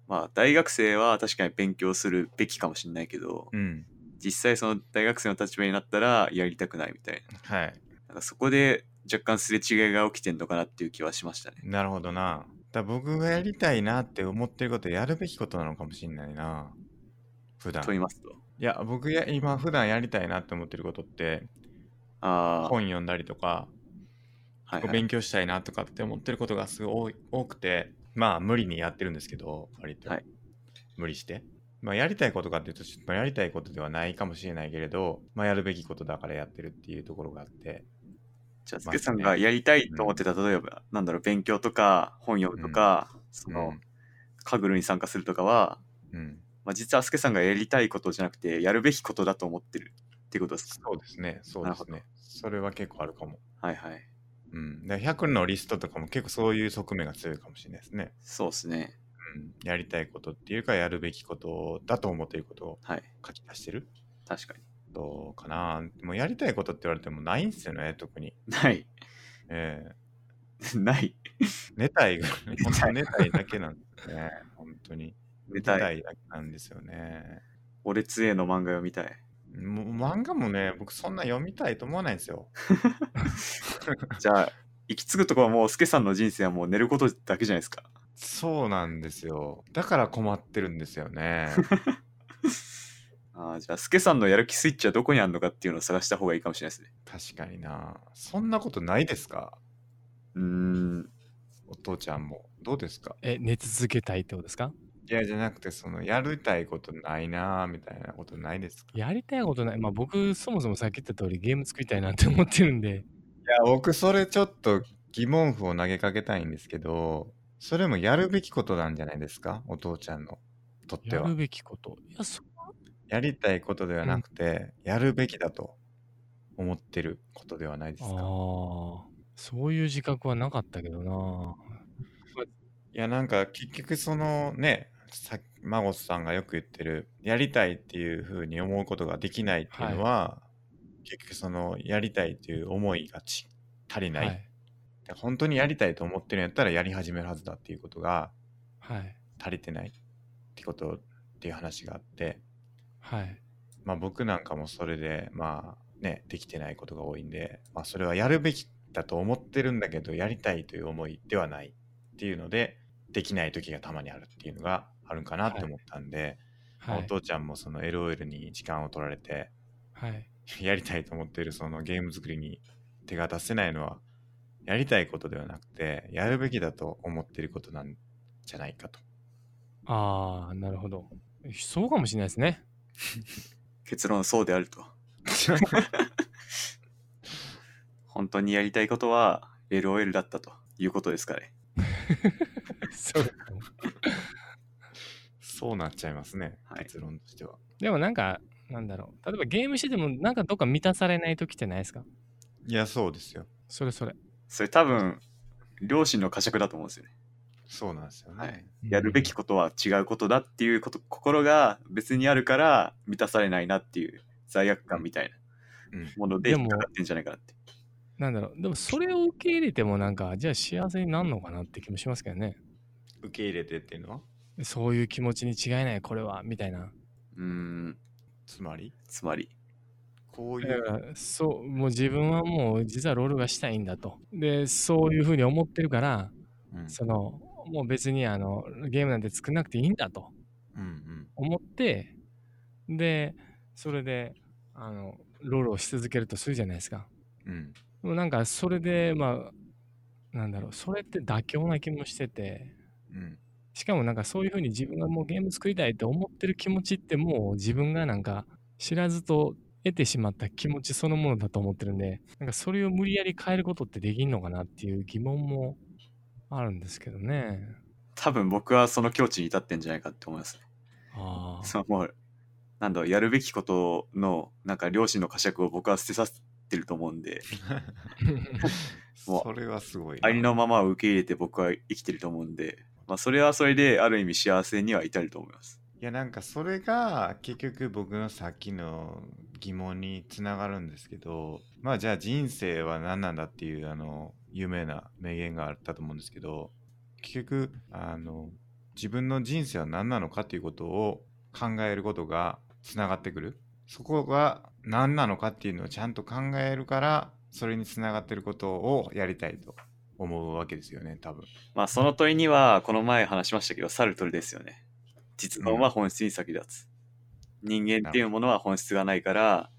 まあ大学生は確かに勉強するべきかもしれないけど、
うん。
実際その大学生の立場になったらやりたくないみたいな。
はい。
なんかそこで若干すれ違いが起きてんのかなっていう気はしましたね。
なるほどな。だから僕がやりたいなって思ってることやるべきことなのかもしれないな。普段
と。言いますと。
いや、僕や今普段やりたいなって思ってることって
ああ、
本読んだりとか
はい、はい。
勉強したいなとかって思ってることがすごい多い多くてまあ無理にやってるんですけど割と、
はい
無理して、まあ、やりたいことかっていうと、まあ、やりたいことではないかもしれないけれど、まあ、やるべきことだからやってるっていうところがあって
じゃあ、
ま
つ
あ
けさんがやりたいと思ってた、例えば、なんだろう、勉強とか、本読むとか、その、カグルに参加するとかは、
うん、うん
ままあ、実はアスケさんがやりたいことじゃなくて、やるべきことだと思ってるってことですか
そうですね、そうです
な
ね。それは結構あるかも。
はいはい。
うん。で100のリストとかも結構そういう側面が強いかもしれないですね。
そうですね。
うん。やりたいことっていうか、やるべきことだと思っていることを
はい。
書き出してる
確かに。
どうかな。もうやりたいことって言われてもないんですよね、特に。
ない。
ええ
ない。
寝たいぐらい、本当寝たいだけなんですね。本当に。
寝たい
だけなんですよね。
俺つえの漫画読みたい。
もう漫画もね、僕そんな読みたいと思わないんですよ。
じゃあ、行き着くとこはもう、スケさんの人生はもう寝ることだけじゃないですか。
そうなんですよ。だから困ってるんですよ ね。
ああ、じゃあ、スケさんのやる気スイッチはどこにあるのかっていうのを探した方がいいかもしれないですね。
確かにな。そんなことないですか
うーん。
お父ちゃんも。どうですか
え、寝続けたいってことですか
いや、じゃなくて、その、やりたいことないな、みたいなことないですかい
やりたいことない。まあ僕、そもそもさっき言った通りゲーム作りたいなって思ってるんで、
や、僕、それちょっと疑問符を投げかけたいんですけど、それもやるべきことなんじゃないですかお父ちゃんのとって
や
は
る。べきこと。いや、そ
やりたいことではなくて、やるべきだと思ってることではないですか
ああ、そういう自覚はなかったけどな。
いやなんか結局そのねさ孫さんがよく言ってるやりたいっていうふうに思うことができないっていうのは、結局そのやりたいっていう思いがち足りない、
はい。
で本当にやりたいと思ってるんやったらやり始めるはずだっていうことが
はい。
足りてないってことっていう話があって
はい。
まあ僕なんかもそれでまあねできてないことが多いんで、まあ、それはやるべきだと思ってるんだけどやりたいという思いではないっていうのでできない時がたまにあるっていうのがあるんかなって思ったんで、まあ
はい
お。父ちゃんもその LOL に時間を取られて
はい。
やりたいと思っているそのゲーム作りに手が出せないのはやりたいことではなくてやるべきだと思っていることなんじゃないかと。
ああ、なるほど。そうかもしれないで すね。
結論そうである と。本当にやりたいことは LOL だったということですかね。
そうかも
そうなっちゃいますね、
はい
結論としては。
でもなんか、なんだろう。例えばゲームしてても、なんかどっか満たされない時ってないですか
いやそうですよ。
それそれ。
それ多分、両親の呵責だと思うんですよね。
そうなんですよね。
はいやるべき
うん。
ことは違うことだっていうこと心が別にあるから満たされないなっていう罪悪感みたいな
うん
もので
で
引っ
も
かかってんじゃないかなって。
なんだろう。でもそれを受け入れても、なんか、じゃあ幸せになるのかなって気もしますけどね。
受け入れてっていうのは
そういう気持ちに違いない、これは、みたいな。
うーん、
つまり
つまり。
こうい
だ
う
からそうもう自分はもう実はロールがしたいんだとでそういうふうに思ってるから
うん
そのもう別にあのゲームなんて作んなくていいんだと
うんうん
思ってでそれであのロールをし続けるとするじゃないですか
うん
でもなんかそれでまあなんだろうそれって妥協な気もしてて
うん
しかもなんかそういうふうに自分がもうゲーム作りたいって思ってる気持ちってもう自分がなんか知らずと得てしまった気持ちそのものだと思ってるんでなんかそれを無理やり変えることってできんのかなっていう疑問もあるんですけどね。
多分僕はその境地に至ってんじゃないかって思いますね。
あ
そうもう、なんだろう、やるべきことの、なんか両親の呵責を僕は捨てさせてると思うんで、 もう
それはすごいな
ありのままを受け入れて僕は生きてると思うんで、まあそれはそれである意味幸せには至ると思います。
いやなんかそれが結局僕のさっきの疑問につながるんですけどまあじゃあ人生は何なんだっていうあの有名な名言があったと思うんですけど結局あの自分の人生は何なのかっていうことを考えることがつながってくるそこが何なのかっていうのをちゃんと考えるからそれにつながってることをやりたいと思うわけですよね多分
まあその問いには、この前話しましたけど、サルトルですよね。実論は本質に先立つ。人間っていうものは本質がないから、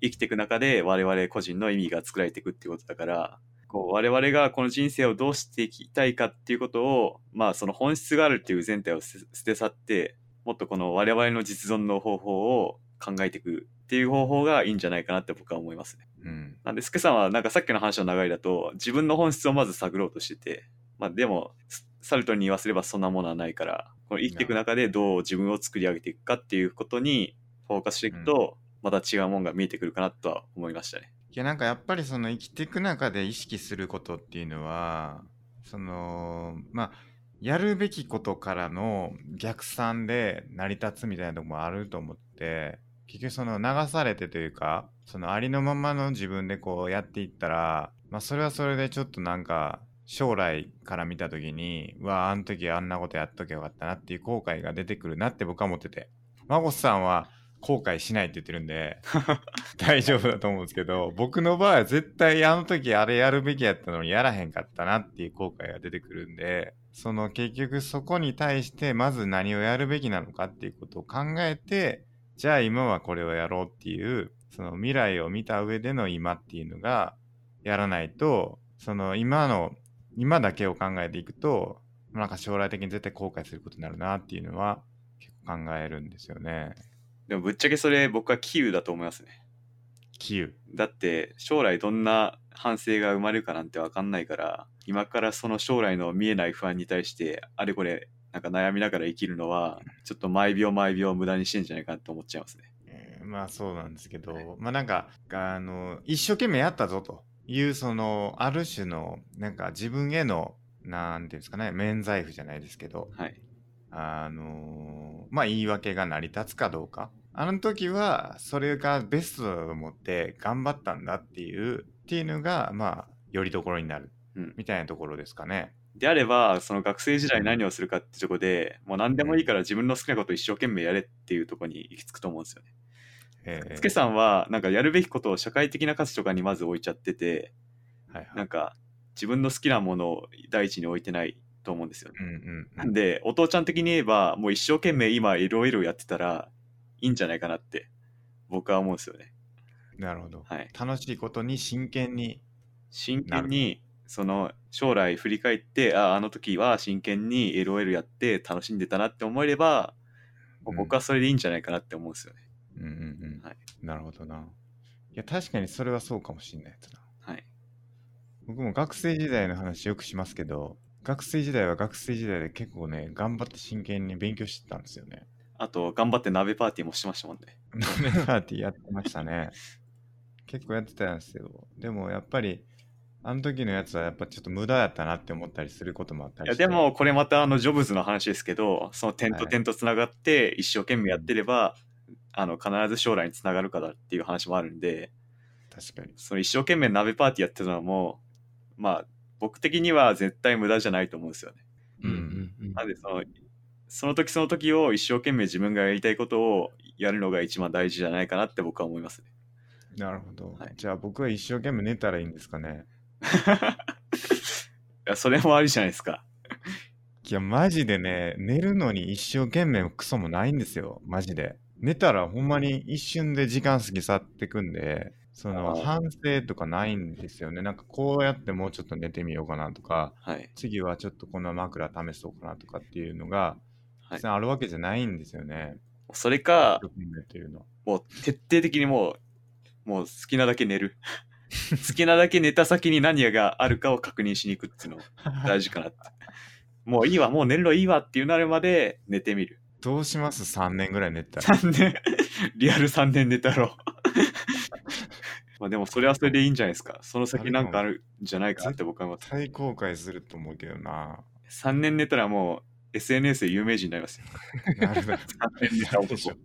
生きていく中で我々個人の意味が作られていくっていうことだから、こう我々がこの人生をどうしていきたいかっていうことを、まあその本質があるっていう全体を捨て捨て去って、もっとこの我々の実存の方法を考えていくっていう方法がいいんじゃないかなって僕は思いますね。
うん
なんで、スケさんはなんかさっきの話の流れだと、自分の本質をまず探ろうとしてて、まあでも、すサルトルに言わせればそんなものはないからこの生きていく中でどう自分を作り上げていくかっていうことにフォーカスしていくと、また違うもんが見えてくるかなとは思いましたね。
いやなんかやっぱりその生きていく中で意識することっていうのはそのまあやるべきことからの逆算で成り立つみたいなとこもあると思って結局その流されてというかそのありのままの自分でこうやっていったらまあそれはそれでちょっとなんか将来から見た時にうわああの時あんなことやっときゃよかったなっていう後悔が出てくるなって僕は思ってて孫さんは後悔しないって言ってるんで大丈夫だと思うんですけど僕の場合は絶対あの時あれやるべきやったのにやらへんかったなっていう後悔が出てくるんでその結局そこに対してまず何をやるべきなのかっていうことを考えてじゃあ今はこれをやろうっていうその未来を見た上での今っていうのがやらないとその今の今だけを考えていくとなんか将来的に絶対後悔することになるなっていうのは結構考えるんですよね。
でもぶっちゃけそれ僕はキ憂だと思いますね。
キュ
だって将来どんな反省が生まれるかなんて分かんないから今からその将来の見えない不安に対してあれこれなんか悩みながら生きるのはちょっと毎秒毎秒無駄にしてんじゃないかなと思っちゃいますね。
えーまあそうなんですけど、まあなんか、あの、一生懸命やったぞという、その、ある種の、なんか自分への、なんていうんですかね、免罪符じゃないですけど、
はい、
あのーまあ言い訳が成り立つかどうか。あの時は、それがベストだと思って頑張ったんだっていう、っていうのが、まあ、よりどころになる
うん。
みたいなところですかね。
であればその学生時代何をするかってとこでもう何でもいいから自分の好きなことを一生懸命やれっていうとこに行き着くと思うんですよね。
え
つけさんはなんかやるべきことを社会的な価値とかにまず置いちゃってて
はいは
ないん。か自分の好きなものを第一に置いてないと思うんですよね。
うんうん
なんで、お父ちゃん的に言えば、もう一生懸命今いろいろやってたらいいんじゃないかなって、僕は思うんですよね。
うん。なるほど。
はい。
楽しいことに真剣に。
真
なるほ
剣に、その将来振り返って、ああ、あの時は真剣に LOL やって楽しんでたなって思えれば、
うん
僕はそれでいいんじゃないかなって思うんですよね。
うんうんうん。
はい
なるほどな。いや、確かにそれはそうかもしんないやつな。
はい。
僕も学生時代の話よくしますけど、学生時代は学生時代で結構ね、頑張って真剣に勉強してたんですよね。
あと、頑張って鍋パーティーもしてましたもんね。
鍋パーティーやってましたね。結構やってたんですよ。でもやっぱり、あの時のやつはやっぱちょっと無駄やったなって思ったりすることもあった
い
り
や、
して。
でも、これまたあの、ジョブズの話ですけど、その点と点とつながって、一生懸命やってれば、あの、必ず将来につながるからっていう話もあるんで、
確かに。
その一生懸命鍋パーティーやってたのもまあ僕的には絶対無駄じゃないと思うんですよね。
うん
うん
なんでそのその時その時を一生懸命自分がやりたいことをやるのが一番大事じゃないかなって僕は思いますね。
なるほど。
はい
じゃあ僕は一生懸命寝たらいいんですかね。
いやそれもありじゃないですか。
いや、マジでね、寝るのに一生懸命もクソもないんですよ、マジで。寝たらほんまに一瞬で時間過ぎ去ってくんで、その
あー
反省とかないんですよね。なんかこうやってもうちょっと寝てみようかなとか、
はい。
次はちょっとこの枕試そうかなとかっていうのが、
はい
別にあるわけじゃないんですよね。
それか
一生懸命っていうの。
もう徹底的にもうもう好きなだけ寝る。 好きなだけ寝た先に何があるかを確認しに行くっていうの大事かなって。もういいわ、もう寝るのいいわっていうなるまで寝てみる。
どうします ?3 年ぐらい寝たら。
3年、リアル3年寝たろ う。まあでもそれはそれでいいんじゃないですか。その先なんかあるんじゃないかなって僕は思って。
大後悔すると思うけどな。
3年寝たらもう SNS で有名人にな りますよ。
なるほど。
3年寝た
でし
男
ょ。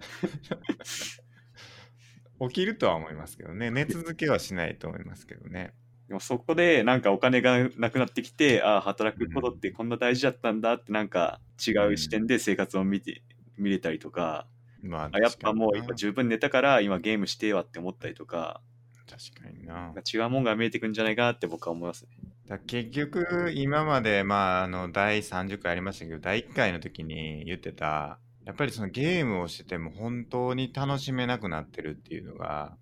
起きるとは思いますけどね。寝続けはしないと思いますけどね。
でもそこでなんかお金がなくなってきて、ああ、働くことってこんな大事だったんだってなんか違う視点で生活を見て、見れたりとか、
まあ、
あやっ
確か
ぱ
に
も
な
う今十分寝たから今ゲームしてえわって思ったりとか、
確かにな。
なんか違うもんが見えてくんじゃないかなって僕は思いますね。
だ結局、今まで、まあ、あの、第30回ありましたけど、第1回の時に言ってた、やっぱりそのゲームをしてても本当に楽しめなくなってるっていうのが、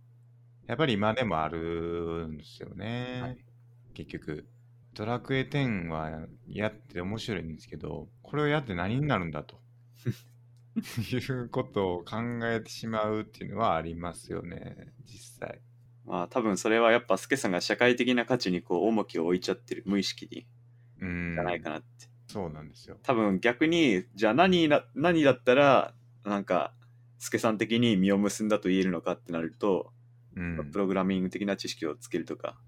やっぱり今でもあるんですよね。
はい
結局。ドラクエ10はやって面白いんですけど、これをやって何になるんだ と。いうことを考えてしまうっていうのはありますよね、実際。
まあ多分それはやっぱスケさんが社会的な価値にこう重きを置いちゃってる無意識に
うん
じゃないかなって。
そうなんですよ
多分逆に、じゃあ何な、何だったら、なんか、助さん的に実を結んだと言えるのかってなると、
うん
プログラミング的な知識をつけるとか、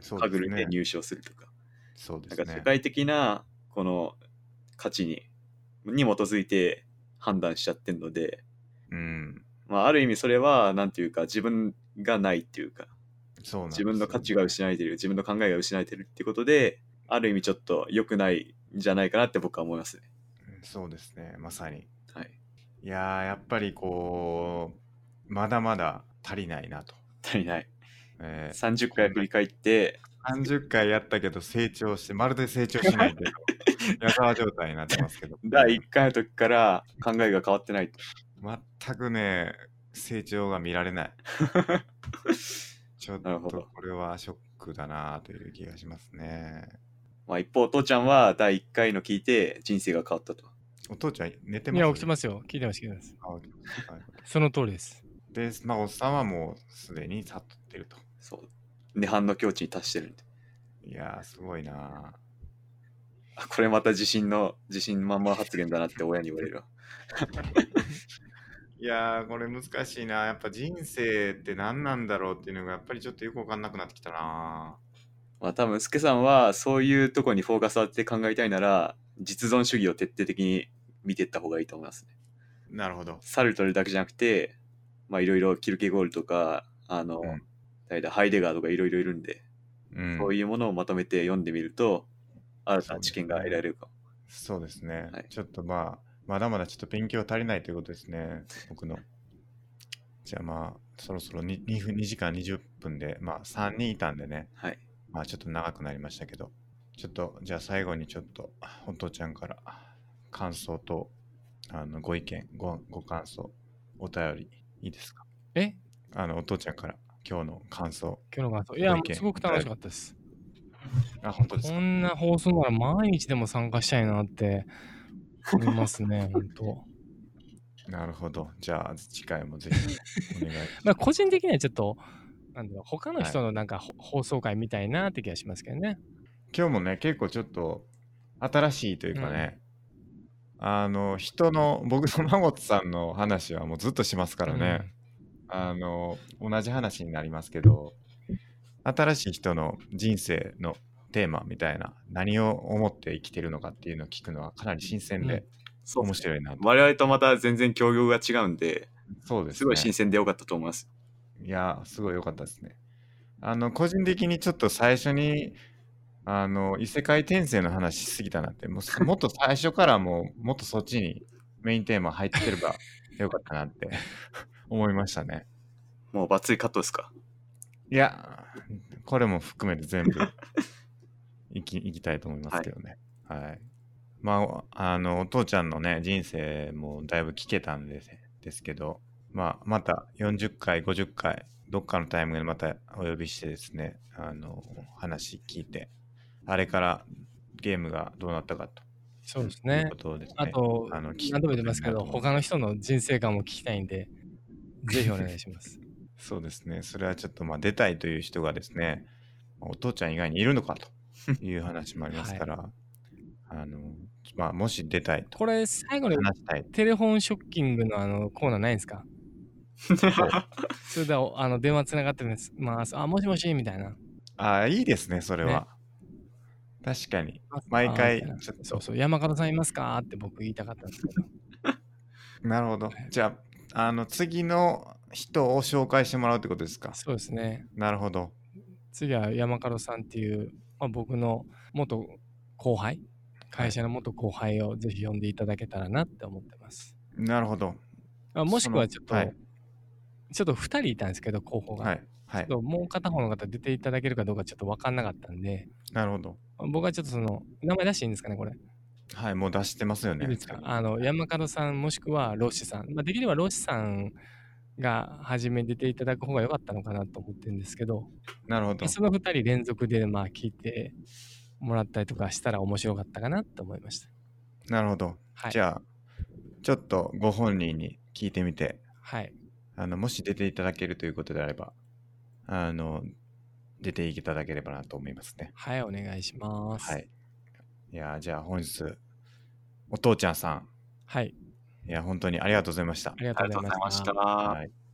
そう
ハ
で
グ
す
ルで
ね
入賞するとか、
そうで
なん
す
か
ね
世界的なこの価値にに基づいて判断しちゃってるので、
うん
まあ、ある意味それはなんていうか自分がないっていうか
そうなんです
自
よ
分の価値が失われてる自分の考えが失われてるっていうことである意味ちょっと良くないんじゃないかなって僕は思いますね。
そうですねまさに
はい、
いやーやっぱりこうまだまだ足りないなと、
足りない
えー
30回振り返って
30回やったけど成長してまるで成長しない けど矢沢状態になってますけど
第1回の時から考えが変わってないと
全くね成長が見られ ないちょっ
なるほ
と
ど
これはショックだなという気がしますね
まあ一方父ちゃんは第1回の聞いて人生が変わったと。
お父ちゃん寝て
い
ます
や、起きてますよ。聞いてます、聞いてます。
あ起きてますはい
その通りです。
で、まあ、おっさんはもうすでに悟ってると。
そう涅槃の境地に達してるんで
いやー、すごいな
あこれまた自信の自信満々発言だなって親に言われるわ
ー。いやー、これ難しいなやっぱ人生って何なんだろうっていうのが、やっぱりちょっとよくわかんなくなってきたな
まあ多分、スケさんはそういうとこにフォーカスを当てて考えたいなら、実存主義を徹底的に見ていった方がいいと思いますね。
なるほど。
サルトルだけじゃなくて、まあいろいろキルケゴールとか、あの、
うん
誰だハイデガーとかいろいろいるんで、
うん
そういうものをまとめて読んでみると、新たな知見が得られるかも。
そうですね、
はい
ちょっとまあ、まだまだちょっと勉強足りないということですね。僕の。じゃあまあ、そろそろ 2, 分2時間20分で、まあ3人いたんでね、
はい。
まあちょっと長くなりましたけど、ちょっとじゃあ最後にちょっと、お父ちゃんから感想とあのご意見ご、ご感想、お便りいいですか
え
あの、お父ちゃんから今日の感想。
今日の感想。いや
ご意、見
すごく楽しかったです。
あ、本当です
こ
か
んな放送なら毎日でも参加したいなって思います ね、本当。
なるほど。じゃあ次回もぜひお願い。
まあ、個人的にはちょっと、なんだろう、他の人のなんかほ、放送回みたいなって気がしますけどね。
今日もね、結構ちょっと新しいというかね、あの、人の、僕とマゴトさんの話はもうずっとしますからね。あの同じ話になりますけど新しい人の人生のテーマみたいな何を思って生きてるのかっていうのを聞くのはかなり新鮮で
そう
面白いなと、
我々とまた全然境遇が違うんで、
そうですす,、
ご
ね、
い新鮮でよかったと思います。
いやすごい良かったですねあの個人的にちょっと最初にあの異世界転生の話しすぎたなってもうすもっと最初からもうもっとそっちにメインテーマ入ってればよかったなって 思いましたね
もうバッツリカットですか。
いや、これも含めて全部いきいきたいと思いますけどね。はい。まあ、あの、お父ちゃんのね、人生もだいぶ聞けたんですですけど、まあ、また40回、50回、どっかのタイミングでまたお呼びしてですね、あの、話聞いて、あれからゲームがどうなったかと
そうです
い
ね
うこ。とをですね。
あと、
あの
何度も言ってますけど、他の人の人生観も聞きたいんで、ぜひお願い します。
そうですね。それはちょっとまあ出たいという人がですね、まあお父ちゃん以外にいるのか という話もありますから、あの、まあもし出たいと
これ、最後に
話したい。
テレフォンショッキングのあのコーナーないんですか それではおあの電話つながってますます。あ、もしもしみたいな。
ああ、いいですね、それは。確かに。毎回
あみたいな
ちょっと
そうそう、山形さんいますかって僕言いたかったんですけど。
なるほど。じゃあ、あの、次の人を紹介してもらうってことですか。
そうですね。
なるほど。
次は山門さんっていう、まあ、僕の元後輩、会社の元後輩をぜひ呼んでいただけたらなって思ってます。
なるほど。
あもしくはちょっと、
そのはい
ちょっと2人いたんですけど、候補が。
はい。はい
ち。ょっともう片方の方出ていただけるかどうかちょっと分かんなかったんで、
なるほど。
僕はちょっとその、名前出していいんですかね、これ。
はい、もう出してますよ
い
ね。
いですかあの山門さんもしくはロッシさん、まあ、できればロッシさんが初めに出ていただく方が良かったのかなと思ってるんですけど、
なるほど。
その2人連続でまあ聞いてもらったりとかしたら面白かったかなと思いました。
なるほど。
はい、
じゃあ、ちょっとご本人に聞いてみて、
はい、
あの、もし出ていただけるということであれば、あの、出ていただければなと思いますね。
はい、お願いします。
はい。いやー、じゃあ本日、お父ちゃんさん、
はい。
いや、本当にありがとうございました
あ。りが
あ
とう
りがとうご
ござ
ざい
いま
ま
し。
したた。
はい。